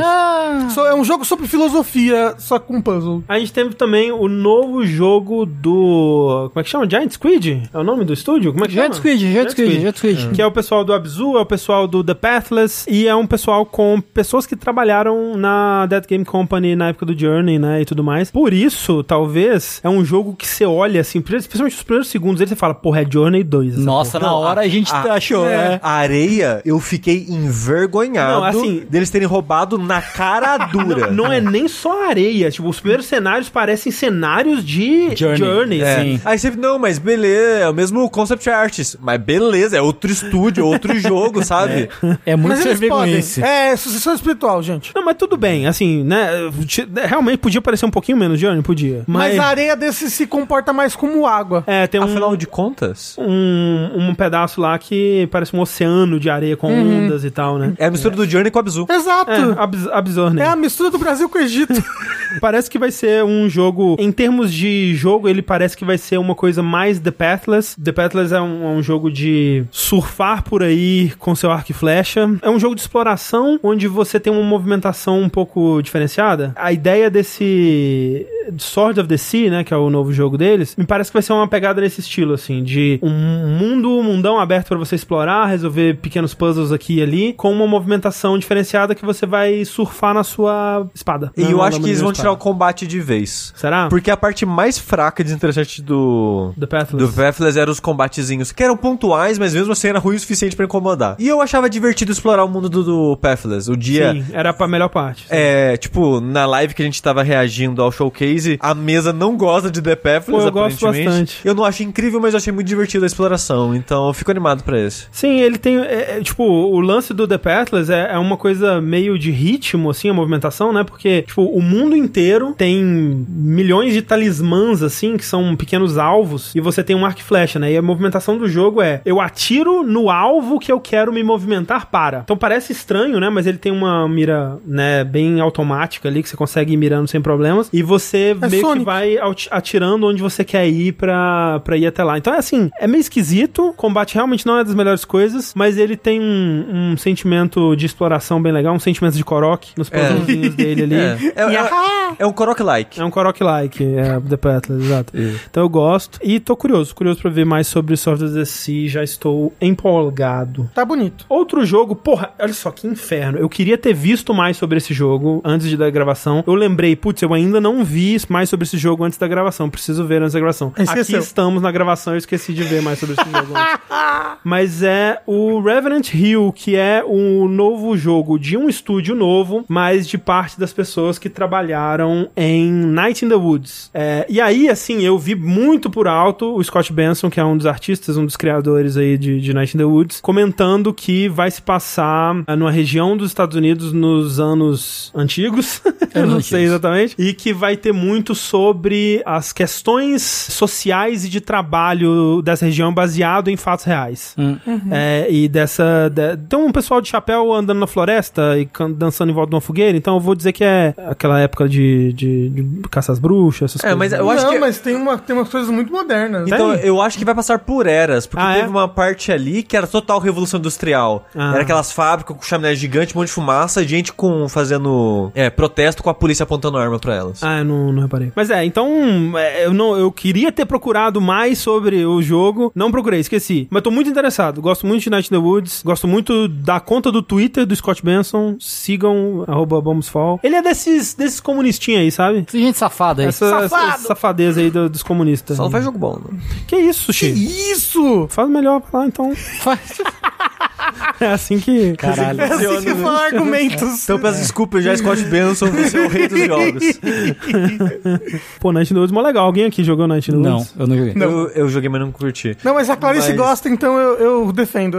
Só é um jogo sobre filosofia, só com puzzle.
A gente teve também o novo jogo do. Como é que chama? Giant Squid? É o nome do estúdio? Como é que
Jet
chama?
Squid, Jet Squid, Jet Squid.
Que é o pessoal do Abzu, é o pessoal do The Pathless e é um pessoal com pessoas que trabalharam na Dead Game Company na época do Journey, né, e tudo mais. Por isso, talvez, é um jogo que você olha assim, primeiro- principalmente os primeiros segundos, ele você fala, porra, é Journey 2. essa
(laughs) Nossa, na hora a gente
tá
a- é,
achou, né?
A areia, eu fiquei envergonhado
Não, assim-
deles terem roubado na cara
(laughs)
dura.
Não é nem só areia, tipo, os primeiros cenários parecem cenários de
Journey.
Journey,
É.
assim.
Aí sempre, não, mas beleza, é o mesmo concept artist. Mas beleza, é outro estúdio,
(laughs)
é outro jogo, sabe?
É muito
Mas
ser
eles podem.
vergonhice.
É, sucessão espiritual, gente.
Não, mas tudo bem, assim, né, ti- realmente podia parecer um pouquinho menos Journey, podia.
Mas,
Mas,
a areia desse se comporta mais como água.
é, tem um...
Afinal de contas,
um, um pedaço lá que parece um oceano de areia com ondas e tal, né?
é a mistura do Journey com o Abzu.
Exato.
É, abs absurdo,
É.
né?
a mistura do Brasil com o Egito.
Parece que vai ser um jogo. Em termos de jogo, ele parece que vai ser uma coisa mais The Pathless. The Pathless é um, é um jogo de surfar por aí com seu arco e flecha. É um jogo de exploração onde você tem uma movimentação um pouco diferenciada. A ideia desse Sword of the Sea, né, que é o novo jogo deles, me parece que vai ser uma pegada nesse estilo, assim, de um mundo, um mundão aberto pra você explorar, resolver pequenos puzzles aqui e ali, com uma movimentação diferenciada que você vai surfar na sua espada.
E
Não,
eu
não,
acho
não,
que eles
não,
vão
tá.
tirar o combate de vez.
Será?
Porque a parte mais fraca e desinteressante do.
The
Do
Pathless.
Pathless eram os combatezinhos, que eram pontuais, mas mesmo assim era ruim o suficiente pra incomodar. E eu achava divertido explorar o mundo do, do Pathless. O dia.
Sim, era a melhor parte.
É, tipo, na live que a gente tava reagindo ao showcase, a mesa não gosta de The Pathless,
Pô, eu gosto
aparentemente.
bastante.
Eu não acho incrível, mas eu achei muito divertido a exploração, então eu fico animado apaixonado por esse.
Sim, ele tem. é, é, tipo, o lance do The Pathless é, é uma coisa meio de ritmo, assim, a movimentação, né? Porque, tipo, o mundo inteiro tem milhões de talismãs, assim, que são pequenos alvos, e você tem um arco e flecha, né? E a movimentação do jogo é: eu atiro no alvo que eu quero me movimentar para. Então parece estranho, né? Mas ele tem uma mira, né, bem automática ali, que você consegue ir mirando sem problemas, e você
É
meio
Sonic.
que vai alt- atirando onde você quer ir pra, pra ir até lá. Então é assim, é meio esquisito, o combate realmente não é das melhores coisas, mas ele tem um, um sentimento de exploração bem legal, um sentimento de Korok nos botãozinhos dele ali.
(laughs) É, é,
Ah,
é- é um Korok-like.
É um Korok-like, é The Pathless, exato. Então eu gosto e tô curioso, curioso pra ver mais sobre Sword of the Sea, já estou empolgado.
Tá bonito.
Outro jogo, porra, olha só que inferno. Eu queria ter visto mais sobre esse jogo antes de da gravação. Eu lembrei, putz, eu ainda não vi mais sobre esse jogo antes da gravação. Preciso ver antes da gravação.
Esqueceu.
Aqui estamos na gravação, eu esqueci de ver mais sobre esse jogo antes. Mas é o Revenant Hill, que é o novo jogo de um estúdio novo, mas de parte das pessoas que trabalharam em Night in the Woods. É, e aí, assim, eu vi muito por alto o Scott Benson, que é um dos artistas, um dos criadores aí de, de Night in the Woods, comentando que vai se passar ah, numa região dos Estados Unidos nos anos antigos. (laughs) eu não sei
antigos.
exatamente. E que vai ter muito sobre as questões sociais e de trabalho dessa região baseado em fatos reais.
Hum.
É, e dessa. de- tem um pessoal de chapéu andando na floresta e can- dançando em volta de uma fogueira, então eu vou dizer que é aquela época de, de, de caça às bruxas, essas
É,
coisas. né?
mas eu
Eu
acho
não,
que.
mas tem, uma, tem umas coisas muito modernas.
Então,
Tem?
eu acho que vai passar por eras, porque
Ah, é?
teve uma parte ali que era total revolução industrial.
Ah.
Era aquelas fábricas com chaminé gigante, um monte de fumaça, e gente com fazendo é, protesto com a polícia apontando arma pra elas.
Ah, eu não, não reparei. Mas é, então é, eu não, eu queria ter procurado mais sobre o jogo, não procurei, esqueci. Mas tô muito interessado. Gosto muito de Night in the Woods, gosto muito da conta do Twitter do Scott Benson. Sigam arroba @bombsfall. Ele é desses desses comunistinhos aí, sabe?
Tem gente safada aí.
Essa, essa-
Safado!
essa safadeza aí do- dos comunistas.
Só não faz jogo bom,
(laughs)
né?
Que isso, Sushi?
Isso!
Faz melhor pra lá, (laughs) então.
Faz-
É assim que.
Caralho.
É assim que falam argumentos.
Então, peço desculpas, já Scott Benson, você é
(laughs)
o rei dos jogos.
Pô, Night in the Woods é mó legal. Alguém aqui jogou Night in the
(laughs) Não,
Woods?
eu não joguei.
Eu, eu joguei, mas não curti.
Não, mas a Clarice
Mas-
gosta, então eu, eu defendo.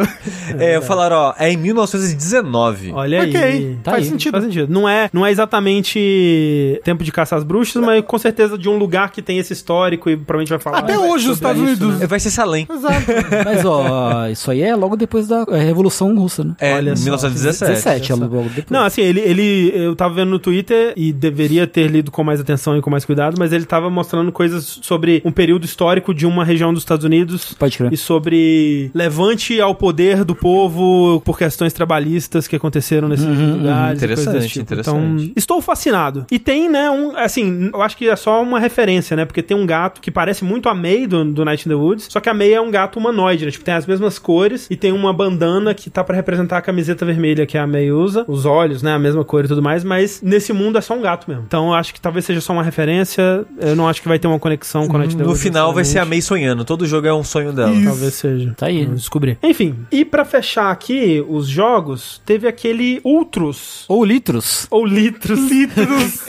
É, falaram, ó, é em 1919.
Olha
ok,
aí.
Tá
faz
aí.
sentido.
Faz sentido. Não é, não é exatamente tempo de caçar as bruxas, mas com certeza de um lugar que tem esse histórico e provavelmente vai falar.
Até
sobre
hoje os Estados
isso,
Unidos.
né?
Vai ser Salem.
Exato.
Mas, ó, isso aí é logo depois da é, Revolução Russa, né?
É,
Olha só.
1917.
17 é logo depois.
Não, assim, ele, ele. Eu tava vendo no Twitter e deveria ter lido com mais atenção e com mais cuidado, mas ele tava mostrando coisas sobre um período histórico de uma região dos Estados Unidos
Pode crer.
e sobre levante ao poder do povo por questões trabalhistas que aconteceram nesses lugares. e
Interessante,
coisas desse tipo.
interessante.
Então, estou fascinado. E tem, né, um. Assim, eu acho que é só uma referência, né? Porque tem um gato que parece muito a May do, do Night in the Woods, só que a May é um gato humanoide, né? Tipo, tem as mesmas cores e tem uma bandana que tá pra representar a camiseta vermelha que a May usa, os olhos, né? A mesma cor e tudo mais, mas nesse mundo é só um gato mesmo. Então, eu acho que talvez seja só uma referência. Eu não acho que vai ter uma conexão com o Night in the
No
Woods.
final vai ser a
necessariamente.
May sonhando. Todo jogo é um sonho dela.
Talvez seja.
Tá aí.
Vamos descobrir. Enfim, e pra fechar aqui os jogos, teve aquele Ultros
Ou litros.
ou Litros.
Litros.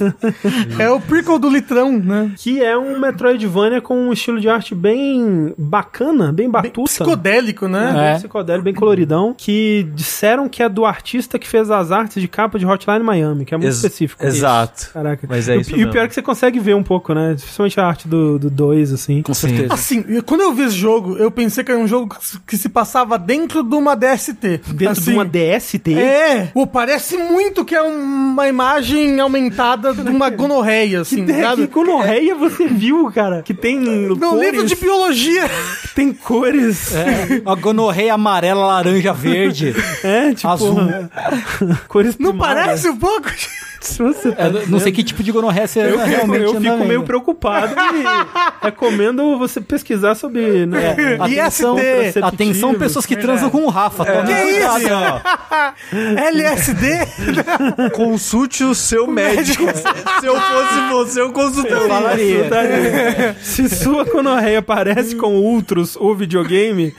é o prequel do litrão, né?
Que é um Metroidvania com um estilo de arte bem bacana, bem batuta.
Psicodélico, né?
Bem
É.
psicodélico, bem coloridão, que disseram que é do artista que fez as artes de capa de Hotline Miami, que é muito
Ex-
específico.
exato.
Isso. Caraca.
Mas é
E o-
isso
E o
mesmo.
pior é que você consegue ver um pouco, né? Principalmente a arte do 2, assim.
(laughs)
Com certeza.
Assim, eu- quando eu vi esse jogo, eu pensei que era um jogo que se passava dentro de uma DST.
Dentro
assim,
de uma DST.
É, pô, parece muito que é uma imagem aumentada de uma gonorreia, assim,
Que
sabe?
gonorreia você viu, cara? Que tem
Não, livro
(laughs)
de biologia.
tem cores.
A gonorreia amarela, laranja, verde,
É, tipo.
azul.
Cores
Não
primárias.
parece um pouco?
(laughs) Se você tá
É, não- não sei que tipo de gonorreia você
Eu, fico-
realmente
eu
anda
fico meio
vendo.
preocupado
(laughs)
e recomendo você pesquisar sobre. (laughs) Né?
É, Atenção,
IST.
atenção
(laughs)
pessoas que transam com o Rafa. Toma
Que
cuidado,
isso?
ó.
LSD?
Consulte o seu médico. (laughs) Se eu fosse você, um eu
Eu
consultaria.
falaria. Se
(laughs)
sua conorreia parece com outros ou videogame,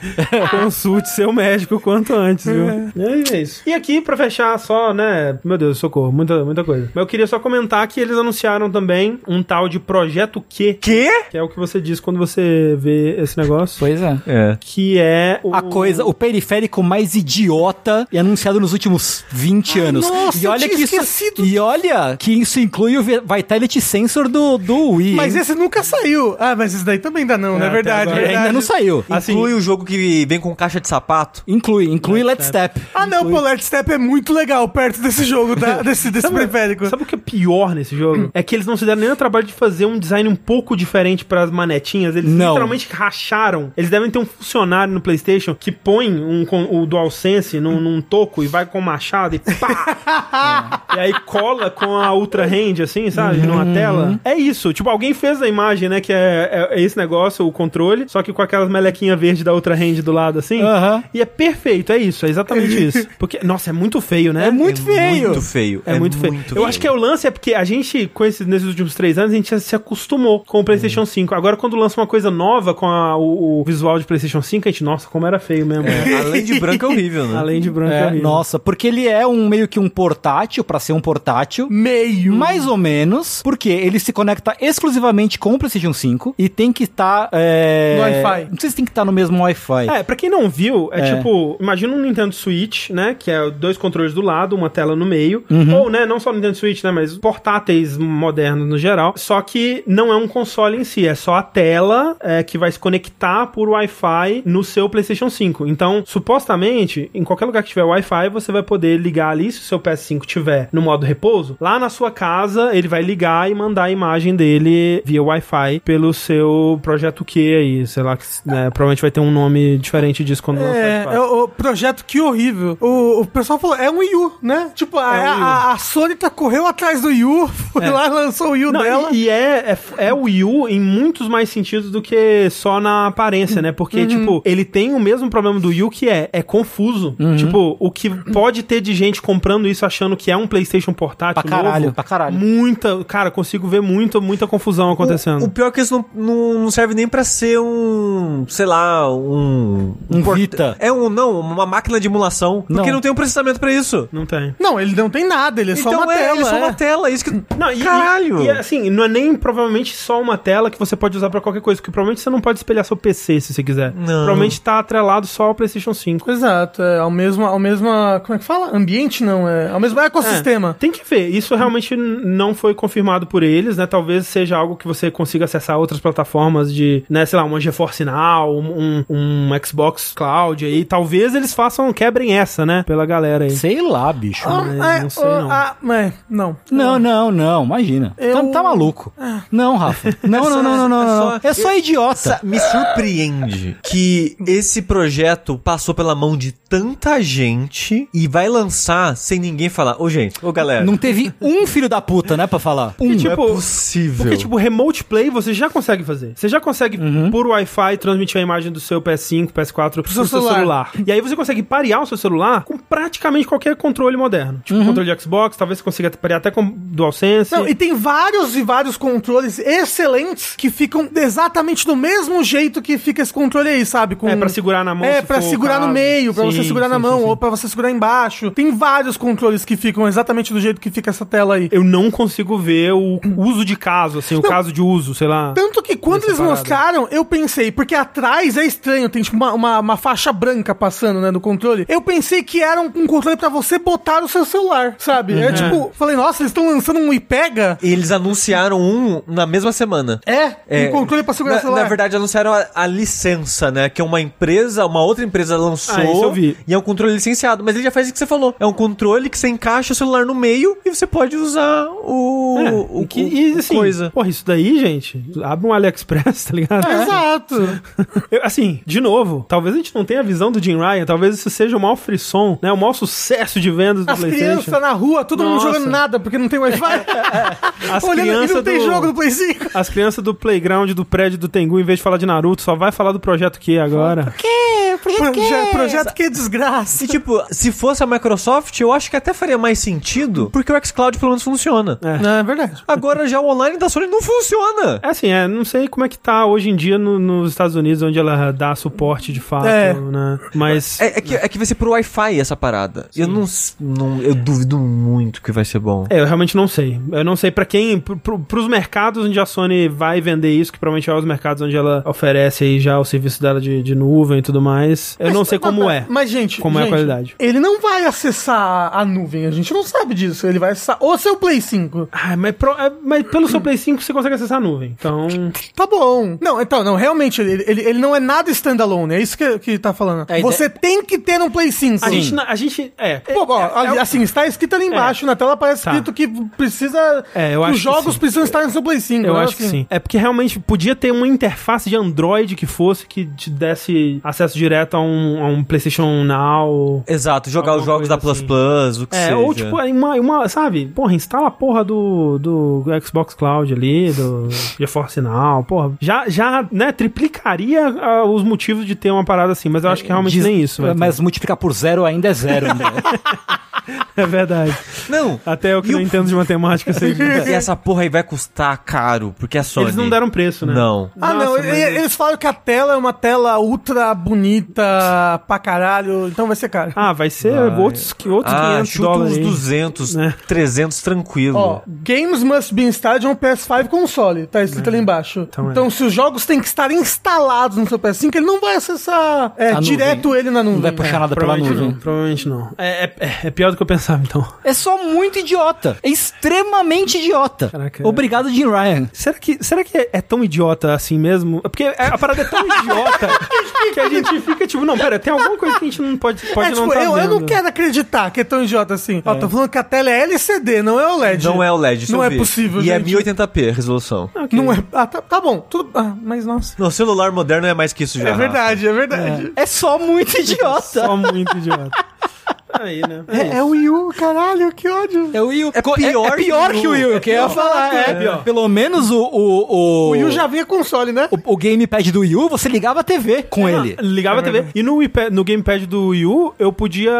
consulte seu médico quanto muito antes, viu? É. é isso. E aqui, pra fechar, só, né? Meu Deus, socorro, muita, muita coisa. Mas eu queria só comentar que eles anunciaram também um tal de Projeto Q,
Quê?
que é o que você diz quando você vê esse negócio.
Pois é.
É.
Que é o...
A coisa, o periférico mais idiota e anunciado nos últimos 20 anos.
nossa,
e
eu
olha
tinha
que isso,
esquecido.
E olha que isso inclui o vi- Vitality Sensor do, do Wii.
Mas
hein?
esse nunca saiu. Ah, mas esse daí também ainda não, não é
até
verdade.
agora.
verdade.
ainda não saiu.
Assim,
Inclui o jogo que vem com caixa de sapato.
Inclui, inclui Let's Step.
Ah, não, pô, Led Step é muito legal perto desse jogo,
(laughs)
tá? Desse, desse periférico.
Sabe o que é pior nesse jogo?
Hum.
É que eles não se deram nem o trabalho de fazer um design um pouco diferente pras manetinhas. Eles
Não.
literalmente racharam. Eles devem ter um funcionário no PlayStation que põe um, com- o DualSense num, num toco e vai com o machado e pá!
(laughs)
É. E aí cola com a Ultra Hand, assim, sabe?
Uhum.
Numa tela. É isso. Tipo, alguém fez a imagem, né? Que é, é- é esse negócio, o controle, só que com aquelas melequinhas verdes da Ultra Hand do lado, assim.
Aham.
E é perfeito, é isso, é
(laughs)
exatamente isso. Porque, nossa, é muito feio, né?
É muito feio.
Muito feio.
É, muito feio. eu acho que é o lance é porque a gente, com esses, nesses últimos três anos, a gente se acostumou com o PlayStation 5. Agora, quando lança uma coisa nova com a- o, o visual de PlayStation 5, a gente, nossa, como era feio mesmo. né?
Além de branco é horrível,
(laughs)
né?
Além de branco,
É,
horrível.
nossa, porque ele é um meio que um portátil, pra ser um portátil.
Meio.
Mais ou menos, porque ele se conecta exclusivamente com o PlayStation 5 e tem que estar. é...
No Wi-Fi.
Não sei se tem que estar no mesmo Wi-Fi.
É, pra quem não viu, é,
É.
tipo, imagina um Nintendo Switch, né? Que é dois controles do lado, uma tela no meio. Ou, né, não só Nintendo Switch, né? Mas portáteis modernos no geral. Só que não é um console em si, é só a tela é, que vai se conectar por Wi-Fi no seu PlayStation 5. Então, supostamente, em qualquer lugar que tiver Wi-Fi, você vai poder ligar ali, se o seu PS5 tiver no modo repouso, lá na sua casa, ele vai ligar e mandar a imagem dele via Wi-Fi pelo seu projeto Q aí, sei lá, que, né, provavelmente vai ter um nome diferente disso quando lançar. de fato.
É, é o o projeto que horrível. O, o pessoal falou, é um Wii U, né? Tipo, a,
É um Wii U. É.
a- a Sony tá, correu atrás do Wii U, (laughs) foi lá, lançou o Wii U
Não,
dela.
E, e é, é, é o Wii U em muitos mais sentidos do que só na aparência, né?
Uhum.
Porque, tipo, ele tem o mesmo problema do Wii U que é, é confuso.
Uhum.
Tipo, o que pode ter de gente comprando isso achando que é um Playstation portátil
Pra caralho,
novo.
pra caralho.
Muita, cara, consigo ver muita, muita confusão acontecendo.
O, o pior é que isso não, não, não serve nem pra ser um, sei lá, um...
Um
port-
Vita.
É um, não, uma máquina de emulação. Porque
Não.
não, tem um processamento pra isso.
Não tem.
Não, ele não tem nada, ele é só
Então
uma
é,
tela.
é só
é.
uma tela. Isso que...
Não, e,
Caralho!
E, e, assim, não é nem provavelmente só uma tela que você pode usar pra qualquer coisa, porque provavelmente você não pode espelhar seu PC se você quiser.
Não.
Provavelmente tá atrelado só ao PlayStation 5.
Exato, é ao mesmo, ao mesmo, como é que fala? Ambiente não, é ao mesmo ecossistema.
É, tem que ver. Isso realmente n- não foi confirmado por eles, né? Talvez seja algo que você consiga acessar outras plataformas de, né, sei lá, uma GeForce Now, um, um- um Xbox Cloud aí. Talvez eles façam, quebrem essa, né? Pela galera aí.
Sei lá, bicho.
Ah,
mas não sei, não.
ah, é, não.
Não, não, não, imagina.
Eu-
Tá, tá maluco.
Ah.
Não,
(laughs)
Rafa.
É
Não, não, não, não, não, não.
é só-
É só idiota.
Me surpreende que esse projeto passou pela mão de tanta gente e vai lançar sem ninguém falar. Ô, gente, ô, galera.
Não teve um filho da puta, né, pra falar. Um.
tipo,
é possível.
Porque, tipo, remote play você já consegue fazer. Você já consegue,
Uhum.
por Wi-Fi, transmitir a imagem do seu PS5, PS4 pro seu,
celular.
celular. E aí você consegue parear o seu celular com praticamente qualquer controle moderno. Tipo, controle de Xbox, talvez você consiga parear até com DualSense.
Uhum. Não, e tem vários e vários controles excelentes que ficam exatamente do mesmo jeito que fica esse controle aí, sabe? Com-
É, pra segurar na mão,
É,
se
pra
for o
segurar no
caso.
meio, pra
Sim,
você segurar na
sim,
mão,
sim, sim.
ou pra você segurar embaixo. Tem vários controles que ficam exatamente do jeito que fica essa tela aí.
eu não consigo ver o uso de caso, assim, o caso de uso, sei lá.
Tanto que quando
Nessa
eles
parada.
mostraram, eu pensei, porque atrás é estranho, tem tipo uma, uma, uma faixa branca passando, né, no controle. Eu pensei que era um, um controle pra você botar o seu celular, sabe?
Uhum.
Eu, tipo, falei, nossa, eles estão lançando um Ipega?
Eles anunciaram um na mesma semana.
É,
É,
um controle pra segurar
na,
o celular.
Na verdade, anunciaram a, a licença, né? Que é uma empresa, uma outra empresa lançou.
Ah, isso eu vi.
E é um controle licenciado. Mas ele já faz o que você falou. É um controle que você encaixa o celular no meio e você pode usar o.
É,
o,
o que, e,
o-
assim,
coisa.
Porra, isso daí, gente, abre um AliExpress, (laughs) tá ligado?
É. Exato.
Eu, assim, de novo, talvez a gente não tenha a visão do Jim Ryan, talvez isso seja o maior frisson, né? O maior sucesso de vendas do
As
PlayStation.
crianças na rua, todo mundo
Nossa.
jogando nada porque não tem Wi-Fi.
(laughs) As
Olhando, e
crianças
não tem
do-
jogo do
(laughs)
Play 5.
As crianças do playground do prédio do Tengu, em vez de falar de Naruto, só vai falar do projeto Q agora.
Que?
projeto que é?
projeto que é desgraça.
E tipo, se fosse a Microsoft, eu acho que até faria mais sentido, porque o xCloud pelo menos funciona.
Não, é verdade.
Agora já o online da Sony não funciona.
É assim, é, não sei como é que tá hoje em dia no- nos Estados Unidos, onde ela dá suporte de fato,
É.
né? Mas.
É, é que, é que vai ser pro Wi-Fi essa parada. Eu não, s- não- Eu duvido muito que vai ser bom.
É, eu realmente não sei. Eu não sei pra quem, pro, pro- pros mercados onde a Sony vai vender isso, que provavelmente é os mercados onde ela oferece aí já o serviço dela de, de nuvem e tudo mais. Eu não sei como é.
Mas, gente.
Como é a
gente,
qualidade.
Ele não vai acessar a nuvem, a gente não sabe disso. Ele vai acessar o seu Play 5.
Ah, mas, pro- é, mas pelo seu Play 5 você consegue acessar a nuvem. Então.
Tá bom. Não, então, não, realmente, ele, ele, ele não é nada standalone, é isso que, que tá falando.
É,
Você tem que ter um Play 5.
então- A gente. na- A gente é.
Pô, ó,
é-
ali-
é-
assim, está escrito ali embaixo, na tela aparece
Tá.
escrito que precisa.
É, eu
que
acho
os
que
jogos
sim.
precisam estar no seu Play 5.
Eu
né?
acho que
Assim.
sim. É porque realmente podia ter uma interface de Android que fosse que te desse acesso direto a um, a um PlayStation Now.
É, Exato, jogar os
Alguma
jogos da Plus
coisa
Plus, o que
É,
seja.
ou tipo, aí uma, uma, sabe? Porra, instala a porra do, do Xbox Cloud ali, do GeForce Now, porra. Já, já né, triplicaria ah, os motivos de ter uma parada assim, mas eu acho que realmente
Diz-
nem isso. vai ter.
Mas multiplicar por zero ainda é zero,
(laughs)
André.
É verdade.
Não,
(laughs) Até eu que
E
não
o-
entendo de matemática, sei disso.
(laughs) e essa porra aí vai custar caro, porque é Sony.
Eles não deram preço, né?
Não.
Ah, não,
Nossa,
e-
mas-
eles falam que a tela é uma tela ultra bonita pra caralho, então vai ser caro.
Ah, vai ser
Vai.
outros, que outros
Ah,
500
chuta
dólares.
uns
aí.
200,
né?
300 tranquilo.
Ó, games must be installed é um on PS5 console, tá escrito ali embaixo.
Então
Então,
é.
se os jogos têm que estar instalados no seu PS5, ele não vai acessar é,
A nuvem.
direto ele na nuvem. É.
Não vai puxar nada pela
Provavelmente
nuvem.
não, provavelmente não. É, é- é pior do que eu pensava, então.
É só muito idiota. É extremamente idiota.
Caraca.
Obrigado, Jim Ryan.
Será que, será que é, é tão idiota assim mesmo? É Porque é- a parada é tão
(laughs)
idiota que a gente fica tipo, não, pera, tem alguma coisa que a gente não pode, pode
É,
não
tipo,
tá
eu, eu
vendo.
não quero acreditar que é tão idiota assim. Ó, tô falando que a tela é LCD, não é OLED.
Não é o LED, isso
Não
eu
é
vi.
possível,
E
gente.
é 1080p a resolução.
Não é. Ah, tá, tá bom. Tudo. Ah, mas nossa.
Não, celular moderno é mais que isso já.
É verdade, é verdade.
(laughs) É só muito idiota.
Só muito idiota. Aí, né?
É,
um
é o Wii U, caralho, que ódio.
É o Will. É
pior
pior,
que o Will.
que o Will. que eu ia falar.
É
É,
pior.
Pelo menos o. O, o,
O Wii U já vinha console, né?
o- o gamepad do Will, você ligava a TV com ele.
Ah, Ligava
É
a TV. E no, iPad- no gamepad do Wii U, eu podia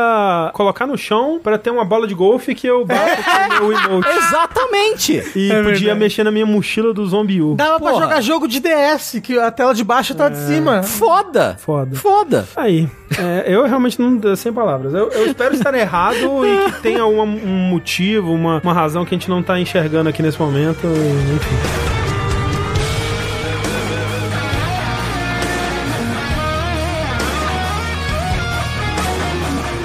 colocar no chão pra ter uma bola de golfe que eu bato com o meu emote.
Exatamente.
E
É
podia
verdade.
mexer na minha mochila do Zombie U.
Dava pra
Porra.
jogar jogo de DS, que a tela de baixo
É.
tá de cima.
Foda.
Foda.
Foda.
Aí, é, eu realmente não. Sem palavras. Eu, eu espero estar errado e que tenha uma- um motivo, uma, uma razão que a gente não tá enxergando aqui nesse momento. e, Enfim.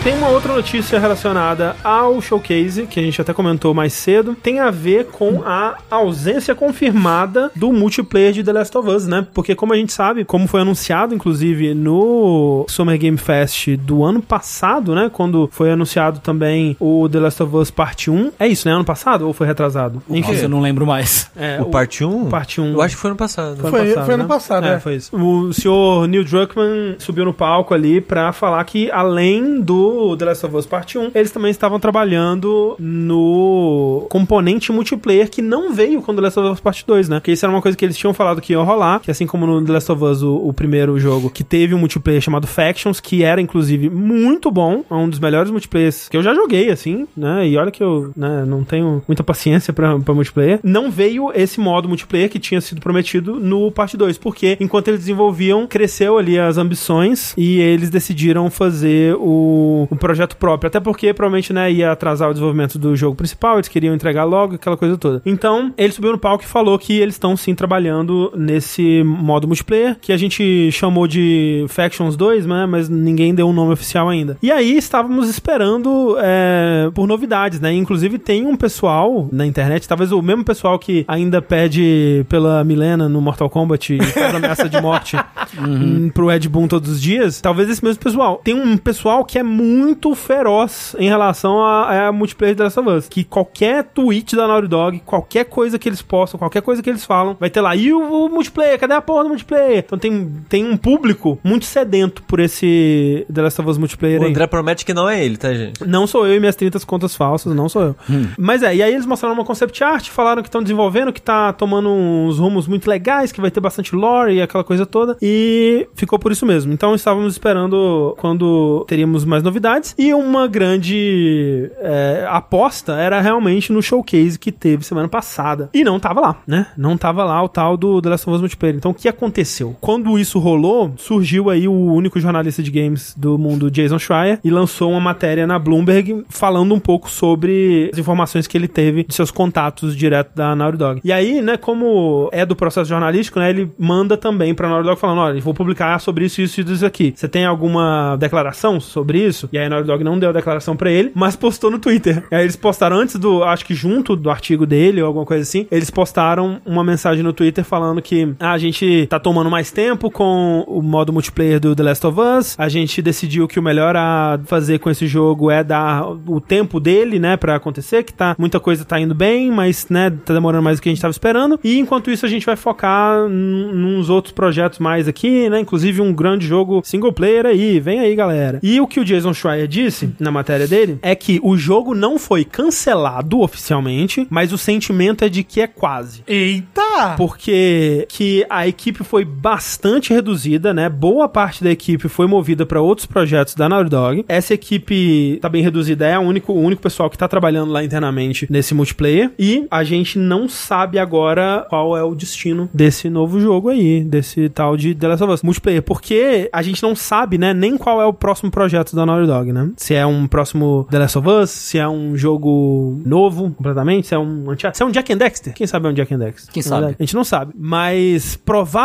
Tem uma outra notícia relacionada ao showcase, que a gente até comentou mais cedo, tem a ver com a ausência confirmada do multiplayer de The Last of Us, né? Porque como a gente sabe, como foi anunciado inclusive no Summer Game Fest do ano passado, né, quando foi anunciado também o The Last of Us Parte 1. É isso, né? Ano passado ou foi retrasado? Enfim,
Nossa, eu não lembro mais.
é, um.
O um? parte 1?
Parte 1.
Eu acho que foi ano passado.
Foi,
Foi- foi ano
né?
passado,
é,
é.
foi isso. O senhor Neil Druckmann subiu no palco ali pra falar que, além do The Last of Us Part 1, eles também estavam trabalhando no componente multiplayer que não veio com The Last of Us Part 2, né? Porque isso era uma coisa que eles tinham falado que ia rolar, que assim como no The Last of Us, o, o primeiro jogo, que teve um multiplayer chamado Factions, que era, inclusive, muito bom, é um dos melhores multiplayers que eu já joguei, assim, né? E olha que eu né, não tenho muita paciência pra, pra multiplayer. Não veio esse modo multiplayer que tinha sido prometido no parte 2, porque enquanto eles desenvolviam, cresceu ali as ambições e eles decidiram fazer o, o projeto próprio. Até porque provavelmente né, ia atrasar o desenvolvimento do jogo principal, eles queriam entregar logo, aquela coisa toda. Então, ele subiu no palco e falou que eles estão sim trabalhando nesse modo multiplayer, que a gente chamou de Factions 2, né? Mas ninguém deu um nome oficial ainda. E aí estávamos esperando é, por novidades, né? Inclusive tem um pessoal na internet, talvez o mesmo pessoal que ainda pede pela Milena no Mortal Kombat e faz ameaça de morte hum, pro Ed Boon todos os dias, talvez esse mesmo pessoal. Tem um pessoal que é muito muito feroz em relação a, a multiplayer de Last of Us. Que qualquer tweet da Naughty Dog, qualquer coisa que eles postam, qualquer coisa que eles falam, vai ter lá, e o, o multiplayer? Cadê a porra do multiplayer? Então tem, tem um público muito sedento por esse The Last of Us multiplayer
O
aí.
André promete que não é ele, tá, gente?
Não sou eu e minhas 30 contas falsas, não sou eu. Mas é, e aí eles mostraram uma concept art, falaram que estão desenvolvendo, que tá tomando uns rumos muito legais, que vai ter bastante lore e aquela coisa toda. E ficou por isso mesmo. Então estávamos esperando quando teríamos mais novidades. E uma grande é, aposta era realmente no showcase que teve semana passada. E não tava lá, né? Não tava lá o tal do The Last of Us Multiplayer. Então o que aconteceu? Quando isso rolou, surgiu aí o único jornalista de games do mundo, Jason Schreier, e lançou uma matéria na Bloomberg falando um pouco sobre as informações que ele teve de seus contatos direto da Naughty Dog. E aí, né, como é do processo jornalístico, né, ele manda também pra Naughty Dog falando, olha, eu vou publicar sobre isso, isso e isso aqui. Você tem alguma declaração sobre isso? E aí a Naughty Dog não deu a declaração pra ele, mas postou no Twitter. E aí eles postaram antes do, acho que junto do artigo dele ou alguma coisa assim, eles postaram uma mensagem no Twitter falando que ah, a gente tá tomando mais tempo com o modo multiplayer do The Last of Us, a gente decidiu que o melhor a fazer com esse jogo é dar o tempo dele, né, pra acontecer, que tá, muita coisa tá indo bem, mas, né, tá demorando mais do que a gente tava esperando, e enquanto isso a gente vai focar num- nos outros projetos mais aqui, né? Inclusive um grande jogo single player aí, vem aí, galera. E o que o Jason Schreier disse na matéria dele é que o jogo não foi cancelado oficialmente, mas o sentimento é de que é quase.
Tá.
Eita!
Porque que a equipe foi bastante reduzida, né? Boa parte da equipe foi movida para outros projetos da Naughty Dog. Essa equipe tá bem reduzida, é a único, o único pessoal que tá trabalhando lá internamente nesse multiplayer. E a gente não sabe agora qual é o destino desse novo jogo aí, desse tal de The Last of Us multiplayer. Porque a gente não sabe, né, nem qual é o próximo projeto da Naughty Dog, né? Se é um próximo The Last of Us, se é um jogo novo completamente, se é um, anti- se é um Jack and Dexter. Quem sabe é um Jack and Dexter?
Quem
Na
sabe?
a gente não sabe. Mas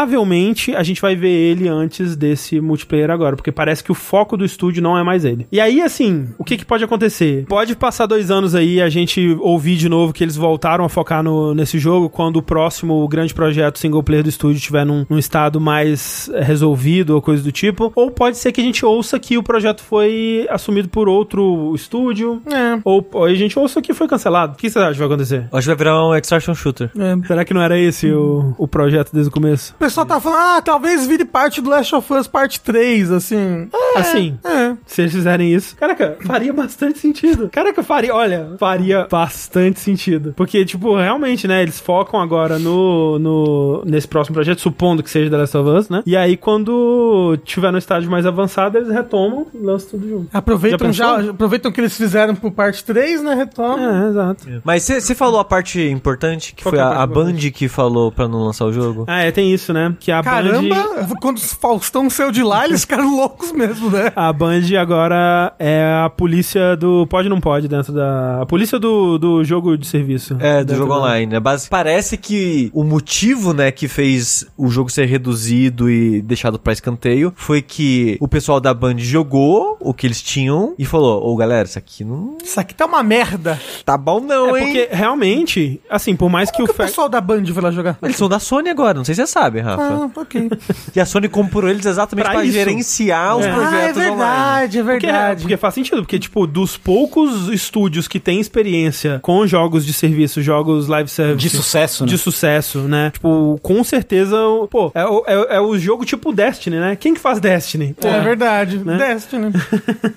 provavelmente a gente vai ver ele antes desse multiplayer agora, porque parece que o foco do estúdio não é mais ele. E aí, assim, o que, que pode acontecer? Pode passar dois anos aí e a gente ouvir de novo que eles voltaram a focar no- nesse jogo quando o próximo grande projeto single player do estúdio estiver num, num estado mais eh, resolvido ou coisa do tipo. Ou pode ser que a gente ouça que o projeto foi assumido por outro estúdio.
É.
Ou, ou a gente ouça que foi cancelado. O que você acha que vai acontecer?
Acho que vai virar um extraction shooter.
Será que não era esse o, o projeto desde o começo?
é. O pessoal tá falando, ah, talvez vire parte do Last of Us parte 3, assim.
Assim,
É.
se eles fizerem isso, caraca, faria bastante sentido. Caraca, faria, olha, faria bastante sentido. Porque, tipo, realmente, né, eles focam agora no, no nesse próximo projeto, supondo que seja The Last of Us, né? E aí, quando tiver no estágio mais avançado, eles retomam e lançam tudo junto.
Aproveitam
Já
já,
pensou?
aproveitam o que eles fizeram pro parte 3, né? Retoma.
É, exato.
Mas você falou a parte importante, que
Qual
foi
que é a
a,
parte
a Band que falou pra não lançar o jogo?
Ah, é, tem isso, né? Que a
Caramba,
Band...
quando o Faustão saiu de lá, eles ficaram (laughs) loucos mesmo, né?
A Band agora é a polícia do pode não pode dentro da... A polícia do, do jogo de serviço.
É, do
Dentro
jogo
da-
online. né? Basi- Parece que o motivo, né, que fez o jogo ser reduzido e deixado pra escanteio foi que o pessoal da Band jogou o que eles tinham e falou: Ô galera, isso aqui não
Isso aqui tá uma merda.
tá bom, não,
É
hein?
porque, realmente, assim, por mais que
Por
o...
que o
Fe-
pessoal da Band vai lá jogar?
Eles são da Sony agora, não sei se você sabe, Rafa.
Ah,
(laughs)
ok.
E a Sony comprou eles exatamente
Pra
pra,
isso.
gerenciar os
É. né?
projetos
ah, é
online.
verdade, é
Porque,
verdade.
porque faz sentido, porque, tipo, dos poucos estúdios que têm experiência com jogos de serviço, jogos live service...
De sucesso, né?
De sucesso, né? Tipo, com certeza, o- pô, é, o- é, é o jogo tipo Destiny, né? Quem que faz Destiny?
É verdade.
Né?
Destiny.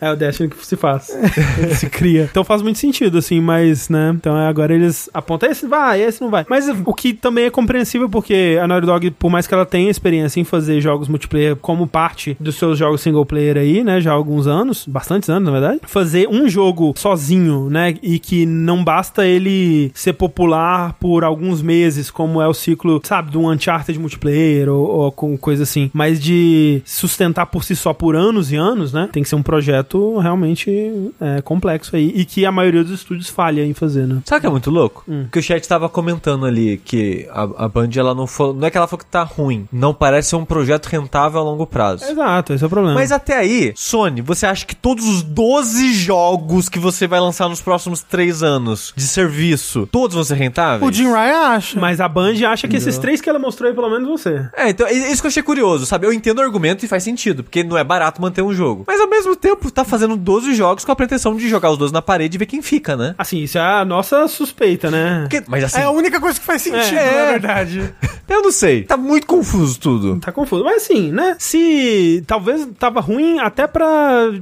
É o Destiny que se faz. Ele se cria. Então faz muito sentido, assim, mas, né? Então é, agora eles apontam, esse vai, esse não vai. Mas o que também é compreensível, porque a Naughty Dog, por mais que ela tenha experiência em fazer jogos multiplayer como parte dos seus jogos single player aí, né? Já há alguns anos, bastantes anos, na verdade. Fazer um jogo sozinho, né? E que não basta ele ser popular por alguns meses, como é o ciclo, sabe, do Uncharted multiplayer ou, ou com coisa assim. Mas de sustentar por si só por anos e anos, né? Tem que ser um projeto realmente é, complexo aí. E que a maioria dos estúdios falha em fazer, né?
Sabe o que é muito louco? Que o chat tava comentando ali que a, a Band, ela não foi. Não é que ela falou que tá ruim. Não parece ser um projeto rentável a longo prazo.
Exato, esse é o problema.
Mas até aí, Sony, você acha que todos os 12 jogos que você vai lançar nos próximos 3 anos de serviço, todos vão ser rentáveis?
O Jim Ryan acha.
Mas a Band acha que esses três que ela mostrou aí, pelo menos você.
É, então, é isso que eu achei curioso, sabe? Eu entendo o argumento e faz sentido, porque não é barato manter um jogo. Mas ao mesmo tempo, tá fazendo 12 jogos com a pretensão de jogar os 12 na parede e ver quem fica, né?
Assim, isso é a nossa suspeita, né?
Porque- mas assim,
É a única coisa que faz sentido,
É.
na verdade.
eu não sei. Tá muito confuso tudo.
Tá confuso. Mas assim, né? Se talvez tava ruim até pra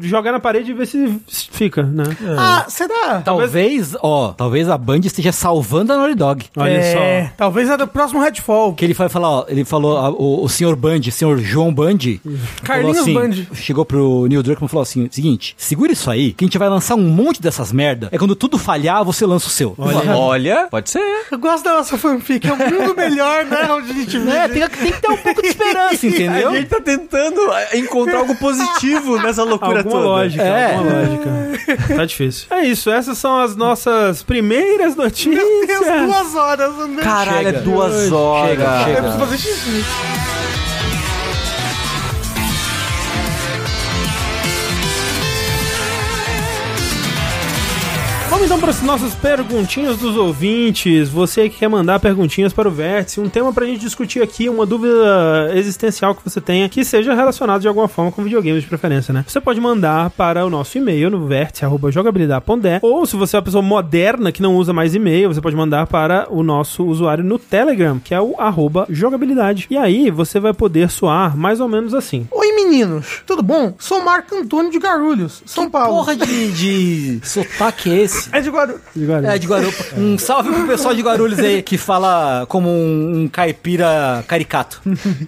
jogar na parede e ver se fica, né?
É.
Ah,
Tá,
será?
Talvez, ó, talvez a Band esteja salvando a Naughty Dog.
Olha
É,
só.
Talvez é do próximo Redfall.
Que ele vai falar, ó, ele falou, ah, o, o senhor Band, o senhor João Band, falou
Carlinhos
assim,
Band.
chegou pro Neil Druckmann e falou assim, seguinte, segura isso aí, que a gente vai lançar um monte dessas merda, é quando tudo falhar, você lança o seu.
Olha, pode ser.
Eu gosto da nossa fanfic, é um mundo melhor,
(laughs)
né? Onde a gente
É,
vive.
tem, que- tem que ter um pouco
(laughs)
de esperança, entendeu?
A gente tá tentando encontrar algo positivo nessa loucura
Alguma
toda.
lógica,
É.
alguma lógica. Tá difícil. É isso, essas são as nossas primeiras notícias.
(laughs) Meu Deus,
é.
duas horas. Meu
Caralho,
Chega.
é duas horas.
Chega,
Eu
chega.
preciso fazer xixi.
Vamos então para as nossas perguntinhas dos ouvintes. Você que quer mandar perguntinhas para o Vértice, um tema para a gente discutir aqui, uma dúvida existencial que você tenha, que seja relacionado de alguma forma com videogames de preferência, né? Você pode mandar para o nosso e-mail no vértice.jogabilidade.de ou se você é uma pessoa moderna que não usa mais e-mail, você pode mandar para o nosso usuário no Telegram, que é o arroba jogabilidade. E aí você vai poder soar mais ou menos assim.
Oi, meninos. Tudo bom? Sou Marco Antônio de Garulhos, São Paulo.
Porra de, de sotaque é esse?
É de Guarulhos.
É, de Guarulhos. Um salve pro pessoal de Guarulhos aí, que fala como um, um caipira caricato.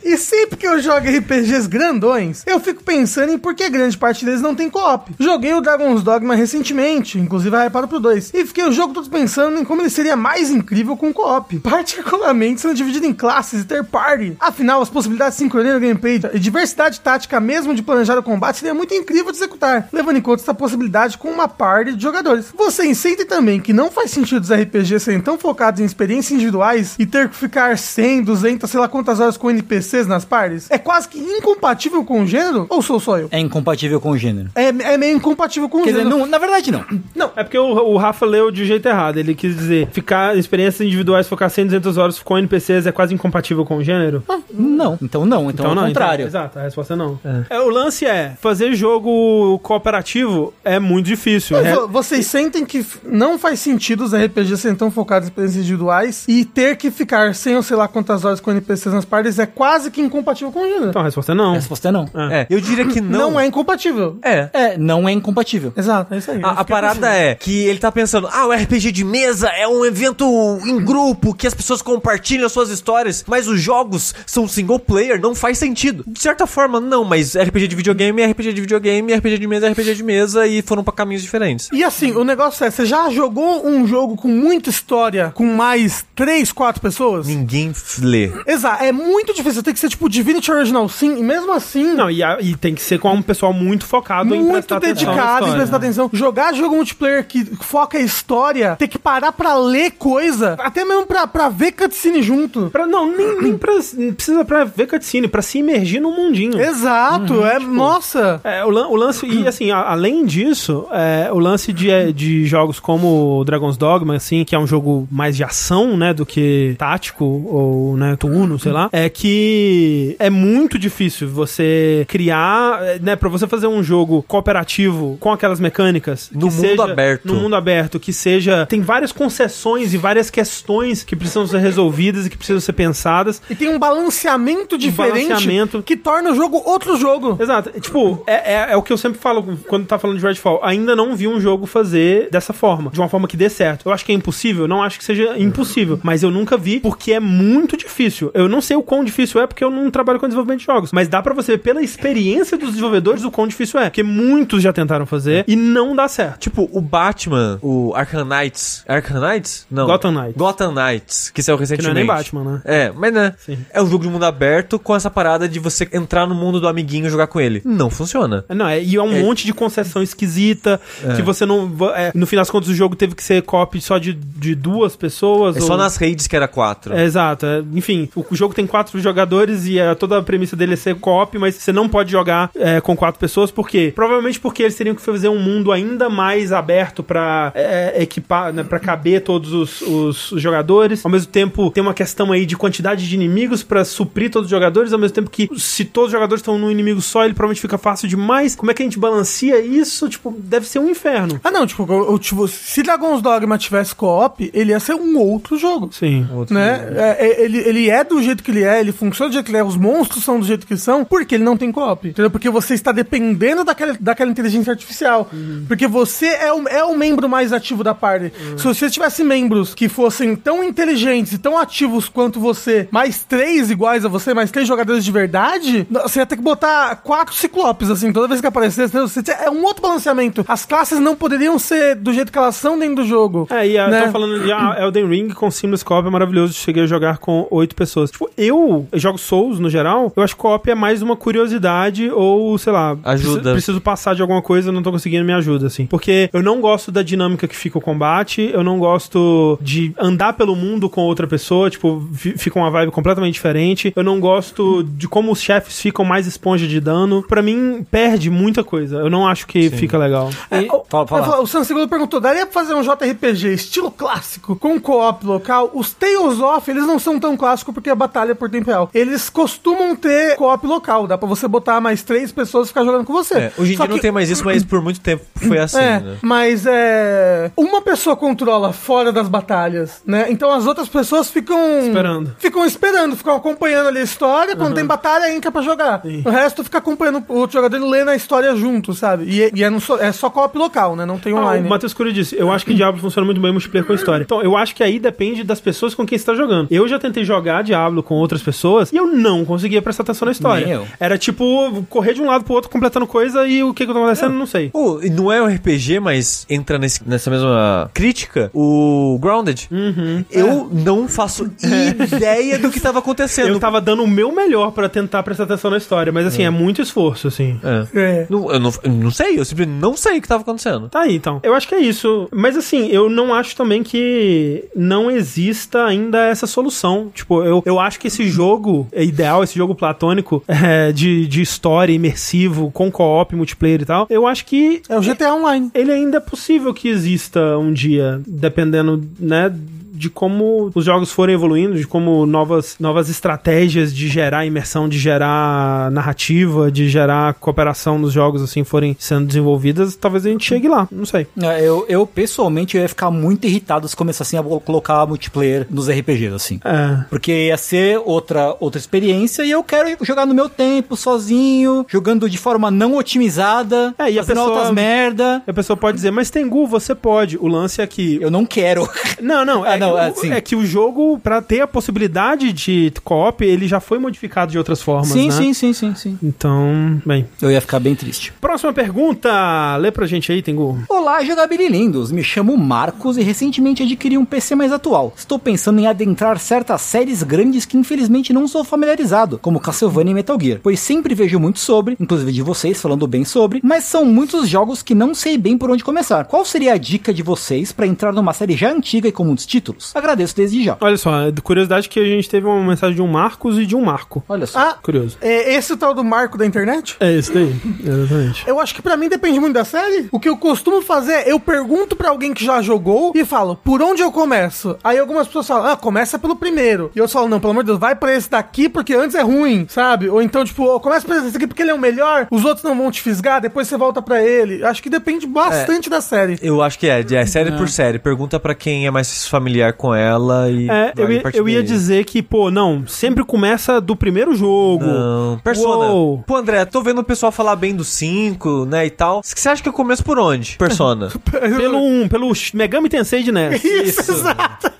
E sempre que eu jogo RPGs grandões, eu fico pensando em por que grande parte deles não tem co-op. Joguei o Dragon's Dogma recentemente, inclusive hypado pro 2, e fiquei o jogo todo pensando em como ele seria mais incrível com co-op, particularmente sendo dividido em classes e ter party. Afinal, as possibilidades de sincronia no gameplay e diversidade tática mesmo de planejar o combate seria muito incrível de executar, levando em conta essa possibilidade com uma party de jogadores. Vocês sentem também que não faz sentido os RPGs serem tão focados em experiências individuais e ter que ficar 100, 200, sei lá quantas horas com NPCs nas parties? É quase que incompatível com o gênero? Ou sou só eu?
É incompatível com o gênero.
É, é meio incompatível com o
Quer dizer,
gênero.
não, na verdade não.
É porque o, o Rafa leu de jeito errado. Ele quis dizer, ficar experiências individuais, focar 100, 200 horas com NPCs é quase incompatível com o gênero.
Não, então não, então, ao
não,
contrário.
então, exato, a resposta é não. É, o lance é, fazer jogo cooperativo é muito difícil.
Mas,
né?
ó, Vocês sentem que f- não faz sentido os RPGs serem tão focados em experiências individuais e ter que ficar sem ou sei lá quantas horas com NPCs nas parties é quase que incompatível com o gênero.
Então a resposta é não.
A resposta é não.
É, eu diria que não.
não. é incompatível.
É.
É, não é incompatível.
Exato, é isso aí.
A, a parada é que ele tá pensando, ah, o RPG de mesa é um evento em grupo que as pessoas compartilham suas histórias, mas os jogos são single player, não faz sentido. De certa forma, não, mas RPG de videogame é RPG de videogame, RPG de mesa é RPG de mesa e foram pra caminhos diferentes.
E assim, o negócio é, você já jogou um jogo com muita história com mais três, quatro pessoas?
Ninguém f- lê.
Exato, é muito difícil. Tem que ser tipo Divinity Original Sim, e mesmo assim,
Não, e, a- e tem que ser com um pessoal muito focado em
muito
prestar atenção na
dedicado em
história. né?
prestar atenção. Jogar jogo multiplayer que foca a história, ter que parar pra ler coisa, até mesmo pra, pra ver cutscene junto.
Pra- não, nem, nem pra, não precisa pra ver cutscene, pra se imergir no mundinho.
Exato,
Uhum,
é.
tipo,
Nossa!
É, o, lan- o lance, e assim, a- além disso, é, o lance de, é, de jogos como o Dragon's Dogma, assim, que é um jogo mais de ação, né, do que tático ou, né, turno, sei lá, é que é muito difícil você criar, é, né, pra você fazer um jogo cooperativo com aquelas mecânicas.
No
que
mundo aberto.
No mundo aberto, que seja. Tem várias concessões e várias questões que precisam ser resolvidas e que precisam ser pensadas.
E tem um balanceamento diferente
balanceamento.
que torna o jogo outro jogo.
Exato. É, Tipo, é, é, é o que eu sempre falo quando tá falando de Redfall. Ainda não vi um jogo fazer dessa forma, de uma forma que dê certo. Eu acho que é impossível, não acho que seja impossível, mas eu nunca vi porque é muito difícil. Eu não sei o quão difícil é porque eu não trabalho com desenvolvimento de jogos, mas dá pra você ver pela experiência dos desenvolvedores o quão difícil é, porque muitos já tentaram fazer e não dá certo.
Tipo, o Batman, o Arkham Knights. Arkham Knights? Não.
Gotham Knights.
Gotham Knights, que saiu
Que não é
recentemente.
nem Batman, né?
É, mas né?
Sim.
É um jogo de mundo aberto com essa parada de você entrar no mundo do amiguinho jogar com ele. Não funciona.
Não, é, e é um monte de concessão esquisita que você não. va- é, no fim das contas, o jogo teve que ser copy só de, de duas pessoas.
É só
ou-
nas redes que era quatro.
É, exato. é, enfim, o, o jogo tem quatro jogadores e é, toda a premissa dele é ser co-op, mas você não pode jogar é, com quatro pessoas, por quê? Provavelmente porque eles teriam que fazer um mundo ainda mais aberto pra é, equipar, né, pra caber todos os, os- os jogadores. Ao mesmo tempo, tem uma questão aí de quantidade de inimigos pra suprir todos os jogadores, ao mesmo tempo que se todos os jogadores estão num inimigo só, ele provavelmente fica fácil demais. Como é que a gente balanceia isso? Tipo, deve ser um inferno.
Ah, não, tipo, eu- eu, tipo, se Dragon's Dogma tivesse co-op, ele ia ser um outro jogo.
Sim.
Né? É, é, ele, ele é do jeito que ele é, ele funciona do jeito que ele é, os monstros são do jeito que são, porque ele não tem co-op. Entendeu? Porque você está dependendo daquela, daquela inteligência artificial.
Uhum.
Porque você é o, é o membro mais ativo da party. Se você tivesse membros que fossem tão inteligentes e tão ativos quanto você, mais três iguais a você, mais três jogadores de verdade, você ia ter que botar quatro ciclopes, assim, toda vez que aparecesse. entendeu? Você tinha- é um outro balanceamento. As classes não poderiam ser do jeito que elas são dentro do jogo.
É, e
né?
eu tô falando de ah, Elden Ring com Seamless Co-op é maravilhoso. Cheguei a jogar com oito pessoas. Tipo, eu eu jogo Souls no geral. Eu acho que co-op é mais uma curiosidade ou, sei lá,
Ajuda.
preci- Preciso passar de alguma coisa, não tô conseguindo me ajuda, assim. Porque eu não gosto da dinâmica que fica o combate, eu não gosto de andar pelo mundo com outra pessoa, tipo, fi- fica uma vibe completamente diferente. Eu não gosto de como os chefes ficam mais esponja de dano. Pra mim, perde muita coisa. Eu não acho que fica legal.
É,
E- fala, fala.
Eu falo, É, O Sam Segundo perguntou: daria pra fazer um JRPG estilo clássico com um co-op local? Os Tales of, eles não são tão clássicos porque é batalha por tempo real. Eles costumam ter co-op local, dá pra você botar mais três pessoas e ficar jogando com você.
É, hoje em
Só
dia não
que-
tem mais isso, mas por muito tempo
(clears throat)
foi assim,
é,
né?
mas é. Uma pessoa controla fora das batalhas, né? Então as outras pessoas ficam.
Esperando. Uhum.
Ficam esperando, ficam acompanhando ali a história. Quando tem batalha, entra pra jogar. O resto fica acompanhando o outro jogador e lendo a história junto, sabe? E, é- e é, não só- é só co-op local, né? Não tem
Ah,
online.
o Matheus Cury disse, eu acho que Diablo funciona muito bem multiplayer com história. Então, eu acho que aí depende das pessoas com quem você tá jogando. Eu já tentei jogar Diablo com outras pessoas e eu não conseguia prestar atenção na história.
Nem eu.
Era tipo correr de um lado pro outro completando coisa e o que que tá acontecendo, não sei.
Pô, e não é um RPG, mas entra nesse- nessa mesma crítica, o Grounded. Eu
(laughs)
não faço ideia do que tava acontecendo.
Uhum. É. Eu tava dando o meu melhor pra tentar prestar atenção na história, mas assim, é, muito esforço, assim.
É.
É.
Não, eu, não, eu não sei, eu simplesmente não sei o que tava acontecendo.
Tá aí, então. Eu acho que é isso. Mas assim, eu não acho também que não exista ainda essa solução. Tipo, eu, eu acho que esse jogo é ideal, esse jogo platônico (laughs) é, de, de história, imersivo, com co-op, multiplayer e tal. Eu acho que
É o GTA Online.
ele ainda é possível que exista um dia, dependendo, né? De como os jogos forem evoluindo, de como novas, novas estratégias de gerar imersão, de gerar narrativa, de gerar cooperação nos jogos assim forem sendo desenvolvidas, talvez a gente chegue lá, não sei.
É, Eu, eu, pessoalmente, eu ia ficar muito irritado se começassem a bo- colocar multiplayer nos RPGs, assim.
É.
Porque ia ser outra, outra experiência e eu quero jogar no meu tempo, sozinho, jogando de forma não otimizada,
É, e a
fazendo
pessoa-
altas merda.
A pessoa pode dizer, mas Tengu, você pode. O lance é que.
Eu não quero.
Não, não, é,
Ah, não,
que o-
é, sim.
é que o jogo, pra ter a possibilidade de co-op, ele já foi modificado de outras formas,
sim,
né?
sim, sim, sim, sim.
Então, bem.
Eu ia ficar bem triste.
Próxima pergunta. Lê pra gente aí, Tengu.
Olá, jogabililindos! Me chamo Marcos e recentemente adquiri um PC mais atual. Estou pensando em adentrar certas séries grandes que infelizmente não sou familiarizado, como Castlevania e Metal Gear, pois sempre vejo muito sobre, inclusive de vocês falando bem sobre, mas são muitos jogos que não sei bem por onde começar. Qual seria a dica de vocês para entrar numa série já antiga e com muitos títulos? Agradeço desde já.
Olha só, é de curiosidade que a gente teve uma mensagem de um Marcos e de um Marco.
Olha só.
Ah,
Curioso.
é esse o tal do marco da internet?
É isso daí, exatamente.
Eu acho que pra mim depende muito da série. O que eu costumo fazer é eu pergunto pra alguém que já jogou e falo, por onde eu começo? Aí algumas pessoas falam, ah, começa pelo primeiro. E eu falo, não, pelo amor de Deus, vai pra esse daqui porque antes é ruim, sabe? Ou então, tipo, "Oh, começa por esse daqui porque ele é o melhor, os outros não vão te fisgar, depois você volta pra ele. Acho que depende bastante da série.
Eu acho que é, é série por série. Pergunta pra quem é mais familiar com ela e.
É, eu,
vai
ia-
partir
eu ia
daí.
dizer que, pô, não, sempre começa do primeiro jogo.
Não, Persona.
Uou.
Pô, André, tô vendo o pessoal falar bem do 5, né, e tal. Você acha que eu começo por (laughs) onde? Persona.
Pelo, um, pelo Megami Tensei de NES.
Isso, (laughs) exato.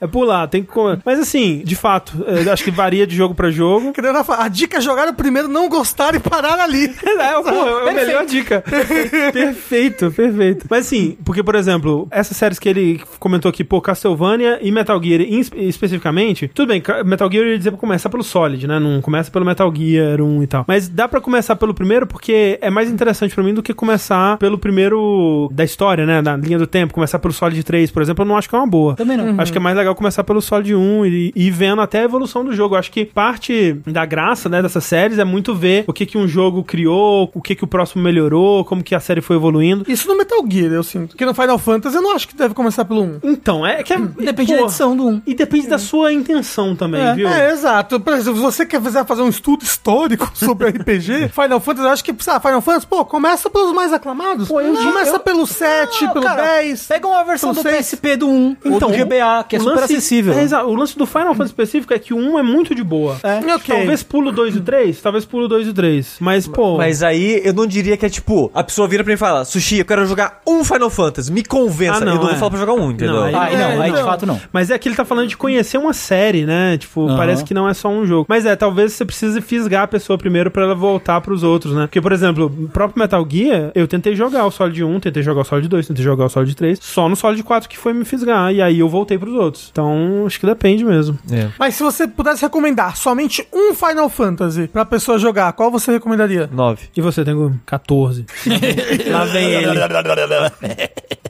É pular, tem que comer. Mas assim, de fato, é, acho que varia de jogo pra jogo.
Querendo a, a dica é jogar o primeiro, não gostar e parar ali.
(laughs) É, pô, é a melhor dica. (laughs) Perfeito, perfeito. Mas assim, porque, por exemplo, essas séries que ele comentou aqui, pô, Castlevania e Metal Gear em- especificamente, tudo bem, ca- Metal Gear eu ia dizer pra começar pelo Solid, né? Não começa pelo Metal Gear 1 e tal. Mas dá pra começar pelo primeiro porque é mais interessante pra mim do que começar pelo primeiro da história, né? Da linha do tempo. Começar pelo Solid 3, por exemplo, eu não acho que é uma boa.
Também não.
Acho que é mais legal começar pelo Solid 1 e, e vendo até a evolução do jogo. Acho que parte da graça né, dessas séries é muito ver o que, que um jogo criou, o que, que o próximo melhorou, como que a série foi evoluindo.
Isso no Metal Gear, eu sinto. Que no Final Fantasy eu não acho que deve começar pelo 1.
Então, é que é.
Depende
pô,
da edição do 1.
E depende da sua intenção também, viu?
É, exato. Por exemplo, se você quer fazer fazer um estudo histórico (laughs) sobre
(laughs)
RPG, Final Fantasy, eu acho que, sabe, Final Fantasy, pô, começa pelos mais aclamados.
Pô, eu digo-
começa
eu-
pelo 7, pelo
cara,
10.
Pega uma versão
pelo
do
seis.
PSP do 1 ou do GBA, que é
Então, o
super acessível.
é, exato. o lance do Final Fantasy específico é que o 1 é muito de boa.
É.
Ok.
Talvez pulo 2 e 3, talvez pulo 2 e 3. Mas, pô.
Mas aí eu não diria que é tipo, a pessoa vira pra mim e fala, Sushi, eu quero jogar um Final Fantasy, me convença.
Ah, não,
eu não
é.
vou falar pra jogar um, entendeu?
Não, aí-
Ah, e não,
É,
aí de
então.
fato não.
Mas é que ele tá falando de conhecer uma série, né? Tipo,
Aham.
parece que não é só um jogo. Mas é, talvez você precise fisgar a pessoa primeiro pra ela voltar pros outros, né? Porque, por exemplo, o próprio Metal Gear, eu tentei jogar o Solid 1, tentei jogar o Solid 2, tentei jogar o Solid 3, só no Solid 4 que foi me fisgar, e aí eu voltei pros outros. Então, acho que depende mesmo.
É.
Mas se você pudesse recomendar somente um Final Fantasy pra pessoa jogar, qual você recomendaria?
Nove.
E você, Tengu? 14. Lá vem ele.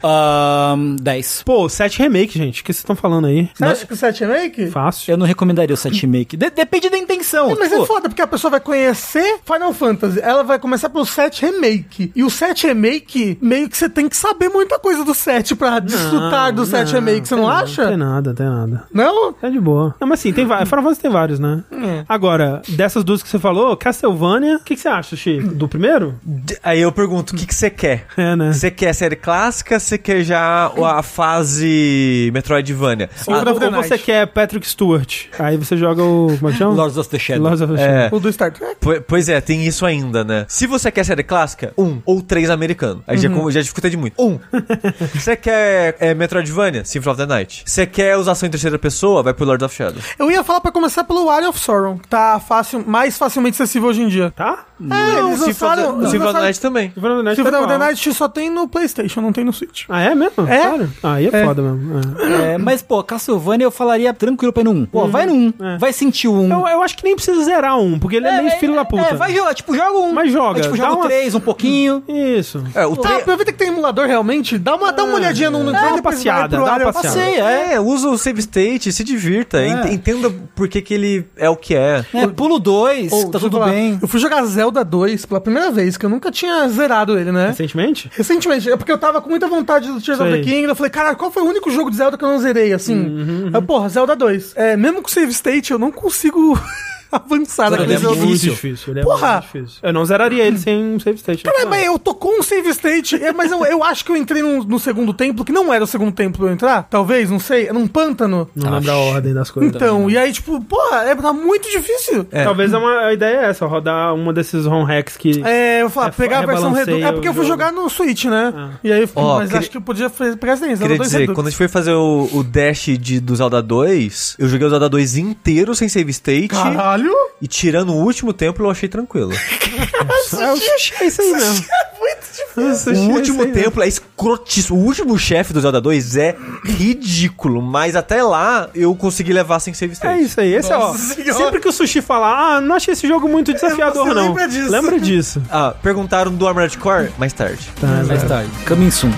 Ahn, 10.
Pô, 7 remake, gente. O que vocês estão falando aí? é
Você acha que o 7 Remake?
Fácil.
Eu não recomendaria o 7 make. De- depende da intenção.
Mas
Pô,
é foda, porque a pessoa vai conhecer Final Fantasy, ela vai começar pelo 7 Remake. E o 7 Remake, meio que você tem que saber muita coisa do 7 pra desfrutar É um do 7 Remake, você não,
tem-
acha?
Tem nada, tem nada.
Não?
Tá de boa. Não, mas sim, tem vários. Final Fantasy tem vários, né? Agora, dessas duas que você falou, Castlevania, o que, que você acha, Chico? Do primeiro?
D- Aí eu pergunto, o que que você quer?
É, né?
Você quer série clássica, você quer já a fase Metroidvania? Ah,
Ou,
Breath of the
ou você
Night.
quer Patrick Stewart? Aí você joga o. Como é que chama?
Lords of the Shadow.
Lords of the Shadow.
É.
O do Star Trek?
Po- Pois é, tem isso ainda, né? Se você quer série clássica, um ou três americano. Aí já, com- já dificulta de muito. Um. Você quer é, Metroidvania? Symphony of the Night. Você quer usar ação em terceira pessoa? Vai pro Lord of Shadow.
Eu ia falar pra começar pelo Area of Sorrow, que tá fácil, mais facilmente acessível hoje em dia.
Tá?
É,
Symphony
eles
of the-
lançaram... eles
Symphony of the
lançaram-
Night também.
Symphony of the Night
Symphony
tá
of the
qual?
Night só tem no Playstation, não tem no Switch.
Ah, é mesmo?
É.
Sério? Aí é,
É.
foda mesmo. é.
É, mas, pô, Castlevania eu falaria tranquilo pra ir no 1. Pô, vai no 1.
É.
Vai sentir o 1.
Eu, eu acho que nem precisa zerar um, porque ele é, meio filho da puta.
É, vai jogar, tipo, joga um.
Mas joga,
Aí, tipo,
dá
joga
uma-
o 3 um pouquinho.
Isso.
É, o
Tá,
tre-
aproveita que tem emulador realmente, dá uma, dá uma olhadinha no... no
Ah, é. Dá uma
depois vai
passeada, dá
pro
uma
Area of
passeada.
Sei, é.
É, usa o save state, se divirta, ent- entenda por que, que ele é o que é.
É, pulo 2,
Ô,
tá
deixa eu
tudo
falar.
bem.
Eu fui jogar Zelda 2 pela primeira vez, que eu nunca tinha zerado ele, né?
Recentemente?
Recentemente, é porque eu tava com muita vontade do Tears of
Sei.
the Kingdom. Eu falei, cara, qual foi o único jogo de Zelda que eu não zerei, assim?
Uhum,
Aí, porra, Zelda 2. É, mesmo com save state, eu não consigo (laughs) avançar
Cara,
naquele
ele é
jogo.
muito difícil.
Ele é
Porra!
muito difícil. Eu não zeraria ele sem um save state.
Cara, mas eu tô com um save state, é, mas eu, eu acho que eu entrei num- no, segundo templo, que não era o segundo templo pra eu entrar, talvez, não sei, era um pântano.
Não lembro a ordem das coisas.
Então, e aí, tipo, porra, é, tá muito difícil.
É.
Talvez é uma, a ideia é essa, rodar uma desses home hacks que.
É, eu falo,
É,
pegar a versão
rebalancei
redu... É porque eu fui
o jogo.
jogar no Switch, né? E aí, eu fiquei,
Ah. Ó,
mas
queria-
acho que eu podia fe- pegar essa Zelda
Queria
2
dizer,
Redux.
quando a gente foi fazer o, o dash de, do Zelda 2, eu joguei o Zelda 2 inteiro sem save state.
Caralho!
E tirando o último tempo, eu achei tranquilo.
É, o sushi é isso aí mesmo. É
o
assim,
último
né?
templo é escrotíssimo. O último chefe do Zelda 2 é ridículo, mas até lá eu consegui levar sem save
É
state.
isso aí. Esse é, ó,
Nossa Senhora.
sempre que o sushi falar, ah, não achei esse jogo muito desafiador,
Você
não.
lembra disso.
Lembra disso.
Ah, perguntaram do Armored Core? Mais tarde.
Mais tarde. Coming soon.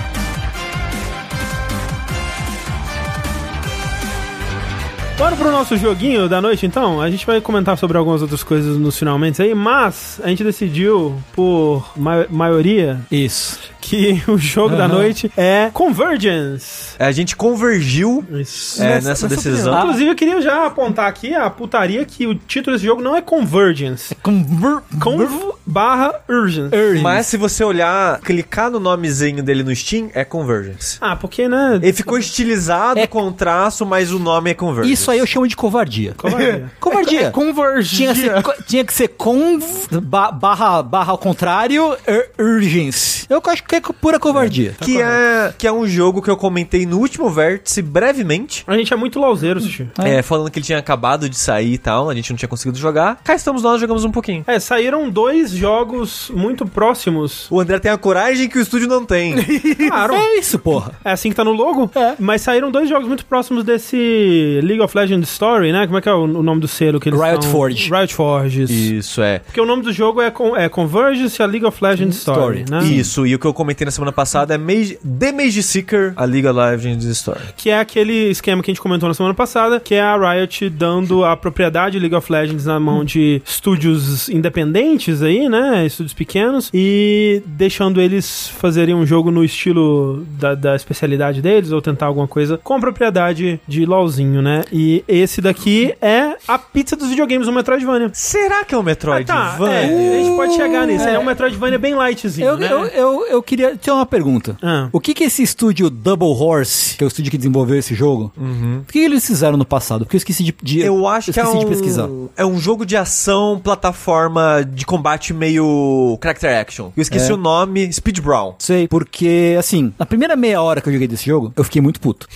Bora pro nosso joguinho da noite, então. A gente vai comentar sobre algumas outras coisas nos finalmente aí, mas a gente decidiu, por ma- maioria,
Isso.
que (laughs) o jogo da noite é Convergence.
A gente convergiu
Isso.
é,
Nessa-
nessa,
nessa
decisão.
Ah. Inclusive, eu queria já apontar aqui a putaria que o título desse jogo não é Convergence.
Conver...
Conv barra Urgent.
Mas se você olhar, clicar no nomezinho dele no Steam, é Convergence.
Ah, porque, né?
Ele ficou estilizado
É-
com um traço, mas o nome é Convergence.
Isso aí eu chamo de covardia.
Covardia.
(laughs)
É,
Covardia.
Convergia.
Tinha que, ser, co- tinha que ser com ba- barra, barra ao contrário, ur- urgence. Eu acho que é pura covardia.
Que é, que é um jogo que eu comentei no último vértice brevemente.
A gente é muito lauzeiro, Sushi.
É.
É, falando que ele tinha acabado de sair e tal, a gente não tinha conseguido jogar. Cá estamos nós, jogamos um pouquinho.
É, saíram dois jogos muito próximos.
O André tem a coragem que o estúdio não tem.
Claro.
É (laughs) isso, porra.
É assim que tá no logo?
É.
Mas saíram dois jogos muito próximos desse League of Legends Story, né? Como é que é o, o nome do selo que eles
Riot
tão-
Forge.
Riot Forge, isso.
Isso, é.
Porque o nome do jogo é, Con é Convergence a League of Legends Story,
Story.
né?
Isso, e o que eu comentei na semana passada é Mage, The Mage Seeker, a Liga Legends Story.
Que é aquele esquema que a gente comentou na semana passada, que é a Riot dando a propriedade League of Legends na mão de estúdios independentes aí, né? Estúdios pequenos, e deixando eles fazerem um jogo no estilo da, da especialidade deles, ou tentar alguma coisa com a propriedade de LOLzinho, né? E esse daqui é a pizza dos videogames, o Metroidvania.
Será que é o
Ah,
Metroid?
tá, é, a gente pode chegar nisso. É, um Metroidvania bem lightzinho,
(laughs) Eu,
né?
eu, eu, eu queria ter uma pergunta.
Ah.
O que que esse estúdio Double Horse, que é o estúdio que desenvolveu esse jogo,
Uhum.
o que que eles fizeram no passado? Porque eu esqueci de, de-
Hum. Eu acho que é
esqueci
um,
de pesquisar.
é um jogo de ação, plataforma de combate meio character action. Eu esqueci
É.
o nome, Speed Brown.
Sei, porque, assim, na primeira meia hora que eu joguei desse jogo, eu fiquei muito puto.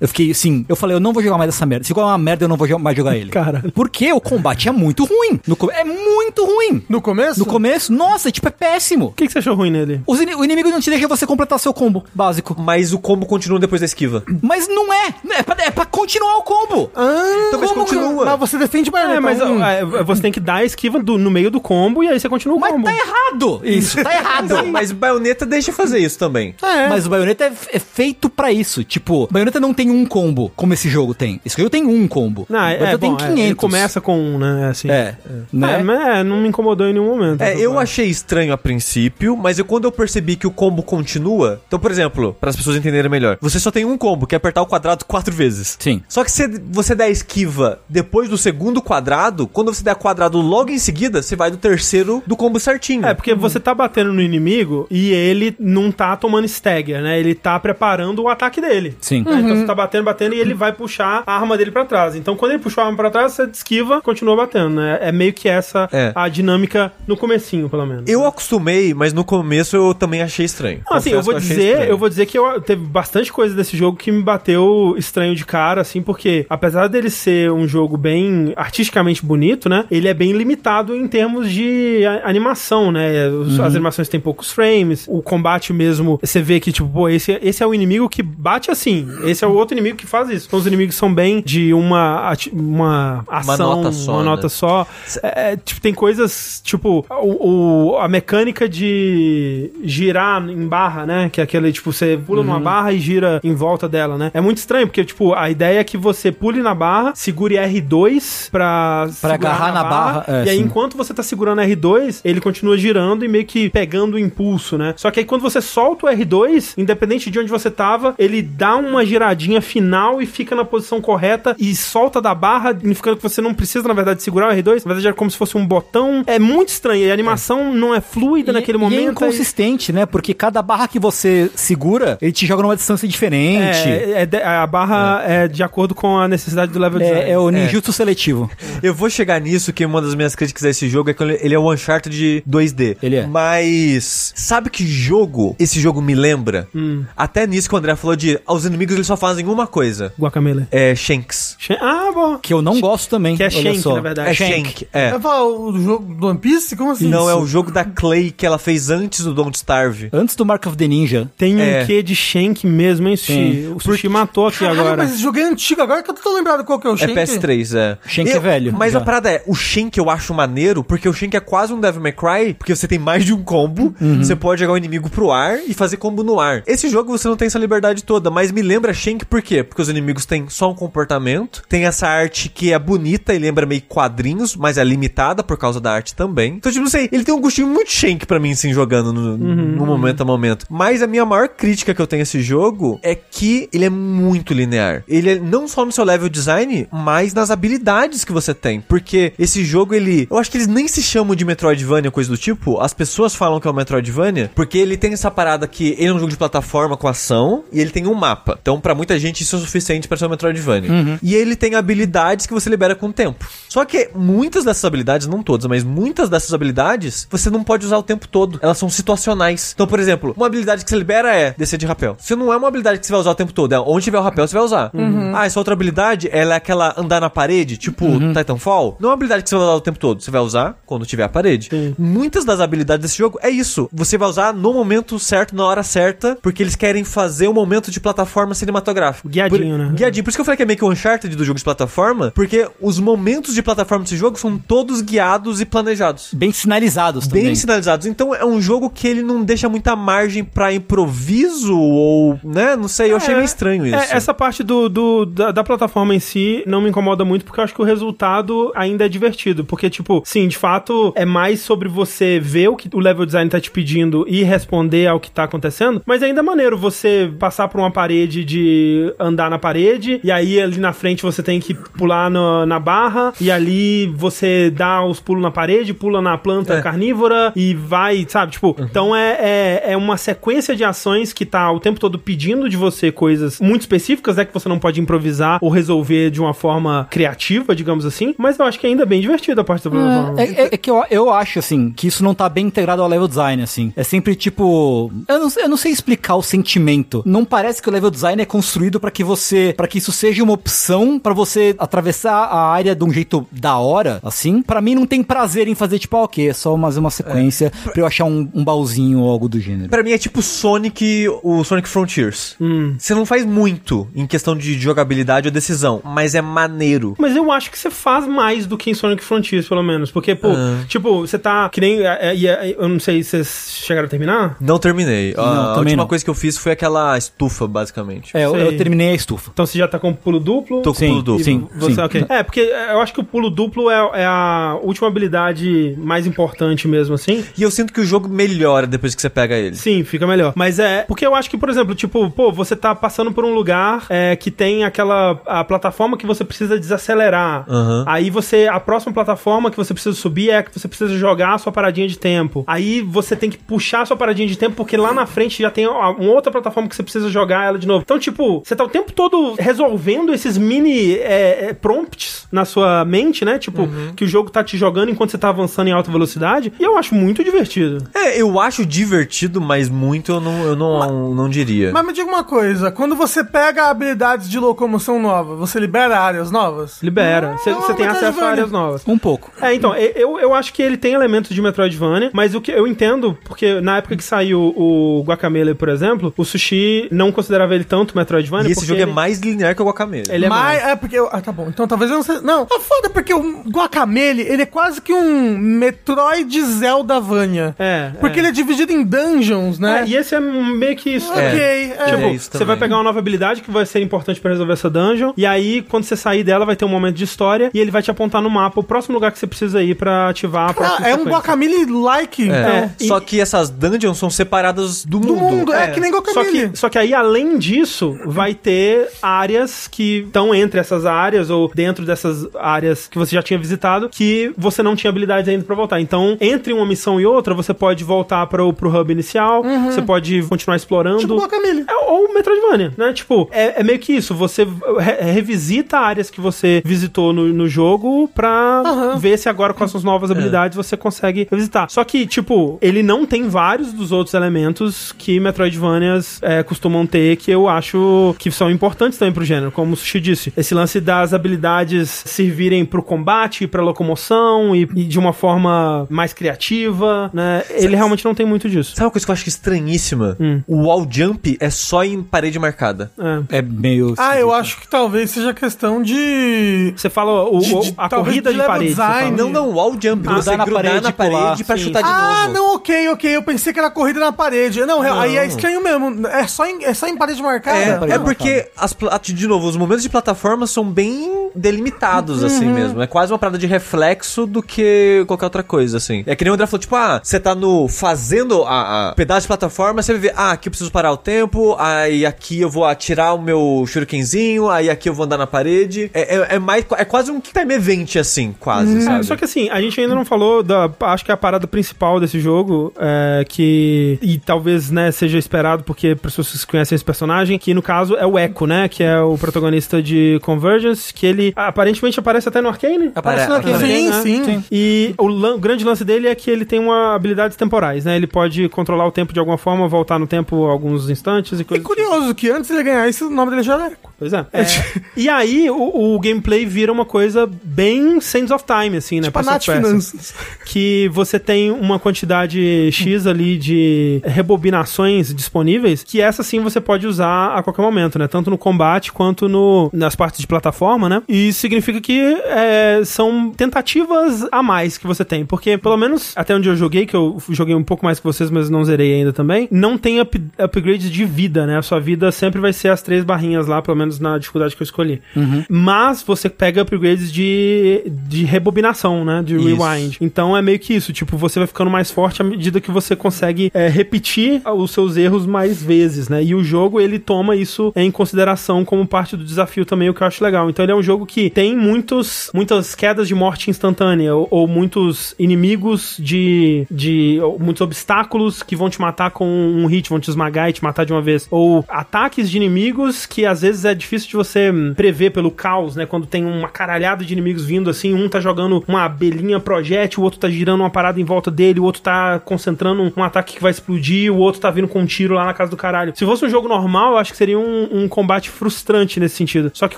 Eu fiquei assim, eu falei, eu não vou jogar mais essa merda. Se for uma merda, eu não vou jo- mais jogar ele.
Caralho.
Porque o combate é muito ruim. No co- é muito ruim.
No começo?
No começo, nossa, tipo, é péssimo.
O que, que você achou ruim nele?
Os ini- o inimigo não te deixa você completar seu combo básico.
Mas o combo continua depois da esquiva.
Mas não é. É pra, é pra continuar o combo.
Ah,
Então, mas
como que-
continua.
Mas você defende então. mais
né?
É, mas
Então,
ó, é, você tem que dar a esquiva do- no meio do combo e aí você continua o
Mas
combo.
tá errado. Isso, tá errado.
Não, Então, mas baioneta deixa fazer isso também.
É.
(laughs) Mas o Bayonetta é, é feito pra isso. Tipo, Bayonetta não tem um combo, como esse jogo tem. Esse jogo tem um combo.
Não, é,
Bayonetta
é, bom, é, ele começa com um, né? é Assim.
É,
Né?
né?
mas, é, não me incomodou em nenhum momento. tá
É, eu achei estranho a princípio, mas eu- quando eu percebi que o combo continua. Então, por exemplo, para as pessoas entenderem melhor, você só tem um combo, que é apertar o quadrado quatro vezes.
Sim.
Só que se você der a esquiva depois do segundo quadrado, quando você der quadrado logo em seguida, você vai do terceiro do combo certinho.
É, porque você tá batendo no inimigo e ele não tá tomando stagger, né? Ele tá preparando o ataque dele.
Sim. Uhum.
Né? Então você tá batendo, batendo e ele vai puxar a arma dele pra trás. Então quando ele puxou a arma pra trás, você esquiva, continua batendo, né? É meio que essa
É.
a dinâmica no comecinho, pelo menos.
Eu acostumei, mas no começo eu também achei estranho.
Não, assim,
Confesso
eu vou
que achei
dizer,
estranho.
eu vou dizer que eu, teve bastante coisa desse jogo que me bateu estranho de cara, assim, porque apesar dele ser um jogo bem artisticamente bonito, né? Ele é bem limitado em termos de a- animação, né? Os-
Uhum.
As animações têm poucos frames, o combate mesmo, você vê que, tipo, pô, esse, esse é o inimigo que bate assim, esse é o outro inimigo que faz isso. Então os inimigos são bem de uma, ati- uma ação,
nota só,
uma
né?
nota só. É, é, tipo, tem coisas, tipo, o, o- a mecânica de girar em barra, né? Que é aquele, tipo, você pula
Uhum.
numa barra e gira em volta dela, né? É muito estranho, porque, tipo, a ideia é que você pule na barra, segure R2 pra. segurar
agarrar na barra, é,
e aí,
sim.
enquanto você tá segurando R2, ele continua girando e meio que pegando o impulso, né? Só que aí, quando você solta o R2, independente de onde você tava, ele dá uma giradinha final e fica na posição correta e solta da barra, significando que você não precisa, na verdade, segurar o R2. Na verdade, é como se fosse um botão. É muito estranho. E a animação não é fluida naquele
e,
momento.
E é inconsistente, né? Porque cada barra que você segura, ele te joga numa distância diferente. É,
É, é de- a barra é. de acordo com a necessidade do level design.
é o ninjutsu seletivo.
Eu vou chegar nisso, que uma das minhas críticas a esse jogo é que ele ele é um Uncharted de 2D.
Ele é.
Mas, sabe que jogo esse jogo me lembra? Até nisso que o André falou de, ah, os inimigos eles só fazem uma coisa.
Guacamele.
É Shanks.
Shen- Ah, bom.
Que eu não gosto também.
Que é
olha
Shank,
só.
na verdade.
É Shank. É.
Vai falar o jogo do One Piece? Como assim?
Não, é o jogo da Clay que ela fez antes do Don't Starve.
Antes do Mark of the Ninja.
Tem
É.
um quê de Shank mesmo, hein, Sushi? O Sushi matou aqui
Caralho,
agora.
mas esse jogo é antigo, agora que eu tô lembrado qual que é o
É
Shank.
PS3, é.
Shank é
Eu-
velho,
Mas
já.
a parada é, o Shank eu acho maneiro, porque o Shank é quase um Devil May Cry, porque você tem mais de um combo,
Uhum.
você pode jogar o inimigo pro ar e fazer combo no ar. Esse jogo você não tem essa liberdade toda, mas me lembra Shank Por quê? Porque os inimigos têm só um comportamento, tem essa arte que é bonita e lembra meio quadrinhos, mas é limitada por causa da arte também. Então, tipo, não sei, ele tem um gostinho muito shank pra mim, assim, jogando no, no momento a momento. Mas a minha maior crítica que eu tenho a esse jogo é que ele é muito linear. Ele é não só no seu level design, mas nas habilidades que você tem. Porque esse jogo, ele. Eu acho que eles nem se chamam de Metroidvania, coisa do tipo. As pessoas falam que é um Metroidvania, porque ele tem essa parada que ele é um jogo de plataforma com ação e ele tem um mapa. Então, pra muita gente, isso é o suficiente pra ser um Metroidvania. E ele tem habilidades que você libera com o tempo. Só que muitas dessas habilidades, não todas, mas muitas dessas habilidades, você não pode usar o tempo todo. Elas são situacionais. Então, por exemplo, uma habilidade que você libera é descer de rapel. Você não é uma habilidade que você vai usar o tempo todo. É onde tiver o rapel, você vai usar.
Uhum.
Ah, essa outra habilidade, ela é aquela andar na parede, tipo Titanfall. Não é uma habilidade que você vai usar o tempo todo. Você vai usar quando tiver a parede. Muitas das habilidades desse jogo é isso. Você vai usar no momento certo, na hora certa, porque eles querem fazer um momento de plataforma cinematográfico.
Guiadinho,
Por-
né?
Guiadinho. Por isso que eu falei que é meio que um Uncharted do jogo de plataforma, porque os momentos de plataforma desse jogo são todos guiados e planejados.
Bem sinalizados também.
Bem sinalizados. Então é um jogo que ele não deixa muita margem pra improviso ou, né? Não sei, eu achei meio estranho isso.
É, essa parte do, do- da, da plataforma em si não me incomoda muito, porque eu acho que o resultado ainda é divertido. Porque, tipo, sim, de fato, é mais sobre você ver o que o level design tá te pedindo e responder ao que tá acontecendo. Mas ainda é maneiro você passar por uma parede de andar na parede, e aí ali na frente você tem que pular no- na barra, e ali você dá os pulos na parede, pula na planta
É. Uhum.
carnívora e vai, sabe? Tipo, então é, é, é uma sequência de ações que tá o tempo todo pedindo de você coisas muito específicas, né? Que você não pode improvisar ou resolver de uma forma criativa, digamos assim. Mas eu acho que ainda é bem divertido a parte da plataforma.
É, é- é que eu, eu acho, assim, que isso não tá bem integrado ao level design, assim. É sempre tipo. Eu não, eu não sei explicar o sentimento. Não parece que o level design é construído pra que você. para que isso seja uma opção pra você atravessar a área de um jeito da hora, assim. Pra mim não tem prazer em fazer, tipo, ah, ok, é só mais uma sequência pra eu achar um, um baúzinho ou algo do gênero.
Pra mim é tipo Sonic, o Sonic Frontiers. Você não faz muito em questão de jogabilidade ou decisão, mas é maneiro.
Mas eu acho que você faz mais do que em Sonic Frontiers, pelo menos. Porque, pô,
É.
tipo, você tá que nem. é, é, é, eu não sei se vocês chegaram a terminar.
Não terminei.
Não,
a
também
última
não.
coisa que eu fiz foi aquela estufa, basicamente.
É, eu,
Sei.
eu terminei a estufa.
Então você já tá com pulo duplo.
Tô com
Sim,
pulo duplo.
sim.
Você, ok. É, porque é, eu acho que o pulo duplo é, é a última habilidade mais importante mesmo, assim.
E eu sinto que o jogo melhora depois que você pega ele.
Sim, fica melhor. Mas é. Porque eu acho que, por exemplo, tipo, pô, você tá passando por um lugar é, que tem aquela. a plataforma que você precisa desacelerar.
Aham.
Aí você. A próxima plataforma que você precisa subir é a que você precisa jogar a sua paradinha de tempo. Aí você tem que puxar a sua paradinha de tempo, porque lá na frente já tem a- uma outra plataforma que você precisa jogar ela de novo. Então, tipo, você tá o tempo todo resolvendo esses mini é, é, prompts na sua mente, né? Tipo, que o jogo tá te jogando enquanto você tá avançando em alta velocidade. E eu acho muito divertido.
É, eu acho divertido, mas muito eu não, eu não, não diria.
Mas me diga uma coisa, quando você pega habilidades de locomoção nova, você libera áreas novas?
Libera. Você
não é
você tem acesso a
Metroidvania.
áreas novas.
Um pouco.
É, então, e- eu, eu acho que ele tem elementos de Metroidvania, mas o que eu entendo, porque na época que saiu o Guacamele, por exemplo, o Sushi não considerava ele tanto Metroidvania.
E esse
porque
jogo é
ele-
mais linear que o Guacamele.
Ele é
Mas
mais.
é porque. eu- Ah, tá bom. Então talvez eu não sei. Não, é foda porque o Guacamele, ele é quase que um Metroid Zeldavania.
É,
Porque
é.
ele é dividido em dungeons, né?
É, e esse é meio que isso.
Ok, é.
Tipo,
É isso
você vai
também.
pegar uma nova habilidade que vai ser importante pra resolver essa dungeon. E aí, quando você sair dela, vai ter um momento de história. E ele vai te apontar no mapa o próximo lugar que você precisa ir pra ativar a próxima.
Ah, é um
sequência.
Guacamele-like, então.
É.
e-
Só que essas dungeons são separadas do mundo.
Do mundo, é,
É,
que nem
só
Guacamele.
que, só que aí, além disso, vai ter áreas que estão entre essas áreas ou dentro dessas áreas que você já tinha visitado que você não tinha habilidades ainda pra voltar. Então, entre uma missão e outra, você pode voltar pro, pro hub inicial, você pode continuar explorando.
Tipo Guacamele.
É, ou Metroidvania, né? Tipo, é, é meio que isso. Você re- revisita áreas que você visitou no, no jogo pra ver se agora com as suas novas habilidades você consegue revisitar. Só que, tipo, ele não tem vários dos outros elementos que Metroidvanias é, costumam ter que eu acho que são importantes também pro gênero, como o Sushi disse. Esse lance das habilidades servirem pro combate, pra locomoção e, e de uma forma mais criativa, né? Ele realmente não tem muito disso.
Sabe uma coisa que eu acho que é estranhíssima? O wall jump é só em parede marcada.
É.
É meio.
Ah, eu acho que talvez seja questão de.
Você fala o- o-
De- de-
a
talvez
corrida
de
de,
level
parede. você
design,
fala.
né?
Não, não, wall jump.
Grudar
você
na
grudar
parede,
na
pular,
parede pra
sim.
chutar de
Ah,
novo.
não, ok, ok. Eu pensei que era corrida na parede. Não, aí é estranho mesmo. É só em, é só em parede marcada.
É, é,
parede
é
né?
porque, as, pla- de novo, os momentos de plataforma são bem delimitados, assim
Uhum.
mesmo. É quase uma parada de reflexo do que qualquer outra coisa, assim. É que nem o André falou, tipo, ah, você tá no. fazendo a, a pedaço de plataforma, você vê, ah, aqui eu preciso parar o tempo, aí aqui eu vou atirar o meu shurikenzinho, aí aqui eu vou andar na parede. É, é, é mais. É quase um time event, assim, quase, sabe?
Só que assim, a gente ainda não falou da. Acho que é a parada principal desse jogo é que. E talvez, né, seja esperado, porque pessoas que conhecem esse personagem, que no caso é o Echo, né? Que é o protagonista de Convergence, que ele aparentemente aparece até no Arcane.
Aparece no
Apare-
Arcane.
Sim,
sim.
E o, lan- o grande lance dele é que ele tem uma habilidades temporais, né? Ele pode controlar o tempo de alguma forma, voltar no tempo alguns instantes e
É
coisas. tipo.
curioso que antes de ele ganhar isso, o nome dele já era Eco.
Pois é. (laughs) e aí o, o gameplay vira uma coisa bem Sands of Time, assim, né?
Tipo a
Passa
Nath
peça.
Finanças.
que você tem uma quantidade X ali de rebobinações disponíveis, que essa sim você pode usar a qualquer momento, né? Tanto no combate quanto no, nas partes de plataforma, né? E isso significa que é, são tentativas a mais que você tem, porque pelo menos até onde eu joguei, que eu joguei um pouco mais que vocês, mas não zerei ainda também, não tem up, upgrades de vida, né? A sua vida sempre vai ser as três barrinhas lá, pelo menos na dificuldade que eu escolhi. Mas você pega upgrades de, de rebobinação, né? De
Isso.
rewind. Então é meio que isso, tipo, você vai ficando mais forte à medida que você consegue é, repetir os seus erros mais vezes, né? E o jogo, ele toma isso em consideração como parte do desafio também, o que eu acho legal. Então ele é um jogo que tem muitos, muitas quedas de morte instantânea, ou, ou muitos inimigos de, de ou muitos obstáculos que vão te matar com um hit, vão te esmagar e te matar de uma vez, ou ataques de inimigos que às vezes é difícil de você hum, prever pelo caos, né? Quando tem uma caralhada de inimigos vindo assim, um tá jogando uma abelhinha projétil, o outro tá girando uma parada em volta dele, o outro tá concentrando um- um ataque que vai explodir, o outro tá vindo com um tiro lá na casa do caralho. Se fosse um jogo normal, eu acho que seria um, um combate frustrante nesse sentido. Só que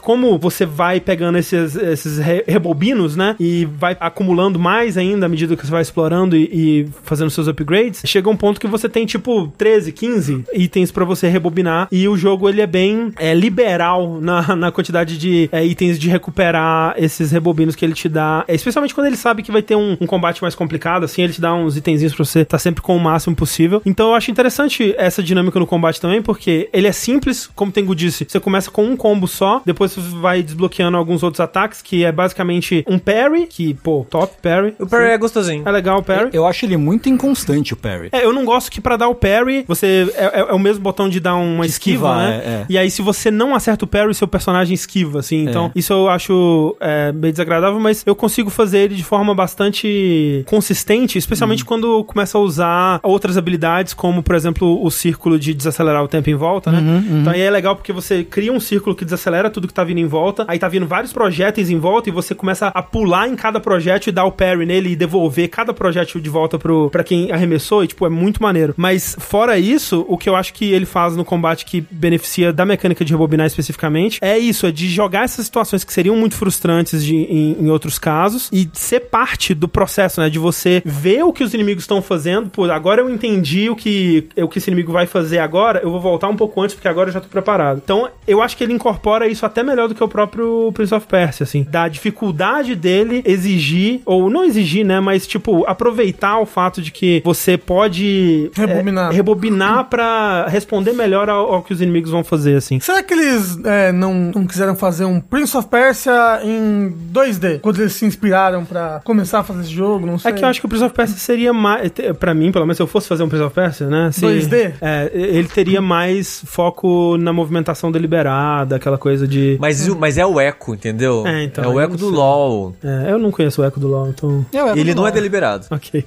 como você vai pegando esses, esses re- rebobinos, né? E vai acumulando mais ainda à medida que você vai explorando e, e fazendo seus upgrades, chega um ponto que você tem tipo 13, 15 itens pra você rebobinar e o jogo ele é bem é, liberal na, na quantidade de é, itens de recuperar esses rebobinos que ele te dá. É, especialmente quando ele sabe que vai ter um, um combate mais complicado, assim, ele te dá uns itenzinhos pra você tá sempre com o máximo possível. Então eu acho interessante essa dinâmica no combate também, porque ele é simples, como o Tengu disse, você começa com um combo só, depois você vai desbloqueando alguns outros ataques, que é basicamente um parry, que, pô, top parry.
O Perry é gostosinho.
É legal o parry.
Eu acho ele muito inconstante, o Perry.
É, eu não gosto que pra dar o parry, você é, é- é o mesmo botão de dar uma
De
esquiva,
esquivar,
né?
é, é.
E aí, se você não acerta o parry, seu personagem esquiva, assim. Então, isso eu acho é, meio desagradável, mas eu consigo fazer ele de forma bastante consistente,
Uhum.
especialmente quando começa a usar outras habilidades, como, por exemplo, o círculo de desacelerar o tempo em volta, né?
Uhum,
Então, aí é legal porque você cria um círculo que desacelera tudo que tá vindo em volta, aí tá vindo vários projéteis em volta e você começa a pular em cada projétil e dar o parry nele e devolver cada projétil de volta pro, pra quem arremessou, e tipo, é muito maneiro. Mas fora isso, o que eu acho que ele faz no combate que beneficia da mecânica de rebobinar especificamente é isso, é de jogar essas situações que seriam muito frustrantes de- em, em outros casos e ser parte do processo, né? De você ver o que os inimigos estão fazendo, pô, agora eu entendi o que, o que esse inimigo vai fazer agora, eu vou voltar um pouco antes porque agora eu já tô preparado. Então, eu acho que ele incorpora isso até melhor do que o próprio Prince of Persia, assim, da dificuldade dele exigir, ou não exigir, né? Mas, tipo, aproveitar o fato de que você pode
Rebobinar.
é, rebobinar pra responder melhor ao, ao que os inimigos vão fazer, assim.
Será que eles é, não, não quiseram fazer um Prince of Persia em 2D? Quando eles se inspiraram pra começar a fazer esse jogo, não sei.
É que eu acho que o Prince of Persia seria mais. te- Pra mim, pelo menos, se eu fosse fazer um Prince of Persia, né? se-
2D?
É, ele teria mais foco na movimentação deliberada, aquela coisa de.
Mas, o- mas é o eco, entendeu?
É, então,
o
eu
eco
não
do
sei.
LOL.
É, eu não conheço o Echo do LoL, então. (laughs)
Ele não é deliberado.
Ok.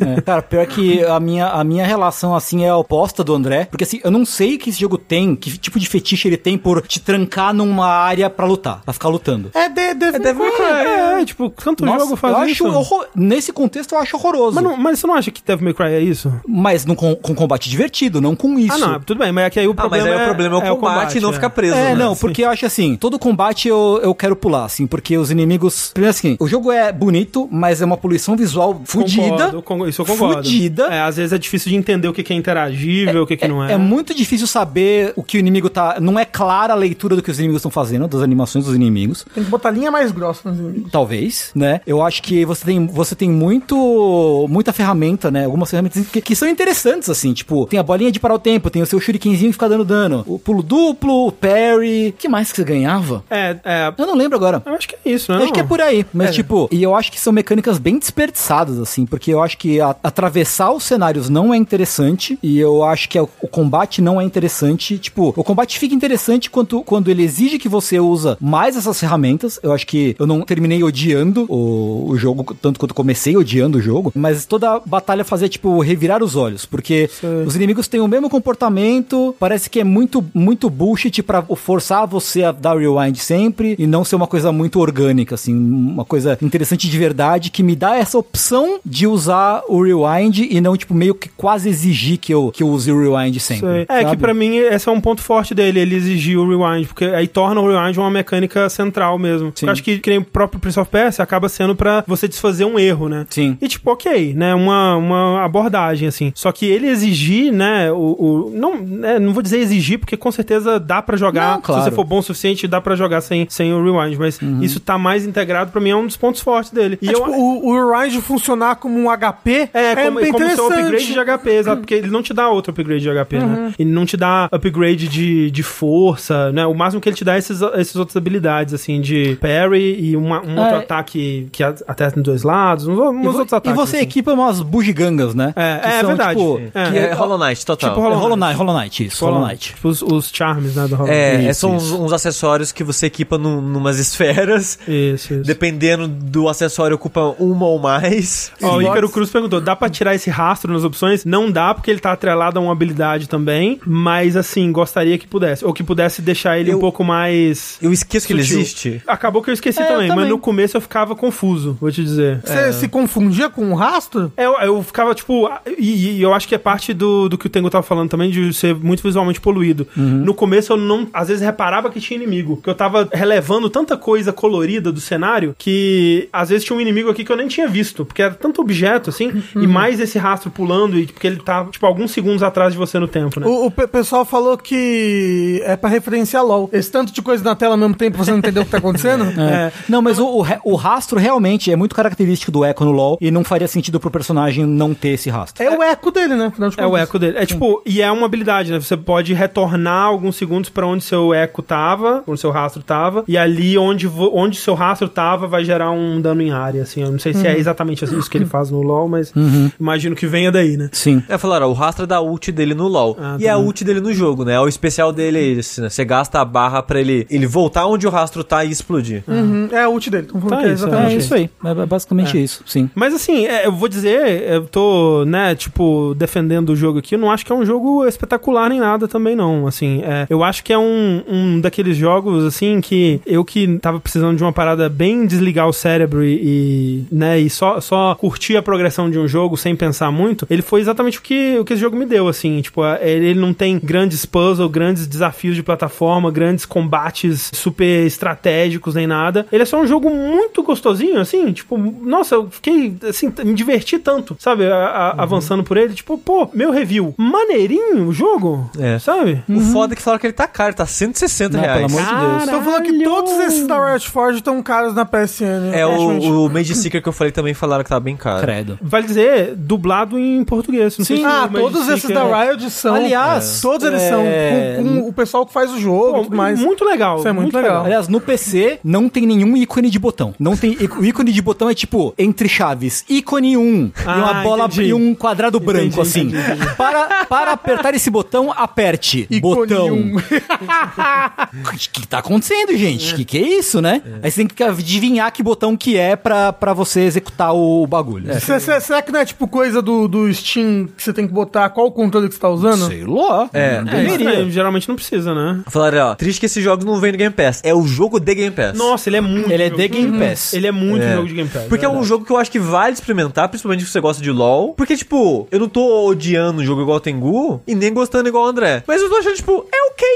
É, Cara, pior que a minha, a minha relação, assim, é a oposta do André. Porque, assim, eu não sei o que esse jogo tem, que tipo de fetiche ele tem por te trancar numa área pra lutar, pra ficar lutando.
É de, de,
É Devil May Cry.
É, tipo, tanto jogo faz
eu acho
isso. né?
horror- Nesse contexto, eu acho horroroso.
Mas, não- mas você não acha que Devil May Cry é isso?
Mas no, com, com combate divertido, não com isso.
Ah, não, tudo bem, mas é que aí o
Ah,
problema.
mas aí o problema é o combate, e não
é.
ficar preso, né?
É, não, porque eu acho assim, todo combate eu, eu quero pular, assim, porque os inimigos. Primeiro assim, o jogo é bonito, mas é uma poluição visual fudida.
Concordo, con- isso eu concordo.
Fudida.
É, às vezes é difícil de entender o que que é interagível, o que, que não é.
É muito difícil saber o que o inimigo tá. Não é clara a leitura do que os inimigos estão fazendo, das animações dos inimigos.
Tem que botar linha mais grossa nos inimigos.
Talvez, né? Eu acho que você tem, você tem muito muita ferramenta, né? Algumas ferramentas que, que são interessantes, assim. Tipo, tem a bolinha de parar o tempo, tem o seu shurikenzinho que fica dando dano. O pulo duplo, o parry. O que mais que você ganhava?
É, é.
Eu não lembro agora.
Eu acho que é isso, né?
Eu acho que é por aí. Mas,
É.
tipo, e eu acho que são mecânicas bem desperdiçadas, assim, porque eu acho que a- atravessar os cenários não é interessante. E eu acho que o, o combate não é interessante. Tipo, o combate fica interessante quanto, quando ele exige que você usa mais essas ferramentas. Eu acho que eu não terminei odiando o, o jogo, tanto quanto comecei odiando o jogo. Mas toda batalha fazia, tipo, revirar os olhos. Porque os inimigos têm o mesmo comportamento. Parece que é muito, muito bullshit pra forçar você a dar rewind sempre e não ser uma coisa muito orgânica, assim, uma coisa interessante de verdade que me dá essa opção de usar o rewind e não, tipo, meio que quase exigir que eu, que eu use o rewind sempre.
É
sabe?
que pra mim esse é um ponto forte dele, ele exigir o rewind, porque aí torna o rewind uma mecânica central mesmo.
Sim.
Eu acho que, que nem o próprio Prince of Persia acaba sendo pra você desfazer um erro, né?
Sim.
E tipo, ok, né? Uma, uma abordagem, assim. Só que ele exigir, né? O, o- não, né, não vou dizer exigir, porque com certeza dá pra jogar.
Não, claro.
Se você for bom o suficiente, dá pra jogar sem, sem o rewind. Mas isso tá mais integrado, pra mim, é um dos pontos fortes dele. E
É,
eu,
tipo, o, o Rewind funcionar como um HP
é, como,
bem
como seu upgrade
interessante.
de HP, exato, porque ele não te dá outro upgrade de HP,
Uhum.
né? Ele não te dá upgrade de, de força, né? O máximo que ele te dá é esses, essas outras habilidades, assim, de parry e uma- um outro
É.
ataque que a- acerta em dois lados, uns, uns
E, vo-
outros ataques.
e você
assim.
equipa umas bugigangas, né?
É,
Que
é
são,
verdade.
tipo,
É.
que
É, Hollow Knight, total.
Tipo,
é
Hollow
Hollow Knight, Hollow Knight, isso, Hollow Knight.
Tipo, os, os charms, né, do Hollow
É,
Knight.
é, são uns,
isso.
uns acessórios que você equipa num, numas esferas.
Isso, isso.
Dependendo do acessório, ocupa uma ou mais.
Ó, o
Sim.
Ícaro Cruz perguntou: dá pra tirar esse rastro nas opções? Não dá, porque ele tá atrelado a uma habilidade também, mas assim, gostaria que pudesse. Ou que pudesse deixar ele um
Eu-
pouco mais.
Eu esqueço que ele
Sutil.
existe.
Acabou que eu esqueci
É, eu
também, mas
também.
no começo eu ficava confuso, vou te dizer.
É.
Você se confundia com o rastro?
É, Eu, eu ficava, tipo, ah, e, e eu acho que é parte do, do que o Tengu tava falando também, de ser muito visualmente poluído.
Uhum.
No começo eu não, às vezes, reparava que tinha inimigo, que eu tava relevando tanta coisa colorida do cenário, que às vezes tinha um inimigo aqui que eu nem tinha visto, porque era tanto objeto, assim,
Uhum.
e mais esse rastro pulando, e porque ele tá, tipo, alguns segundos atrás de você no tempo, né?
O, o pe- pessoal falou que é pra referenciar LOL. Esse tanto de coisa na tela ao mesmo tempo, você não entendeu o que tá acontecendo?
É. Não, mas o, o re- o rastro realmente é muito característico do Echo no LoL e não faria sentido pro personagem não ter esse rastro.
É o eco dele, né? Afinal de
É o
contas.
eco dele. É tipo, e é uma habilidade, né? Você pode retornar alguns segundos pra onde seu eco tava, onde seu rastro tava, e ali onde, vo- onde seu rastro tava vai gerar um dano em área, assim. Eu não sei se é exatamente assim, isso que ele faz no LoL, mas imagino que venha daí, né?
Sim.
É, falaram, ó, o rastro é da ult dele no LoL.
Ah,
e
tá.
é a ult dele no jogo, né? O especial dele é esse, né? Você gasta a barra pra ele, ele voltar onde o rastro tá e explodir.
Uhum, é ult dele. Então,
Tá
que é
isso,
exatamente
Então,
É
achei.
isso aí. É basicamente isso, sim.
Mas assim, é, eu vou dizer, eu tô, né, tipo, defendendo o jogo aqui, eu não acho que é um jogo espetacular nem nada também, não. Assim, é, eu acho que é um, um daqueles jogos, assim, que eu que tava precisando de uma parada bem desligar o cérebro e, e, né, e só, só curtir a progressão de um jogo sem pensar muito, ele foi exatamente o que, o que esse jogo me deu, assim. Tipo, a- ele, ele não tem grandes puzzles, grandes desafios de plataforma, grandes combates super estratégicos nem nada. Ele é só um jogo muito gostosinho, assim. Tipo, nossa, eu fiquei, assim, t- me diverti tanto, sabe? A- a- Avançando por ele. Tipo, pô, meu review. Maneirinho o jogo,
É.
sabe?
O foda é que falaram que ele tá caro, tá 160
Não,
reais.
pelo amor de Deus.
Estão falando que
Caralho!
todos esses da Riot Forge estão caros na PSN.
É,
aparentemente.
o, o Mage Seeker que eu falei também falaram que tá bem caro.
Credo.
Vale dizer, dublado em português. Não sei
Sim,
se
ah,
o Magic
todos esses
Seeker-
da Riot são.
Aliás,
todos eles
Então, é,
são. Com, com o pessoal que faz o jogo e
Pô,
tudo é mais.
muito legal.
Isso é muito legal.
Aliás, no PC não tem nenhum ícone de botão. Não tem í- o ícone de botão é tipo entre chaves, ícone 1 e
Ah,
uma bola
entendi.
e um quadrado branco assim.
entendi,
Para para apertar esse botão, aperte
Ícone
botão.
um. (laughs)
O que que tá acontecendo, gente? O que que é isso, né? Aí você tem que adivinhar que botão que é pra pra você executar o bagulho.
Se- se- Será que não é tipo coisa do, do Steam que você tem que botar qual o controle que você tá usando?
Sei lá.
É.
Não
É, isso,
deveria.
né, geralmente não precisa, né?
Falaram, ó, triste que esses jogos não vêm no Game Pass. É o jogo de Game Pass.
Nossa, ele é muito.
Ele é
jogo-
The Game Pass.
Ele é muito
É.
jogo de Game Pass.
Porque é um jogo que eu acho que vale experimentar, principalmente se você gosta de LoL. Porque, tipo, eu não tô odiando o jogo igual o Tengu e nem gostando igual o André. Mas eu tô achando, tipo, é ok.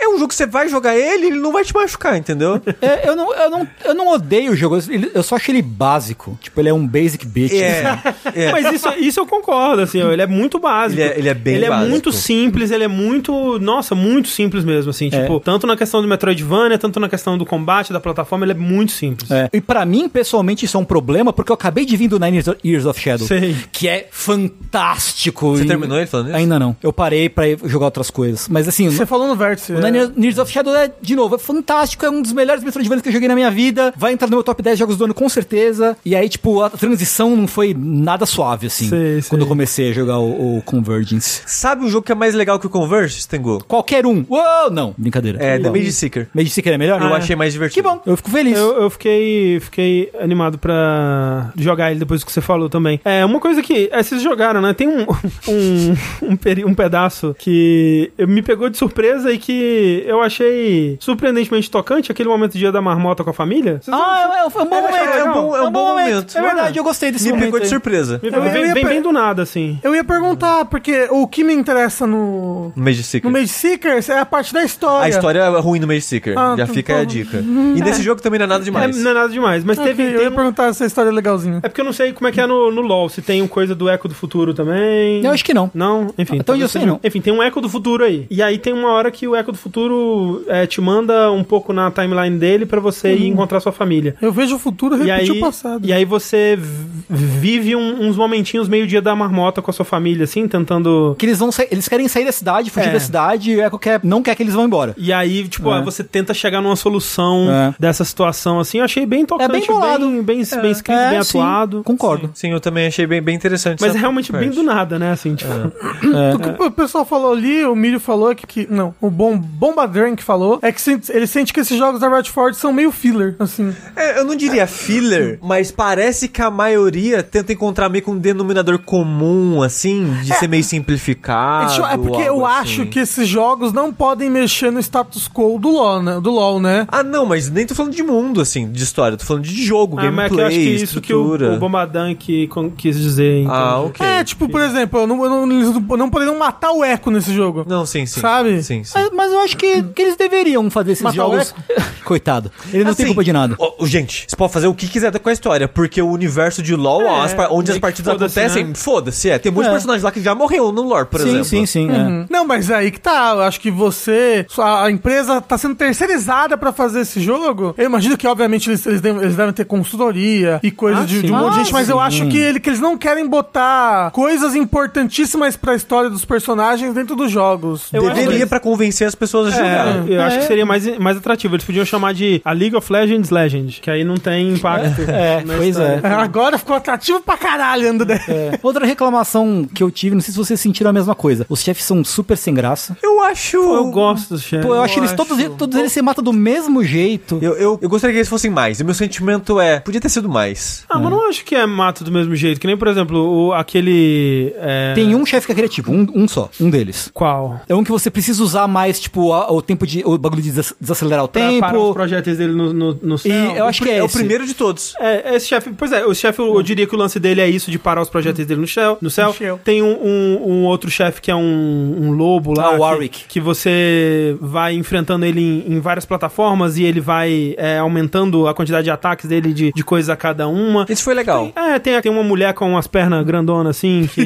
É.
É um jogo que você vai jogar ele, ele não vai te machucar, entendeu?
É, eu, não, eu, não, eu não odeio o jogo, ele- eu só achei ele básico. Tipo, ele é um basic bitch.
é.
Mas isso, isso eu concordo, assim, ó, ele é muito básico.
Ele é- ele é bem
Ele é
básico.
muito simples, ele é muito. Nossa, muito simples mesmo, assim.
É.
Tipo, tanto na questão do Metroidvania, tanto na questão do combate, da plataforma, ele é muito simples.
(laughs) É. E pra mim, pessoalmente, isso é um problema, porque eu acabei de vir do Nine Years of Shadow,
Sei.
que é fantástico.
Você
E-
terminou ele falando isso?
Ainda não. Eu parei pra ir jogar outras coisas. Mas assim,
Você falou no vértice.
o Nine Years- Years of Shadow é, de novo, é fantástico, é um dos melhores Metroidvania que eu joguei na minha vida, vai entrar no meu top 10 jogos do ano com certeza. E aí, tipo, a transição não foi nada suave, assim,
Sei,
quando
sei.
eu comecei a jogar o, o Convergence.
Sabe um jogo que é mais legal que o Converge, Tengu?
Qualquer um. Uou, não. Brincadeira.
É, The
Não.
Mage Seeker.
Mage Seeker é melhor?
Eu
Ah,
achei mais divertido.
Que bom, eu fico feliz.
Eu, eu fiquei, fiquei animado pra jogar ele depois que você falou também. É, uma coisa que. É, vocês jogaram, né? Tem um, (laughs) um, um, peri- um pedaço que eu- me pegou de surpresa e que eu achei surpreendentemente tocante aquele momento do dia da marmota com a família. Vocês
Ah, é, foi um bom
É,
momento.
é um bom- é um bom momento.
É verdade, eu gostei desse
Me
momento.
pegou de
aí.
surpresa.
me-
eu- eu
vem,
ia
vem
per-
bem do nada, assim.
Eu ia perguntar, porque o que me interessa no.
Mage Seeker.
No Mage Seekers é a parte da história.
A história é ruim no Mage Seeker.
Ah,
Já
tu-
fica a
tu-
dica. E nesse jogo também não é nada demais.
É, não é nada demais, mas
Ok,
teve.
Eu
tem
ia
um-
perguntar se a história é legalzinha.
É porque eu não sei como é que é no, no LoL, se tem um coisa do Eco do Futuro também.
Eu acho que não.
Não, enfim.
Então
talvez
eu sei
seja-
não.
Enfim, tem um Eco do Futuro aí. E aí tem uma hora que o Eco do Futuro é, te manda um pouco na timeline dele pra você
Uhum.
ir encontrar sua família.
Eu vejo o futuro
É.
é
E
repetir
aí,
o passado.
e aí você v- vive um- uns momentinhos meio dia da marmota com a sua família, assim, tentando...
Que eles vão sair, eles querem sair da cidade, fugir
É.
da cidade, e o Echo quer, não quer que eles vão embora.
E aí, tipo,
É.
ah, você tenta chegar numa solução
É.
dessa situação, assim. Eu achei bem tocante,
É bem bolado. É.
bem, bem, bem escrito, bem
sim,
atuado.
Concordo.
Sim, eu também achei bem, bem interessante.
Mas
essa
é realmente
parte.
bem do nada, né? Assim, tipo,
o que o pessoal falou ali, o Milho falou que. que- não, o bom, Bomba Drunk falou é que sente- ele sente que esses jogos da Riot Forge são meio filler, assim.
É, eu não diria filler, mas parece que a maioria tenta encontrar meio que um denominador comum, assim,
É.
de ser meio simplificado.
Eles chamam- é porque
algo
eu acho
Ah, assim.
que esses jogos não podem mexer no status quo do LoL, né? Do LoL, né?
Ah, não, mas nem tô falando de mundo, assim, de história. Tô falando de jogo,
Ah, mas é
gameplay,
que eu acho que isso que
estrutura.
o, o Bombadão que con- quis dizer. Então.
Ah, ok.
É, tipo, por exemplo, eu não, eu não- eles não- não poderiam matar o Echo nesse jogo.
Não, sim, sim.
Sabe?
Sim, sim.
Mas, mas eu acho que, que eles deveriam fazer esses
Matar
jogos.
o
(laughs) Coitado. Ele não
Assim,
tem culpa de nada.
ó, gente, você pode fazer o que quiser com a história, porque o universo de LoL, ó, as par- onde
É, meio
as
que
partidas
foda-se,
acontecem,
né?
foda-se, é. Tem muitos
É.
personagens lá que já morreram no lore, por
sim,
exemplo.
sim, sim, é.
Não, mas aí que tá. Eu acho que você. sua- A empresa tá sendo terceirizada pra fazer esse jogo. Eu imagino que, obviamente, eles, eles devem, eles devem ter consultoria e coisa
Ah,
de, de
sim.
um monte de
Ah,
gente, mas eu
sim.
acho que, ele, que eles não querem botar coisas importantíssimas pra história dos personagens dentro dos jogos.
Eu acho
Deveria
que-
pra convencer as pessoas a jogar.
É, eu
É.
acho que seria mais, mais atrativo. Eles podiam chamar de a League of Legends Legend, que aí não tem impacto.
É,
na
pois é.
história.
É, Agora ficou atrativo pra caralho, André. (laughs)
É. Outra reclamação que eu tive, não sei se vocês sentiram a mesma coisa. Os chefes são super sem graça.
Eu acho.
Eu gosto dos chefes.
Pô, eu
eu
acho eles todos,
acho.
eles- todos eles se matam do mesmo jeito.
Eu, eu, eu gostaria que eles fossem mais. E meu sentimento é. Podia ter sido mais.
Ah, mas não acho que é mato do mesmo jeito. Que nem, por exemplo, o, aquele. é,
Tem um chefe que é criativo, um, um só, um deles.
Qual?
É um que você precisa usar mais, tipo, a- o tempo de. O bagulho de des- desacelerar o
Pra parar os
tempo.
projéteis dele no, no, no
E
céu.
eu acho que é,
o
esse.
primeiro de todos.
É, esse chefe, pois é, o chefe, eu
Hum.
eu diria que o lance dele é isso, de parar os projéteis dele no, céu. no céu.
No céu.
Tem um, um- um outro chefe que é um, um lobo lá.
Ah, o
que-
Warwick.
Que, você vai enfrentando ele em, em várias plataformas e ele vai é, aumentando a quantidade de ataques dele de, de coisas a cada uma.
Isso foi legal.
É, tem, tem uma mulher com umas pernas grandonas assim, que,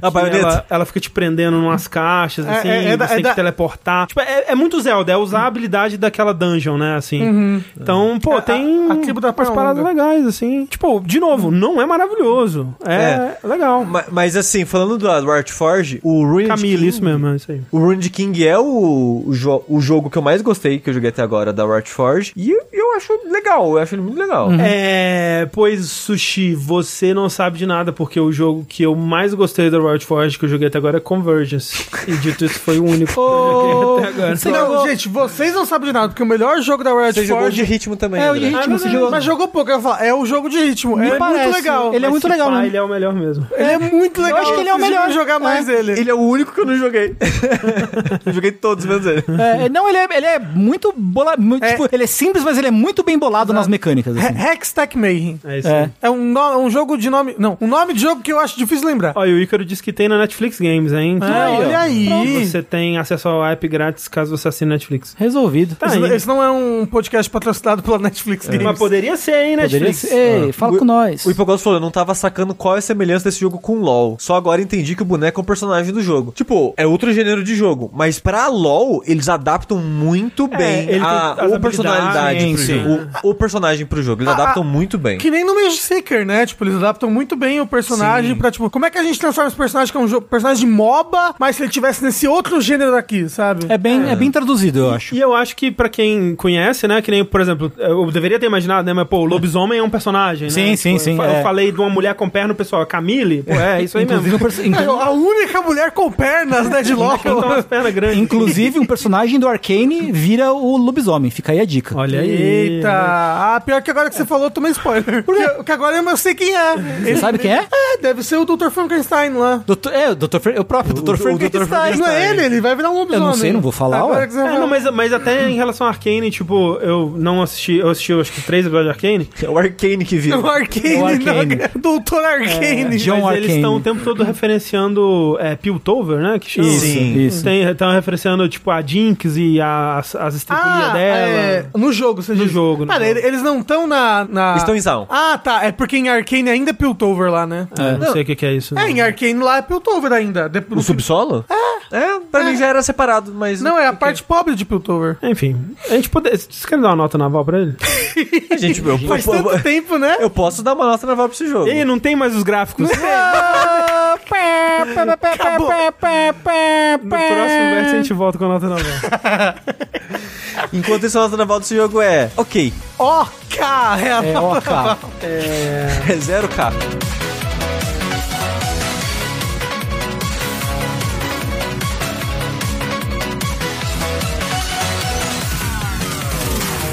A
(laughs)
que
baioneta.
ela, ela fica te prendendo numas caixas,
É,
assim,
é, é
e
da-
você
é
tem
da-
que teleportar. Tipo, é, é muito Zelda, é usar a habilidade daquela dungeon, né, assim. Então, pô,
A-
tem
Uhum. É, a- a tribo da
umas
Praonga.
paradas legais, assim. Tipo, de novo, não é maravilhoso, é, legal.
Ma- Mas, assim, falando da do Art Forge, o Ruined
Camille,
King.
isso mesmo, é isso aí.
O Ruined King é o, o, jo- o jogo que eu mais gostei, que eu joguei até agora, da Art Forge. E eu, eu acho legal, eu acho ele muito legal.
Uhum.
Uhum.
É, pois, Sushi, você não sabe de nada, porque o jogo que eu mais gostei da Riot Forge que eu joguei até agora é Convergence. E dito isso, foi o único que eu joguei até agora.
Você
Não,
jogou-
gente, vocês não sabem de nada, porque o melhor jogo da Riot
Você jogou
Forge.
de ritmo também,
É, o
André.
de ritmo,
Ah,
você
mas-
jogou.
Mas jogou pouco, eu ia falar, é o jogo de ritmo. é
parece.
muito legal.
Ele é
Mas
muito
se
legal,
pá,
né?
Ele é o melhor mesmo.
Ele é muito legal.
acho que ele é o
vocês
melhor.
deviam jogar mais ele.
Ele é o único que eu não joguei. (laughs) eu joguei todos menos ele.
É, não, ele é, ele é muito bola. mu-
É. É,
Tipo, ele é simples, mas ele é muito bem bolado nas mecânicas.
He-
Assim.
Hextech Mayhem.
É isso
É.
aí.
É um, no- um jogo de nome. Não, um nome de jogo que eu acho difícil lembrar.
Ó, e o Ícaro disse que tem na Netflix Games, hein?
Ah,
É, olha aí.
Você tem acesso ao app grátis caso você assine Netflix.
Resolvido.
Tá
Esse,
aí.
esse não é um podcast patrocinado pela Netflix
É.
Games.
Mas poderia ser, hein,
Poderia
Netflix?
ser. É. Ei, fala com nós.
O Hipogloss falou, eu não tava sacando qual é a semelhança desse jogo com LoL. Só agora entendi que o boneco é um personagem do jogo. Tipo, é outro gênero de jogo, mas pra LoL eles adaptam muito bem
ele
a,
tem as
o personalidade pro
habilidades, sim.
jogo. O, o personagem pro jogo, eles
Ah,
adaptam
ah,
muito bem.
Que nem no Mage Seeker, né? Tipo, eles adaptam muito bem o personagem pra, tipo, como é que a gente transforma esse personagem que é um jogo, personagem de MOBA, mas se ele tivesse nesse outro gênero daqui, sabe?
É, bem, é. bem traduzido, eu acho.
E eu acho que pra quem conhece, né, que nem, por exemplo, eu deveria ter imaginado, né, mas pô, o lobisomem é um personagem, né?
Sim, sim,
Pô,
sim,
Eu, fa- eu
é.
falei de uma mulher com perna, o pessoal, Camille, pô, é isso aí
Inclusive,
mesmo.
um
(laughs)
perso-
É,
inclu-
a única mulher com pernas, né,
(laughs)
de LOL.
Então, umas pernas grandes.
inclusive, um personagem do Arcane vira o lobisomem. Fica aí a dica.
Olha aí.
Eita! Ah, pior que agora que você falou, eu tomei spoiler. Porque, porque agora eu não sei quem é.
É. Você sabe quem é?
É, deve ser o Dr. Frankenstein lá.
Doutor, é, o Dr. Fran- o próprio Dr.
o Dr.
Frankenstein.
Não é ele, ele vai virar um lobisomem.
Eu não sei, não vou falar,
Agora
ué.
que você
É,
fala.
não, mas, mas até em relação a Arcane, tipo, eu não assisti, eu assisti acho que três episódios de Arcane,
É o Arcane que
É O
viu.
Arcane,
O
é
Arcane.
não, Doutor Arcane.
John
mas
Arcane.
eles estão o tempo todo referenciando é, Piltover, né, que chama?
Isso,
Sim.
isso.
Estão referenciando, tipo, a Jinx e as, as estripulias
Ah,
dela.
é, no jogo, você
No
diz.
jogo, no
Cara,
jogo.
ele- eles não estão na, na-
Estão em Zaun.
Ah, tá. É porque em Arcane ainda é Piltover lá, né?
É, não, sei o que, que é isso.
É, em Arcane lá é Piltover ainda. De-
O subsolo? É. É, pra mim já era separado, mas...
Não, é a parte pobre de Piltover.
(laughs) Enfim, a gente poderia. Vocês querem dar uma nota naval pra ele?
Gente, tipo, eu,
Faz
eu-
tanto tempo, né? (laughs)
eu posso dar uma nota naval pra esse jogo.
(laughs) Ei, não tem mais os gráficos.
Acabou.
No próximo verso a gente volta com a nota naval.
Enquanto isso, a nota naval desse jogo é... Ok,
Ok, é a
É,
nova-
ó, cara.
é 0k.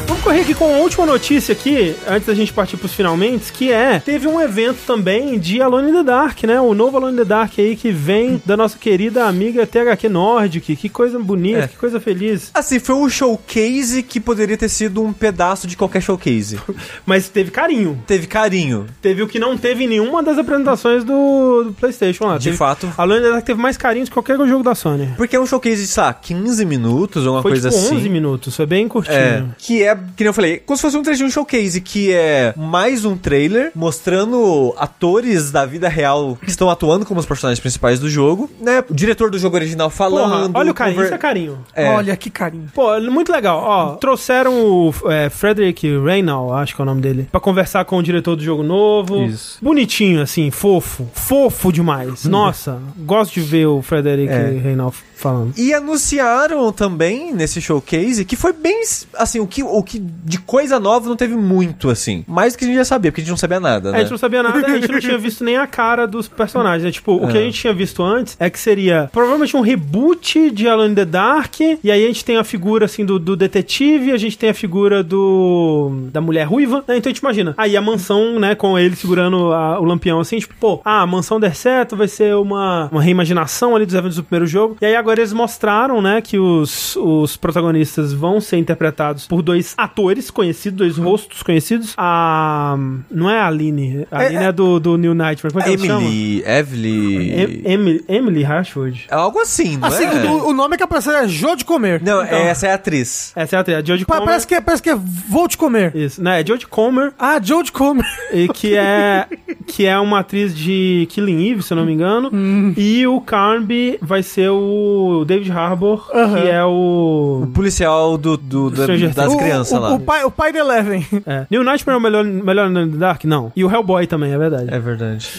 Vamos correr aqui com a última notícia aqui, antes da gente partir pros finalmente, que é, teve um evento também de Alone in the Dark, né? O novo Alone in the Dark aí que vem da nossa querida amiga THQ Nordic. Que coisa bonita,
É.
que coisa feliz.
Assim, foi um showcase que poderia ter sido um pedaço de qualquer showcase.
Mas teve carinho.
Teve carinho.
Teve o que não teve em nenhuma das apresentações do, do PlayStation lá.
De
Teve-
fato.
Alone in the Dark teve mais carinho que qualquer jogo da Sony.
Porque é um showcase de, sei lá, 15 minutos, alguma
Foi
coisa
tipo
assim.
11 minutos, foi bem curtinho.
É, que é, que nem eu falei, como se fosse um trechinho de showcase, que é mais um trailer mostrando atores da vida real que estão atuando como os personagens principais do jogo, né? O diretor do jogo original
Porra,
falando.
olha o carinho,
conver-
isso é carinho.
É.
Olha que carinho.
Pô, muito legal. Ó, trouxeram o é, Frederick Reynal, acho que é o nome dele, pra conversar com o diretor do jogo novo.
Isso. Uhum.
Bonitinho, assim, fofo. Fofo demais. Nossa, gosto de ver o Frederick
É.
Reynal falando.
E anunciaram também nesse showcase que foi bem assim, o que, o que de coisa nova não teve muito assim. Mais do que a gente já sabia, porque a gente não sabia
É,
nada,
A
né?
gente não sabia nada, a gente
(laughs)
não tinha visto nem a cara dos personagens. Né? Tipo,
É.
o que a gente tinha visto antes é que seria provavelmente um reboot de Alone in the Dark. E aí a gente tem a figura assim do, do detetive, a gente tem a figura do. da mulher ruiva, né? Então a gente imagina. Aí a mansão, né, com ele segurando a- o lampião assim, tipo, pô, ah, a mansão der certo, vai ser uma, uma reimaginação ali dos eventos do primeiro jogo. E aí agora eles mostraram, né, que os, os protagonistas vão ser interpretados por dois atores conhecidos, dois rostos conhecidos. A. Não é a Aline. A Aline é, do, do New Nightmare. Como é que ela chama?
Emily, Evelyn.
Em- Emily, Emily Rashford.
É algo assim, não
Assim,
é?
o, o nome é que apareceu é Jô de Comer.
Não,
Então.
essa é a atriz.
Essa é a atriz. A Jodie
Pa-
Comer.
parece, que é, parece que é Vou Te Comer.
Isso, né? É Jodie Comer,
Ah, Joe de Comer.
e que é, que é uma atriz de Killing Eve, se eu não me engano. E o Carnby vai ser o David Harbour, que é o...
Policial do, do- da-
Stranger
das
O-
crianças
o,
lá.
O pai, o pai de
(laughs)
Eleven.
É. New Nightmare é o melhor, melhor nome do Dark? Não. E o Hellboy também, é verdade.
É verdade.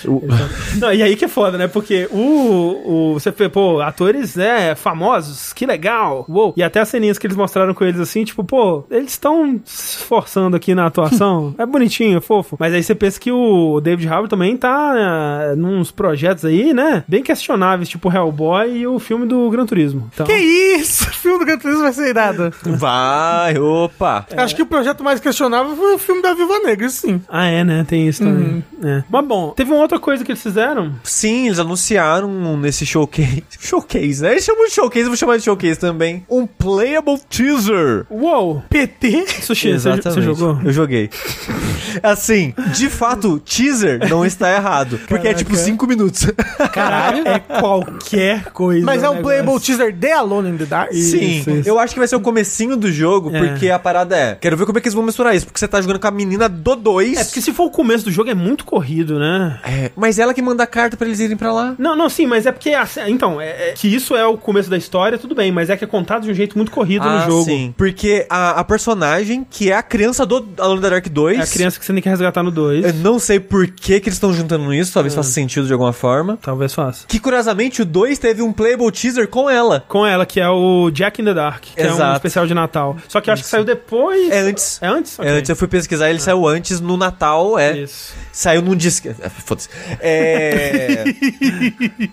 Não, e aí que é foda, né? Porque o. o você vê, pô, atores, né? Famosos, que legal. Uou. E até as ceninhas que eles mostraram com eles assim, tipo, pô, eles estão se esforçando aqui na
(laughs)
atuação. é bonitinho, é fofo. Mas aí você pensa que o David Harbour também tá né, nos projetos aí, né? Bem questionáveis, tipo Hellboy e o filme do Gran Turismo. Então,
(laughs) Que isso? O filme do Gran Turismo vai ser irado.
Vai, opa.
É.
Acho que o projeto mais questionável foi o filme da Viva Negra, isso sim.
Ah, é, né? Tem isso também.
Uhum.
É. Mas bom, teve uma outra coisa que eles fizeram.
Sim, eles anunciaram um nesse showcase. (laughs) Showcase, né? Eles chamam de showcase, eu vou chamar de showcase também. Um playable teaser.
Uou!
PT?
Sushi, você- você
Exatamente.
jogou?
Eu joguei. (laughs) Assim, de fato, teaser não está errado. Porque é tipo 5 minutos.
Caralho, é qualquer coisa. né,
Mas é um
negócio.
playable teaser de Alone in the Dark?
Sim,
(laughs) isso.
eu acho que vai ser o comecinho do jogo,
É.
porque a parada é. Quero ver como é que eles vão misturar isso, porque você tá jogando com a menina do 2.
É porque se for o começo do jogo é muito corrido, né?
É, mas ela que manda a carta pra eles irem pra lá.
Não, não, sim, mas é porque. a- Então, é, é que isso é o começo da história, tudo bem, mas é que é contado de um jeito muito corrido
Ah,
no jogo.
Porque a, a personagem, que é a criança do Alone in the Dark 2.
É a criança que você tem que resgatar no 2.
Eu não sei por que, que eles estão juntando isso,
Ah.
talvez faça sentido de alguma forma.
Talvez faça.
Que curiosamente o 2 teve um playable teaser com ela.
Com ela, que é o Jack in the Dark, que é um
Exato.
especial de Natal. Só que eu acho que saiu depois.
É antes.
É antes? Ok. Ah.
É, antes eu fui pesquisar, ele saiu antes no Natal, é.
Isso.
Saiu num disco. Ah, Foda-se.
(laughs)
É.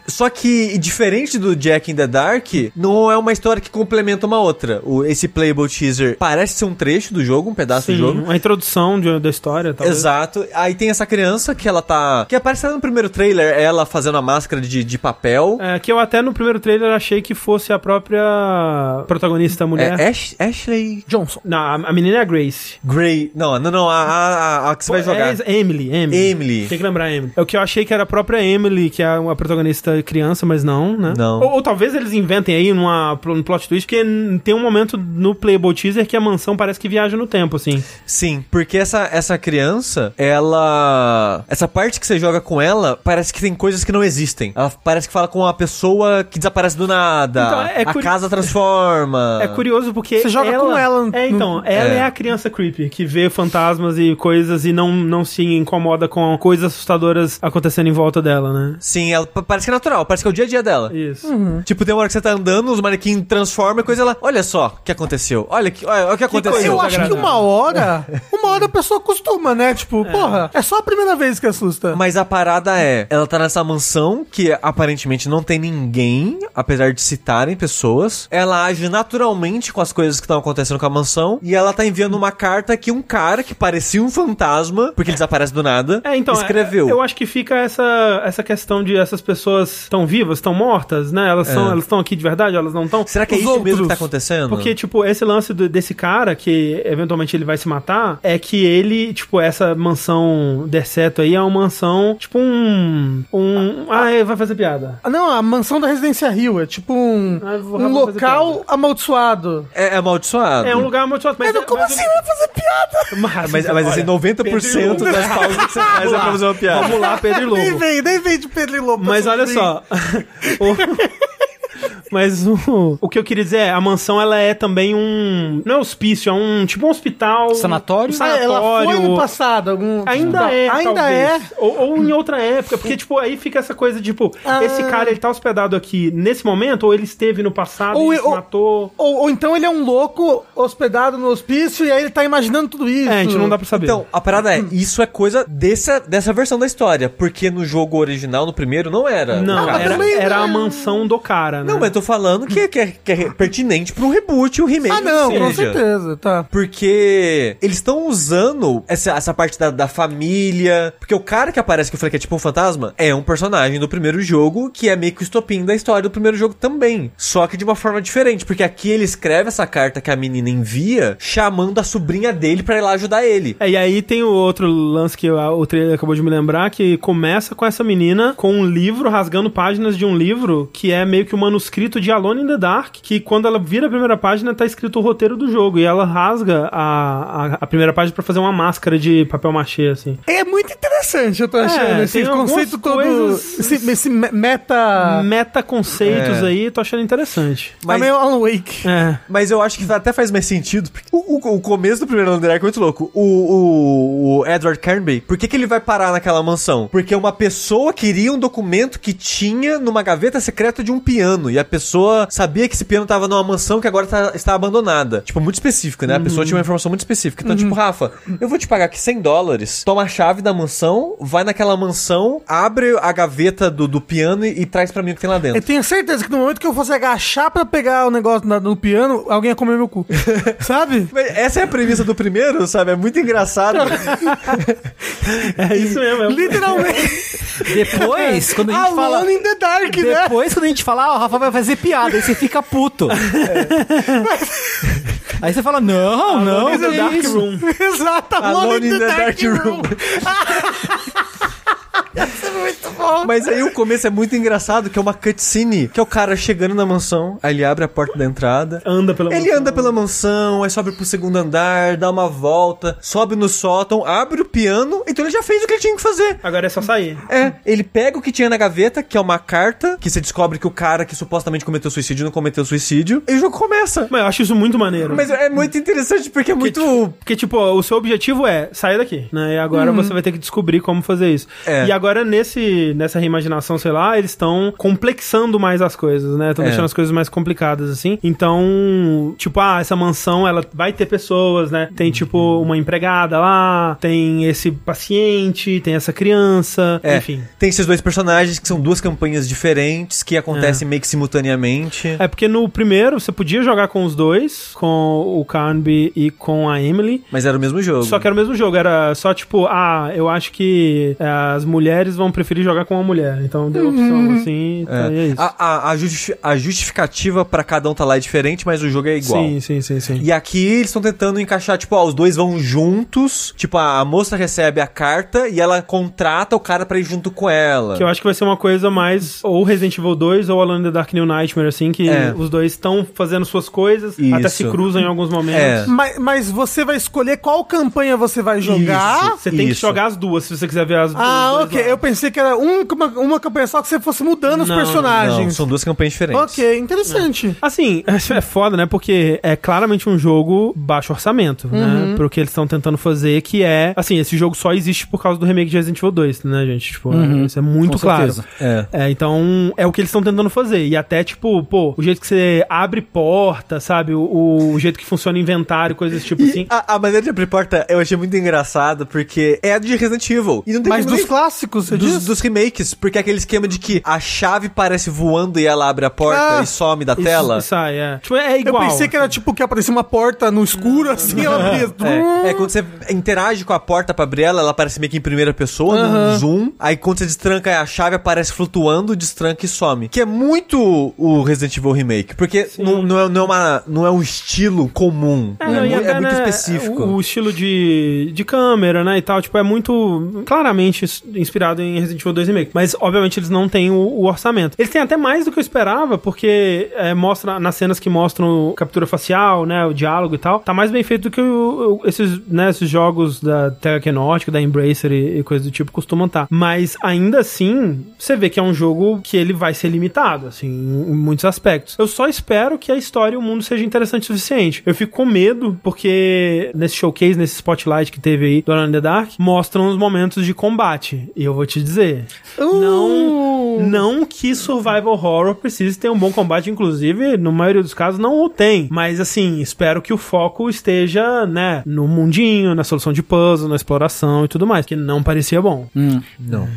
Só que, diferente do Jack in the Dark, não é uma história que complementa uma outra. O, esse playable teaser parece ser um trecho do jogo, um pedaço
Sim,
do jogo.
uma introdução de- da história, talvez.
Exato. Aí tem essa criança que ela tá. Que aparece lá no primeiro trailer, ela fazendo a máscara de, de papel.
É, que eu até no primeiro trailer achei que fosse a própria protagonista mulher.
É Ash- Ashley
Johnson.
Não, a, a menina é a Grace.
Grey. Não, não, não. A, a, a- a que você vai jogar.
É Emily, Emily.
Emily.
Tem que lembrar a Emily. É o que eu achei que era a própria Emily, que é uma protagonista criança, mas não, né?
Não.
Ou, ou talvez eles inventem aí numa, um plot twist, porque n- tem um momento no Playable Teaser que a mansão parece que viaja no tempo, assim.
Sim, porque essa, essa criança, ela. Essa parte que você joga com ela, parece que tem coisas que não existem. Ela parece que fala com uma pessoa que desaparece do nada.
Então, é- é
a
curi-
casa transforma.
(laughs) É curioso porque.
Você joga com ela.
É, então. Ela é.
Ah. É.
a criança creepy que vê fantasmas e coisas e não, não se incomoda com coisas assustadoras acontecendo em volta dela, né?
Sim, ela pa- parece que é natural, parece que é o dia a dia dela.
Isso.
Tipo, tem uma hora que você tá andando, os manequins transformam e coisa ela. Olha só o que aconteceu. Olha, que, olha, olha o que
coisa
aconteceu.
Eu acho que
desagradável.
uma
(laughs)
hora, uma hora a pessoa acostuma, né? Tipo, porra, é só a primeira vez que assusta.
Mas a parada é, ela tá nessa mansão que aparentemente não tem ninguém, apesar de citarem pessoas. Ela age naturalmente com as coisas que estão acontecendo com a mansão. E ela tá enviando uma carta que um cara que parecia um fantasma, porque ele desaparece do nada,
É, então,
escreveu.
é, eu acho que fica essa, essa questão de essas pessoas estão vivas, estão mortas, né? Elas são, elas estão aqui de verdade, elas não estão.
É. Será que é
Os
isso mesmo
outros.
que tá acontecendo?
Porque, tipo, esse lance do- desse cara, que eventualmente ele vai se matar, é que ele, tipo, essa mansão Derceto aí é uma mansão, tipo, um. um ah, é, vai fazer piada.
Ah, Não, a mansão da Residência Rio é tipo um,
Ah, eu vou-
um
vou fazer
local amaldiçoado.
É, é amaldiçoado.
É um lugar amaldiçoado, mas.
Mas como
mas- é
assim vai fazer piada?
(laughs) Mas,
Mas, mas assim, 90%
Pedro e
das pausas que
(laughs)
você faz é pra fazer uma piada.
Vamos lá, Pedro e
(laughs)
Lobo.
Nem vem, nem vem de Pedro e Lobo.
Mas
pra
olha
sobre mim.
só. (laughs) O- Mas o, o que eu queria dizer é, a mansão ela é também um. Não é hospício, é um tipo um hospital.
Sanatório?
Um
Ah, ela foi no
sanatório.
passado. Algum...
Ainda
Não,
é.
Ainda
talvez.
é.
Ou, ou em outra época. Porque, tipo, aí fica essa coisa, tipo,
Ah.
esse cara ele tá hospedado aqui nesse momento, ou ele esteve no passado
Ou
e
eu-
se matou.
Ou, ou então ele é um louco hospedado no hospício e aí ele tá imaginando tudo isso.
É, a gente não dá pra saber.
Então, a parada é, isso é coisa dessa, dessa versão da história, porque no jogo original, no primeiro, não era.
não,
o cara.
era,
ah, também é.
era a
não.
mansão do cara, né?
Não, mas eu tô falando que, que, é, que é pertinente pra um reboot, um remake.
Ah, não,
que
com
seja.
certeza, tá.
Porque eles estão usando essa, essa parte da, da família. Porque o cara que aparece, que eu falei que é tipo um fantasma, é um personagem do primeiro jogo que é meio que o estopim da história do primeiro jogo também. Só que de uma forma diferente. Porque aqui ele escreve essa carta que a menina envia, chamando a sobrinha dele pra ir lá ajudar ele.
É, e aí tem o outro lance que a- o trailer acabou de me lembrar, que começa com essa menina com um livro, rasgando páginas de um livro, que é meio que o manuscrito de Alone in the Dark, que quando ela vira a primeira página, tá escrito o roteiro do jogo, e ela rasga a, a, a primeira página pra fazer uma máscara de papel machê, assim.
É muito interessante, eu tô achando.
tem
esse
algumas
conceito todo.
coisas-
Esse, esse me- meta.
Meta conceitos
É.
aí, tô achando interessante.
Mas...
Mas-
meio Alan Wake.
É.
Mas eu acho que até faz mais sentido. Porque o, o- o começo do primeiro Underdark é muito louco. O, o- o Edward Carnby, por que, que ele vai parar naquela mansão? Porque uma pessoa queria um documento que tinha numa gaveta secreta de um piano. E a pessoa sabia que esse piano tava numa mansão que agora tá- está abandonada. Tipo, muito específico, né? A pessoa tinha uma informação muito específica. Então, tipo, Rafa, eu vou te pagar aqui 100 dólares, toma a chave da mansão mansão, vai naquela mansão, abre a gaveta do, do piano e, e traz pra mim o que tem lá
Eu
dentro.
tenho certeza que no momento que eu fosse agachar pra pegar o negócio na- no piano, alguém ia comer meu cu. Sabe?
Mas Essa é a premissa do primeiro, sabe? É muito engraçado.
É isso mesmo. é-
Literalmente.
Depois, quando a gente
Alone
fala.
in the dark, né?
Depois, quando a gente fala, ah, o Rafa vai fazer piada, aí você fica puto. (laughs) Aí você fala, não, não,
Alone in the
que
Dark
é isso?
Room.
(laughs) Exato, Alone, in the, dark, room. Isso é muito bom.
(laughs) Mas aí o começo é muito engraçado, que é uma cutscene, que é o cara chegando na mansão, aí ele abre a porta da entrada.
Anda pela
Ele
mansão.
anda pela mansão, aí sobe pro segundo andar, dá uma volta, sobe no sótão, abre o piano, então ele já fez o que ele tinha que fazer.
Agora é só sair.
É, ele pega o que tinha na gaveta, que é uma carta, que você descobre que o cara que supostamente cometeu suicídio não cometeu suicídio, e o jogo começa.
Mas eu acho isso muito maneiro.
Mas é muito interessante porque é muito.
Porque, tipo, o seu objetivo é sair daqui, né? E agora você vai ter que descobrir como fazer isso.
É.
E agora, nesse, nessa reimaginação, sei lá, eles estão complexando mais as coisas, né? Estão
É.
deixando as coisas mais complicadas, assim. Então, tipo, ah, essa mansão, ela vai ter pessoas, né? Tem,
Uhum.
tipo, uma empregada lá, tem esse paciente, tem essa criança,
É,
enfim.
Tem esses dois personagens que são duas campanhas diferentes que
É.
acontecem meio que simultaneamente.
É porque no primeiro você podia jogar com os dois, com o Carnby e com a Emily,
Mas era o mesmo jogo.
Só que era o mesmo jogo, era só tipo, ah, eu acho que é, as mulheres vão preferir jogar com uma mulher. Então deu opção assim, então e é
É.
isso.
A, a- a justi- a justificativa pra cada um tá lá é diferente, mas o jogo é igual.
Sim, sim, sim, sim.
E aqui eles estão tentando encaixar, tipo, ó, os dois vão juntos. Tipo, a, a moça recebe a carta e ela contrata o cara pra ir junto com ela.
Que eu acho que vai ser uma coisa mais ou Resident Evil 2 ou Alone in the Dark New Nightmare, assim, que
É.
os dois estão fazendo suas coisas,
Isso.
até se cruzam em alguns
É.
momentos.
Mas, mas você vai escolher qual campanha você vai jogar.
Isso.
Você tem que
Isso.
jogar as duas, se você quiser ver as duas.
Ah,
os dois
ok.
lados.
Eu pensei que era um- uma, uma campanha só que você fosse mudando os
Não,
Não,
personagens.
são duas campanhas diferentes.
ok, interessante.
Assim, (laughs) isso é foda, né? Porque é claramente um jogo baixo orçamento, né? Pro que eles estão tentando fazer, que é. Assim, esse jogo só existe por causa do remake de Resident Evil 2, né, gente? Tipo, isso é muito
Com
claro.
certeza.
É.
É, então é o que eles estão tentando fazer. E até, tipo, pô, o jeito que você abre porta, sabe? O, o jeito que funciona inventário, coisas desse tipo assim.
E a, a maneira de abrir porta eu achei muito engraçado, porque é a de Resident Evil. E não tem
Mas
como
dos
nem-
clássicos, você
dos,
diz?
dos remakes, porque é aquele esquema de que a chave parece voando e ela abre a porta
Ah.
e some da
Isso-
tela.
Isso, aí, é. Tipo, é
Eu
igual.
pensei que era tipo que aparecia uma porta no escuro, assim, ela abria.
É, é,
Ah.
quando você interage com a porta pra abrir ela, ela aparece meio que em primeira pessoa, num zoom. Aí quando você destranca a chave, aparece flutuando, destranca e some. Que é muito o Resident Evil Remake, porque não, não, é, não, é uma, não é um estilo comum.
É,
né?
não,
é,
e
muito,
até,
é muito
né,
específico.
O, o estilo de, de câmera, né, e tal, tipo, é muito claramente is- inspirado em Resident Evil 2 Remake. Mas, obviamente, eles não têm o, o orçamento. Eles têm até mais do que eu esperava, porque é, mostra, nas cenas que mostram captura facial, né, o diálogo e tal, tá mais bem feito do que o- o- esses, né, esses jogos da Tech Nordic, da Embracer e, e coisa do tipo costumam estar. Mas, ainda assim, você vê que é um jogo que ele vai ser limitado, assim, em em muitos aspectos. Eu só espero que a história e o mundo seja interessante o suficiente. Eu fico com medo, porque nesse showcase, nesse spotlight que teve aí do Alone in the Dark, mostram os momentos de combate. E eu vou te dizer,
Uh!
não,
Uh!
não que survival horror precise ter um bom combate, inclusive, na maioria dos casos não o tem. Mas assim, espero que o foco esteja, né, no mundinho, na solução de puzzle, na exploração e tudo mais, que não parecia bom.
Não.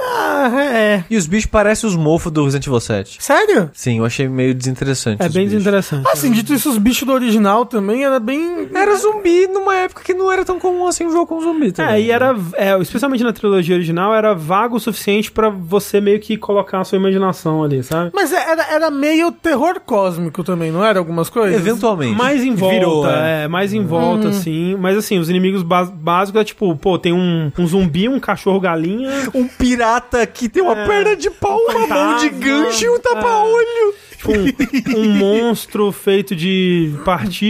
Ah, é.
E os bichos parecem os mofos do Resident Evil 7.
Sério?
Sim, eu achei meio desinteressante.
É
os
bem
bichos.
desinteressante.
Assim, dito isso, os bichos do original também era bem.
Era zumbi numa época que não era tão comum assim um jogo com zumbi também.
É, e era, é, especialmente na trilogia original, era vago o suficiente pra você meio que colocar a sua imaginação ali, sabe?
Mas é- era, era meio terror cósmico também, não era? Algumas coisas?
Eventualmente.
Mais em volta,
Virou, Uhum.
é. mais em volta, assim. Mas assim, os inimigos ba- básicos é tipo, pô, tem um, um zumbi, um cachorro galinha.
Um pirata que tem uma perna de pau, uma mão de
fantasma,
gancho e um
é.
tapa-olho.
tipo, um, um monstro feito de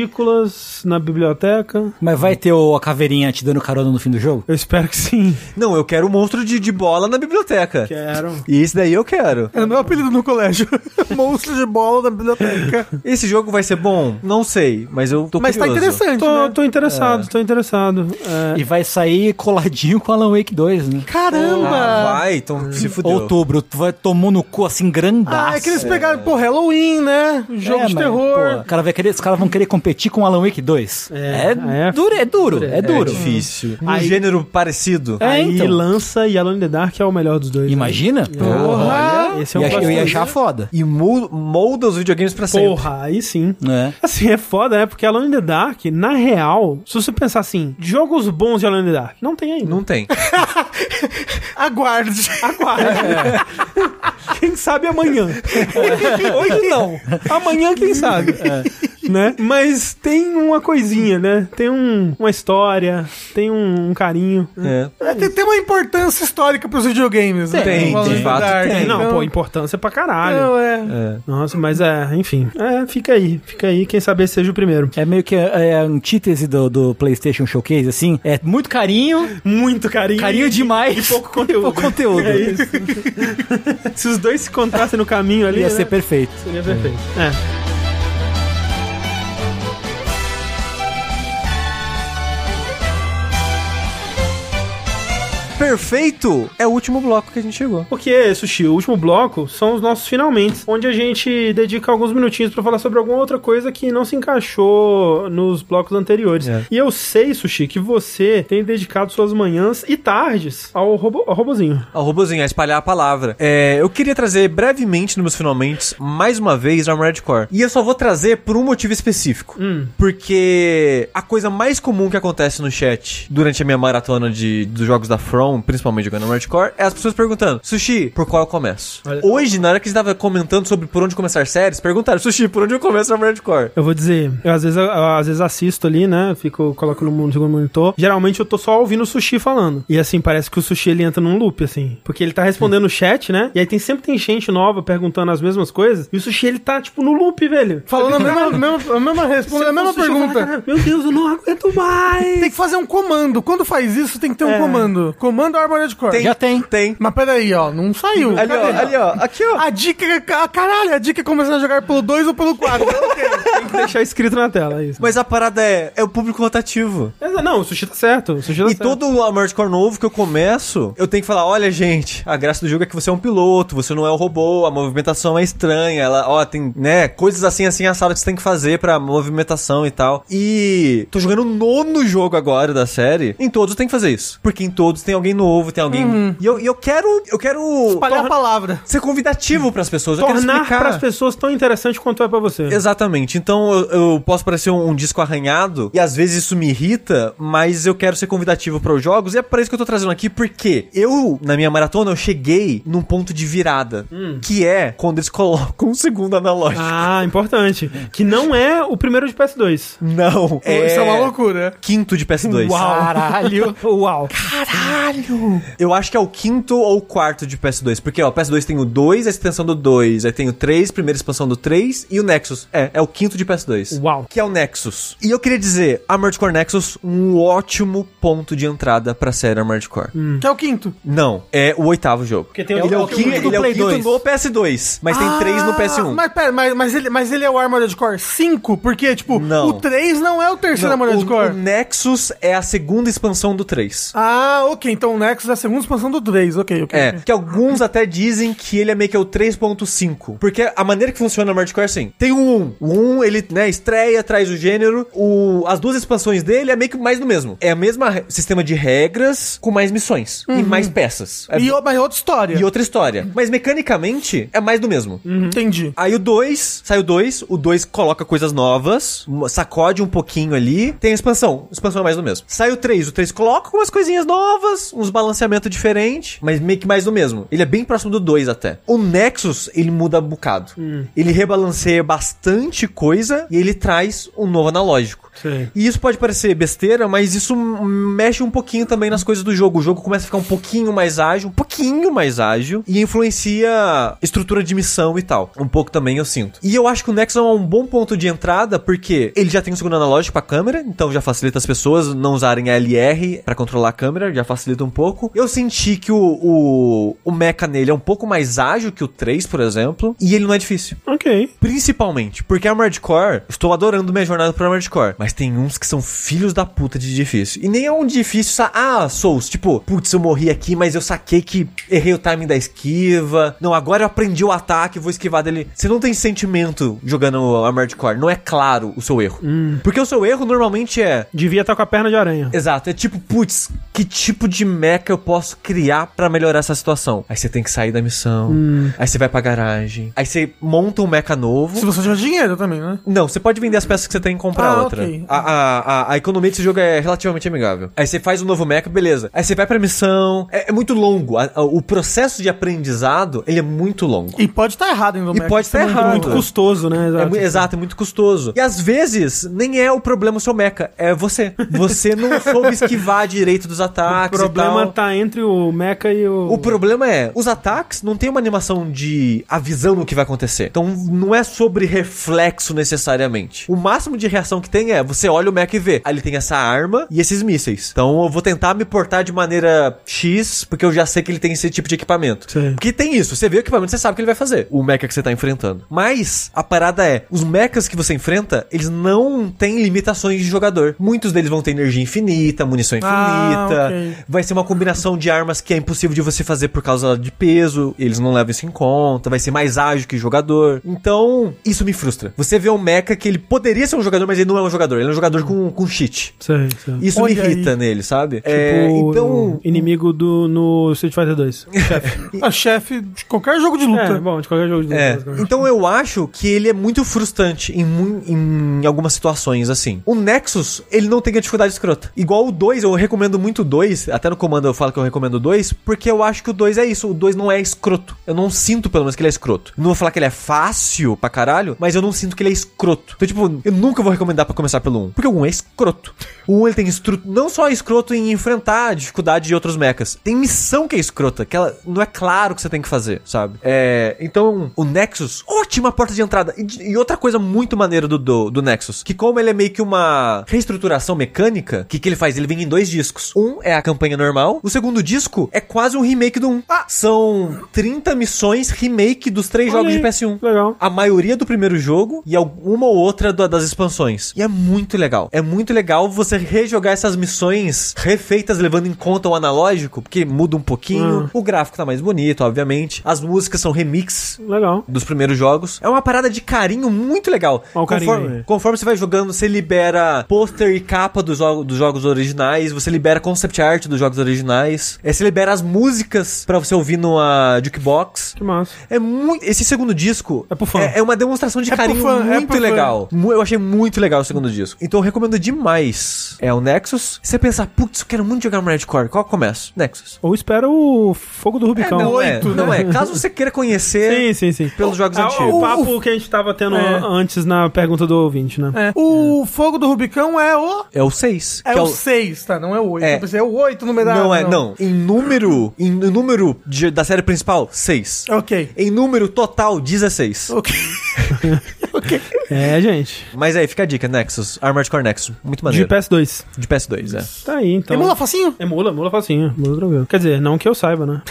partículas na biblioteca.
Mas vai ter o, a caveirinha te dando carona no fim do jogo?
Eu espero que sim.
Não, eu quero um monstro de, de bola na biblioteca.
Quero.
E esse daí eu quero.
Era meu apelido no colégio. (laughs) Monstro de bola na biblioteca.
Esse jogo vai ser bom? Não sei, mas eu tô
Mas tá
curioso.
interessante,
Tô,
né?
tô interessado, tô interessado. É.
E vai sair coladinho com Alan Wake 2, né?
Caramba!
Ah, vai, então se fudeu.
Outubro, tu vai tomou no cu assim grandaço.
Ah, é que eles pegaram, pô, Hello Halloween, né?
É,
Jogo Ah, de
mas, pô,
terror.
o cara vai querer, os caras vão querer competir com Alan Wake 2.
É,
É,
é.
duro, é duro, é duro.
difícil. Um
Aí-
gênero parecido.
É,
Aí
então.
lança e Alone in the Dark é o melhor dos dois.
Imagina?
Porra!
Olha, esse é um
Ia- eu ia
blockbuster.
achar foda.
E mo- molda os videogames pra sempre.
Porra, aí sim.
É.
Assim, é foda, né? Porque Alone in the Dark, na real, se você pensar assim, jogos bons de Alone in the Dark, não tem ainda.
Não tem.
Aguarde.
(laughs) Quem sabe amanhã. Hoje não. Amanhã, quem sabe. Né? Mas tem uma coisinha, né? Tem um- uma história, tem um, um carinho.
É.
É, tem, tem uma importância histórica pros videogames. né?
Tem,
Valor
de
de
fato
arte,
tem.
É, Não,
então-
pô, importância pra caralho.
Não, é.
Nossa, mas é, enfim. É, fica aí, fica aí. Quem saber seja o primeiro.
É meio que a, é a antítese do, do PlayStation Showcase, assim. É muito carinho,
Muito carinho.
carinho demais.
E pouco conteúdo.
pouco conteúdo.
É
(laughs)
isso. Se os dois se encontrassem no caminho ali,
Ia
né?
ser perfeito.
seria perfeito. É.
Perfeito é o último bloco que a gente chegou.
Porque, Sushi, o último bloco são os nossos finalmente, onde a gente dedica alguns minutinhos pra falar sobre alguma outra coisa que não se encaixou nos blocos anteriores.
É.
E eu sei, Sushi, que você tem dedicado suas manhãs e tardes ao, robo ao robozinho.
O robozinho, a espalhar a palavra. É, eu queria trazer brevemente nos meus finalmente, mais uma vez, Armored Core. E eu só vou trazer por um motivo específico. Porque a coisa mais comum que acontece no chat durante a minha maratona de, dos jogos da From, principalmente jogando Armored Core, é as pessoas perguntando: Sushi, por qual eu começo?
Olha-
Hoje, na hora que a gente tava comentando sobre por onde começar séries, perguntaram: Sushi, por onde eu começo Armored Core?
Eu vou dizer, eu às vezes, eu, às vezes assisto ali, né? Fico, coloco no mon- segundo monitor. Geralmente eu tô só ouvindo o sushi falando. E assim, parece que o sushi ele entra num loop, assim. Porque ele tá respondendo o chat, né? E aí tem, sempre tem gente nova perguntando as mesmas coisas. E o sushi ele tá, tipo, no loop, velho.
Falando a mesma, a mesma, a mesma resposta, a mesma
Sushi, eu falo,
pergunta.
"Cara, Meu Deus, eu não aguento mais.
Tem que fazer um comando. Quando faz isso, tem que ter um
É.
comando. Comando Armored Core.
Já tem.
Tem.
Mas peraí, ó, não saiu.
Ali, ó,
Cadê?
ali, ó. Aqui, ó.
A dica, a, caralho, a dica é começar a jogar pelo 2 ou pelo 4.
Tem que deixar escrito na tela, é isso.
Mas a parada é, é o público rotativo.
Mas, não, o sushi tá certo. O sushi tá
E
certo.
todo Armored Core novo que eu começo, eu tenho que falar, olha, gente, a graça do jogo é que você é um piloto, você não é um robô, a movimentação é estranha, ela, ó, tem, né, coisas assim, assim, assado que você tem que fazer pra movimentação e tal. E tô jogando o nono jogo agora da série, em todos eu tenho que fazer isso. Porque em todos tem alguém novo, tem alguém...
Uhum.
E eu, e eu quero, eu quero
Espalhar a palavra.
ser convidativo pras pessoas, eu quero
Tornar
explicar.
pras pessoas tão interessante quanto é pra você.
Exatamente. Então eu, eu posso parecer um, um disco arranhado e às vezes isso me irrita, mas eu quero ser convidativo para os jogos e é para isso que eu tô trazendo aqui, porque eu, na minha maratona, eu cheguei num ponto de virada, que é quando eles (laughs) colocam um segundo analógico.
Ah, importante. Que não é o primeiro de PS2.
Não, é,
Isso é uma loucura.
quinto de PS2.
Caralho.
Uau.
Eu acho que é o quinto ou o quarto de PS2, porque ó, o PS2 tem o 2, a extensão do 2, aí tem o 3, primeira expansão do 3 e o Nexus. É, é o quinto de PS2.
Uau.
que é o Nexus. E eu queria dizer, Armored Core Nexus, um ótimo ponto de entrada pra série Armored Core.
Que é o quinto.
Não, é o oitavo jogo.
Porque tem o-
ele é
tem
o
o
quinto,
quinto
ele é o
Play
quinto
2.
no PS2, mas tem três no
Ah,
PS1.
Mas pera, mas, mas ele, mas ele é o Armored Core 5? Porque, tipo,
Não.
o 3 não é o
Não,
terceiro Armored
o, o
Core.
Nexus é a segunda expansão do 3.
Ah, ok. Então o Nexus é a segunda expansão do 3. Ok, ok.
É, (laughs) que alguns até dizem que ele é meio que é o 3.5. Porque a maneira que funciona o Armored Core é assim: tem o 1. O 1, ele, né, estreia, traz o gênero. O, as duas expansões dele é meio que mais do mesmo. É o mesmo sistema de regras com mais missões e mais peças. É-
Uhum. E, o- mas é outra Uhum. história. Uhum.
e outra história. Mas mecanicamente é mais do mesmo.
Entendi.
Aí o 2, sai o 2, o 2 coloca coisas novas, uma- sacode um pouquinho ali, tem a expansão. A expansão é mais do mesmo. Sai o 3, o 3 coloca umas coisinhas novas, uns balanceamento diferente, mas meio que mais do mesmo. Ele é bem próximo do 2 até. O Nexus, ele muda um bocado. Ele rebalanceia bastante coisa e ele traz um novo analógico.
Sei.
E isso pode parecer besteira, mas isso mexe um pouquinho também nas coisas do jogo. O jogo começa a ficar um pouquinho mais ágil, um pouquinho mais ágil, e influencia a estrutura de missão e tal. Um pouco também eu sinto. E eu acho que o Nexon é um bom ponto de entrada, porque ele já tem um segundo analógico pra câmera, então já facilita as pessoas não usarem a LR pra controlar a câmera, já facilita um pouco. Eu senti que o, o, o mecha nele é um pouco mais ágil que o 3, por exemplo, e ele não é difícil.
Ok. Ok.
Principalmente, porque Armored Core, estou adorando minha jornada pro Armored Core, mas tem uns que são filhos da puta de difícil. E nem é um difícil, sa- ah, Souls, tipo, putz, eu morri aqui, mas eu saquei que errei o timing da esquiva. Não, agora eu aprendi o ataque, vou esquivar dele. Você não tem sentimento jogando Armored Core, não é claro o seu erro. Porque o seu erro normalmente é
Devia estar com a perna de aranha.
Exato, é tipo, putz, que tipo de meca eu posso criar pra melhorar essa situação? Aí você tem que sair da missão, aí você vai pra garagem, aí você monta um meca novo.
Se você tiver dinheiro também, né?
Não, você pode vender as peças que você tem e comprar
Ah,
outra.
ok.
A, a, a, a economia desse jogo é relativamente amigável. Aí você faz um novo mecha, beleza. Aí você vai pra missão. É, é muito longo. A- a- o processo de aprendizado, ele é muito longo.
E pode estar errado ainda.
E pode estar errado.
É Muito custoso, né?
É mu- exato, é muito custoso. E às vezes, nem é o problema o seu mecha, é você. Você não soube esquivar direito dos
O
ataques e
problema
tal.
tá entre o Mecha e o.
O problema é, os ataques não tem uma animação de avisando o que vai acontecer. Então não é sobre reflexo necessariamente. O máximo de reação que tem é, você olha o mecha e vê, ah, ele tem essa arma e esses mísseis. Então eu vou tentar me portar de maneira X, porque eu já sei que ele tem esse tipo de equipamento.
Sim.
Que tem isso, você vê o equipamento, você sabe o que ele vai fazer. O mecha que você tá enfrentando. Mas a parada é, os mechas que você enfrenta, eles não têm limitações de jogador. Muitos deles vão ter energia infinita, munição infinita,
Ah, ok.
Tá. Vai ser uma combinação de armas que é impossível de você fazer por causa de peso, eles não levam isso em conta, vai ser mais ágil que o jogador. Então, isso me frustra. Você vê um mecha que ele poderia ser um jogador, mas ele não é um jogador, ele é um jogador com, com cheat.
Sei, sei.
Isso
Olha
me irrita nele, sabe? é,
Tipo,
então.
o Inimigo do, no Street Fighter 2.
A chefe de qualquer jogo de
é,
luta.
bom, de qualquer jogo de
É,
basicamente.
então eu acho que ele é muito frustrante em, mu- em algumas situações, assim. O Nexus, ele não tem a dificuldade escrota. Igual o 2, eu recomendo muito o 2, até no comando eu falo que eu recomendo o 2, porque eu acho que o 2 é isso, o 2 não é escroto. Eu não sinto, pelo menos, que ele é escroto. Não vou falar que ele é fácil pra caralho, mas eu não sinto que ele é escroto. Então, tipo, eu nunca vou recomendar pra começar pelo 1, porque o 1 é escroto. O 1, ele tem estru... não só é escroto em enfrentar a dificuldade de outros mechas, tem missão que é escrota, que ela não é claro o que você tem que fazer, sabe? É, então, o Nexus, ótima porta de entrada. E, de- e outra coisa muito maneira do, do, do Nexus, que como ele é meio que uma reestruturação mecânica, o que, que ele faz? Ele vem em dois discos. Um é a campanha normal, o segundo disco é quase um remake do 1. Ah, são 30 missões remake dos três
Olha
jogos
aí,
de PS1.
Legal.
A maioria do primeiro jogo e alguma ou outra da- das expansões. E é muito legal. É muito legal você rejogar essas missões refeitas, levando em conta o analógico, porque muda um pouquinho.
Ah.
O gráfico tá mais bonito, obviamente. As músicas são remix
Legal.
dos primeiros jogos. É uma parada de carinho muito legal.
Ó o carinho
conforme,
aí.
conforme você vai jogando, você libera pôster e capa dos, jo- dos jogos originais, você libera concept art dos jogos originais, eh, você libera as músicas pra você ouvir numa jukebox.
Que massa.
É muito. Esse segundo disco
É pro fã.
É, é uma demonstração de
É pro
carinho
fã, é
muito
pro fã.
legal. Mu- Eu achei muito legal o segundo disco. Então eu recomendo demais. É o Nexus. Se você pensar, putz, eu quero muito jogar Armored Core, qual que eu começo? Nexus.
Ou espera o Fogo do Rubicão.
É, não, é,
oito,
não
né?
é. (laughs) Caso você queira
Sim,
conhecer
sim, sim.
pelos jogos
Ah,
antigos.
O papo que a gente tava tendo
É.
antes na pergunta do ouvinte, né?
É. O fogo do Rubicão é o.
É o 6.
É o 6, tá? Não é o 8.
É.
Eu pensei, é o 8 numerado.
Não é, não. Em número, em número de- da série principal, 6.
Ok.
Em número total, 16.
Ok. ok.
É, gente.
Mas aí, fica a dica, Nexus. Armored Core Nexus. Muito
De
maneiro.
PS2.
De, PS2, é.
Tá aí,
(laughs)
então.
Emula facinho?
Emula, emula facinho. Emula tranquilo. Quer dizer, não que eu saiba, (laughs) né?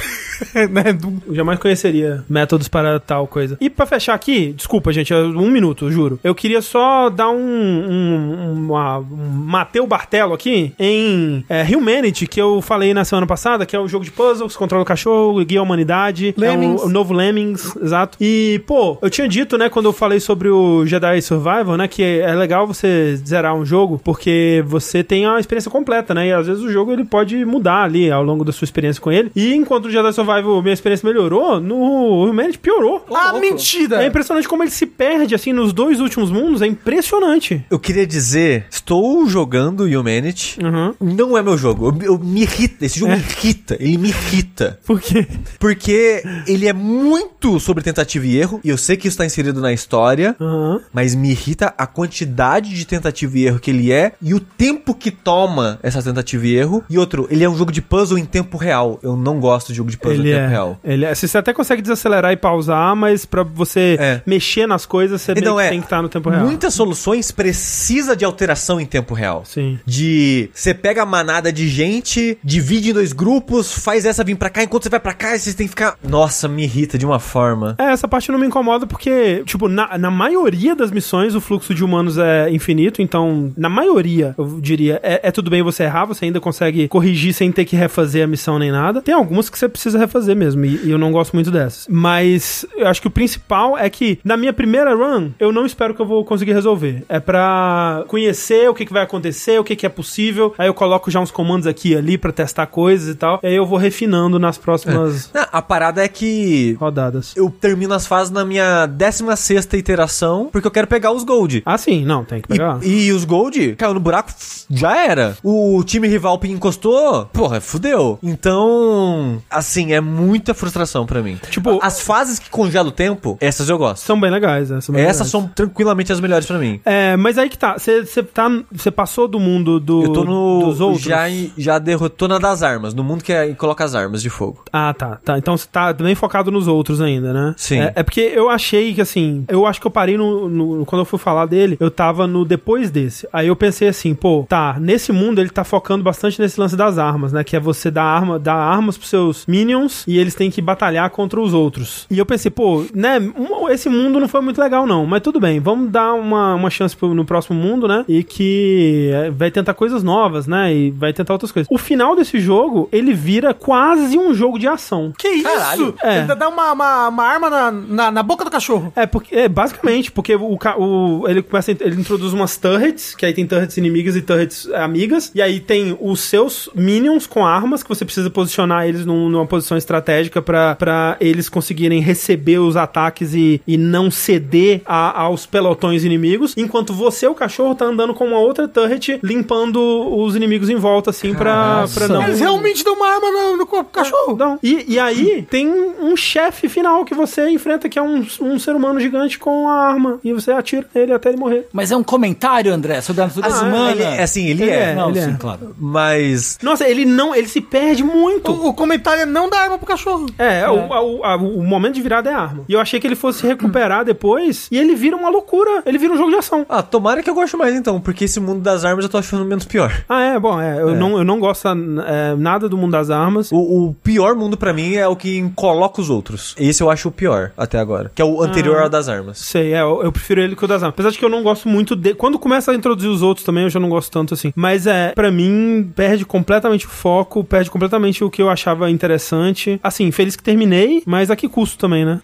Né, do-
Eu jamais conheceria métodos para tal coisa. E pra fechar aqui, desculpa, gente, é um minuto, eu juro. Eu queria só dar um. um, uma- um Mateu Bartelo aqui em é, Humanity, que eu falei na semana passada, que é o jogo de puzzles, controla o cachorro, guia a humanidade.
Lemmings.
É um- o novo Lemmings, exato. E, pô, eu tinha dito, né, quando eu falei sobre o Jedi Survival, né, que é legal você zerar um jogo porque você tem a experiência completa, né? E às vezes o jogo ele pode mudar ali ao longo da sua experiência com ele. E enquanto o Jedi Survival minha experiência melhorou, no Humanity piorou.
ah,
louco.
mentira!
É impressionante como ele se perde, assim, nos dois últimos mundos. É impressionante.
Eu queria dizer, estou jogando Humanity.
Uhum.
Não é meu jogo. Eu, eu- me irrita. Esse
É.
jogo me irrita. Ele me irrita.
Por quê?
Porque ele é muito sobre tentativa e erro. E eu sei que isso tá inserido na história.
Aham.
Mas me irrita a quantidade de tentativa e erro que ele é e o tempo que toma essa tentativa e erro. E outro, ele é um jogo de puzzle em tempo real. Eu não gosto de jogo de puzzle em
Ele é,
tempo real.
ele é. Você até consegue desacelerar e pausar, mas pra você
É.
mexer nas coisas, você meio
Então,
que
é,
tem que estar no tempo real.
Muitas soluções precisa de alteração em tempo real.
Sim.
De você pega a manada de gente, divide em dois grupos, faz essa vir pra cá, enquanto você vai pra cá, vocês têm que ficar. Nossa, me irrita de uma forma.
É, essa parte não me incomoda porque, tipo, na, na maioria das missões o fluxo de humanos é infinito, então, na maioria, eu diria, é, é tudo bem você errar, você ainda consegue corrigir sem ter que refazer a missão nem nada. Tem algumas que você precisa refazer mesmo, e, e eu não gosto muito dessas. Mas eu acho que o principal é que, na minha primeira run, eu não espero que eu vou conseguir resolver. É pra conhecer o que, que vai acontecer, o que, que é possível, aí eu coloco já uns comandos aqui e ali pra testar coisas e tal, e aí eu vou refinando nas próximas
Não, a parada é que.
rodadas.
Eu termino as fases na minha 16 iteração, porque eu quero pegar os gold.
Ah, sim, não, tem que
E-
pegar.
E, os Gold caiu no buraco, f- já era. O time rival pin- encostou, porra, fudeu. Então, assim, é muita frustração pra mim.
Tipo-
as fases que congelam o tempo, essas eu gosto.
São bem legais, né? São bem
Essas
legais.
são tranquilamente as melhores pra mim.
É, mas aí que tá. Você tá, você passou do mundo do,
Eu tô no.
dos outros.
Já, em- já derrotou na das armas, no mundo que é- coloca as armas de fogo.
Ah, tá, tá. Então você tá bem focado nos outros ainda, né?
Sim.
É, é porque eu achei que, assim, eu acho que eu parei no, no- Quando eu fui falar dele, eu tava no depois desse. Aí eu pensei assim, pô, tá, nesse mundo ele tá focando bastante nesse lance das armas, né? Que é você dar, arma, dar armas pros seus minions e eles têm que batalhar contra os outros. E eu pensei, pô, né? um- Esse mundo não foi muito legal, não. Mas tudo bem, vamos dar uma, uma chance pro- no próximo mundo, né? E que é, vai tentar coisas novas, né? E vai tentar outras coisas. O final desse jogo, ele vira quase um jogo de ação.
Que isso?
Caralho.
É.
Ele dá uma, uma, uma arma na, na, na boca do cachorro.
É, porque, é, basicamente, porque o, ca- o- ele começa, a int- ele introduz umas turrets, que aí tem turrets inimigas e turrets é, amigas, e aí tem os seus minions com armas, que você precisa posicionar eles num- numa posição estratégica pra- pra eles conseguirem receber os ataques e, e não ceder a- aos pelotões inimigos, enquanto você, o cachorro, tá andando com uma outra turret, limpando os inimigos em volta, assim, pra, pra não...
Eles realmente dão uma arma no, no corpo do cachorro.
Não. E, e aí tem um chefe final que você enfrenta, que é um, um ser humano gigante com a arma. E você atira nele até ele morrer.
Mas é um comentário, André, sobre a natureza
Ah,
humana.
Ele, assim, ele,
Ele
é.
é.
Não, sim,
é.
claro.
Mas.
Nossa, ele não. Ele se perde muito.
O, o comentário é não dar arma pro cachorro.
É, O, a- o- a- o momento de virada é a arma. E eu achei que ele fosse se recuperar depois. E ele vira uma loucura. Ele vira um jogo de ação.
Ah, tomara que eu goste mais então, porque esse mundo das armas eu tô achando menos pior.
Ah, é, bom, é, eu, Não, eu não gosto é, nada do mundo das armas.
O, o pior mundo pra mim é o que coloca os outros. Esse eu acho o pior até agora. Que é o anterior ao das armas.
Sei, é, eu, eu prefiro ele que o das armas. Apesar de que eu não gosto muito de. Quando começa a introduzir os outros também, eu já não gosto tanto assim. Mas é, pra mim, perde completamente o foco, perde completamente o que eu achava interessante. Assim, feliz que terminei, mas a que custo também,
(laughs)
né?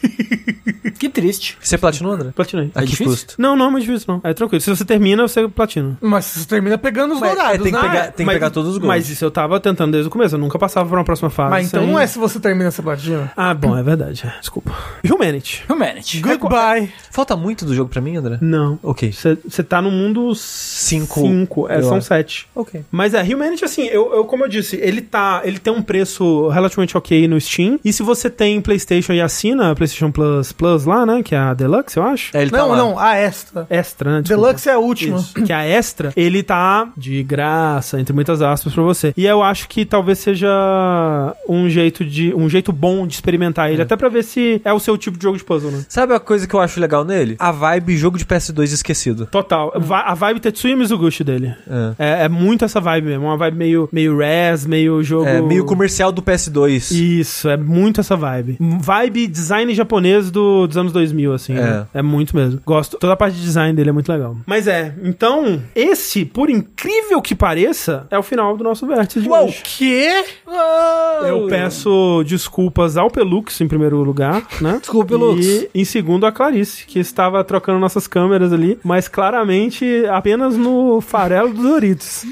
Que triste.
Você platinou, André?
Platinei.
A que
difícil?
custo?
Não, não é muito difícil, não. É tranquilo. Se você termina, você platina.
Mas você termina pegando os
Mas,
dourados,
é, tem que
né?
pegar- tem
Mas-
que pegar todos os gols.
Mas isso eu tava tentando desde o começo. Eu nunca passava pra uma próxima fase.
Mas então
sem-
não é se você termina essa platina.
Ah, bom, é verdade. Desculpa. Humanity.
Humanity.
Goodbye.
É Falta muito do jogo pra mim, André?
Não.
Ok.
Você tá no mundo
Cinco.
5. É,
Eu
são
acho.
7.
Ok.
Mas é, realmente assim, eu, eu- como eu disse, ele tá. Ele tem um preço relativamente ok no Steam. E se você tem Playstation e assina a Playstation Plus Plus lá, né? Que é a Deluxe, eu acho.
É, ele tá
não,
lá.
não, a extra.
Extra, né? desculpa.
Deluxe é a última.
Isso. Que a extra, ele tá de graça, entre muitas aspas, pra você. E eu acho que talvez seja um jeito de. um jeito bom de experimentar ele, até pra ver se é o seu tipo de jogo de puzzle, né?
Sabe a coisa que eu acho legal nele? A vibe jogo de PS2 esquecido.
Total. Va- A vibe Tetsuya Mizuguchi dele.
É.
É, é muito essa vibe mesmo. Uma vibe meio, meio res, meio jogo.
É, meio comercial do PS2.
Isso, é muito essa vibe. Vibe design japonês do, dos anos 2000, assim. É.
É.
Né? é muito mesmo. Gosto. Toda a parte de design dele é muito legal. Mas é, então, esse, por incrível que pareça, é o final do nosso vértice de
Uau, o
hoje.
quê?
Ah.
Eu peço desculpas ao Pelux, em primeiro lugar, né?
Desculpa, Pelux.
E, em segundo, a Clarice, que estava trocando nossas câmeras ali, mas claramente apenas no farelo do Doritos.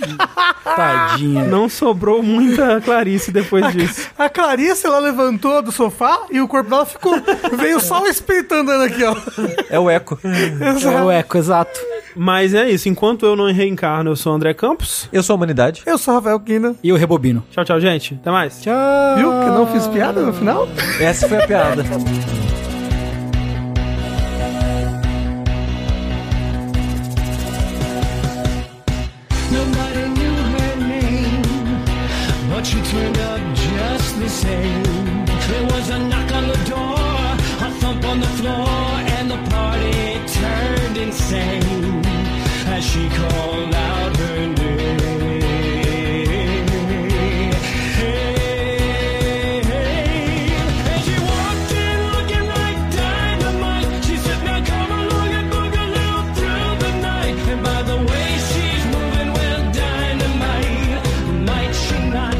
Tadinha.
Não sobrou muita Clarice depois disso.
A Clarice, ela levantou do sofá e o corpo dela ficou... veio só o espírito andando aqui, ó.
É o Echo.
É o eco, exato.
Mas é isso. Enquanto eu não reencarno, eu sou o André Campos.
eu sou a humanidade.
Eu sou o Rafael Guina.
E o rebobino.
Tchau, tchau, gente. Até mais. Tchau.
Viu que eu não fiz piada no final?
Essa foi a piada.
Nobody knew her name, but she turned up just the same. sang as she called out her name. And she walked in looking like dynamite. She said, Now come along and boogaloo through the night. And by the way, she's moving well, dynamite. Might she not?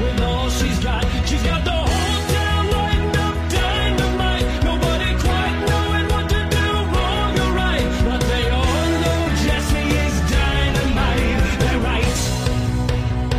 With all she's got, she's got the whole town lighting up dynamite. Nobody quite knowing what to do, wrong or right. But they all know Jesse is dynamite. They're right.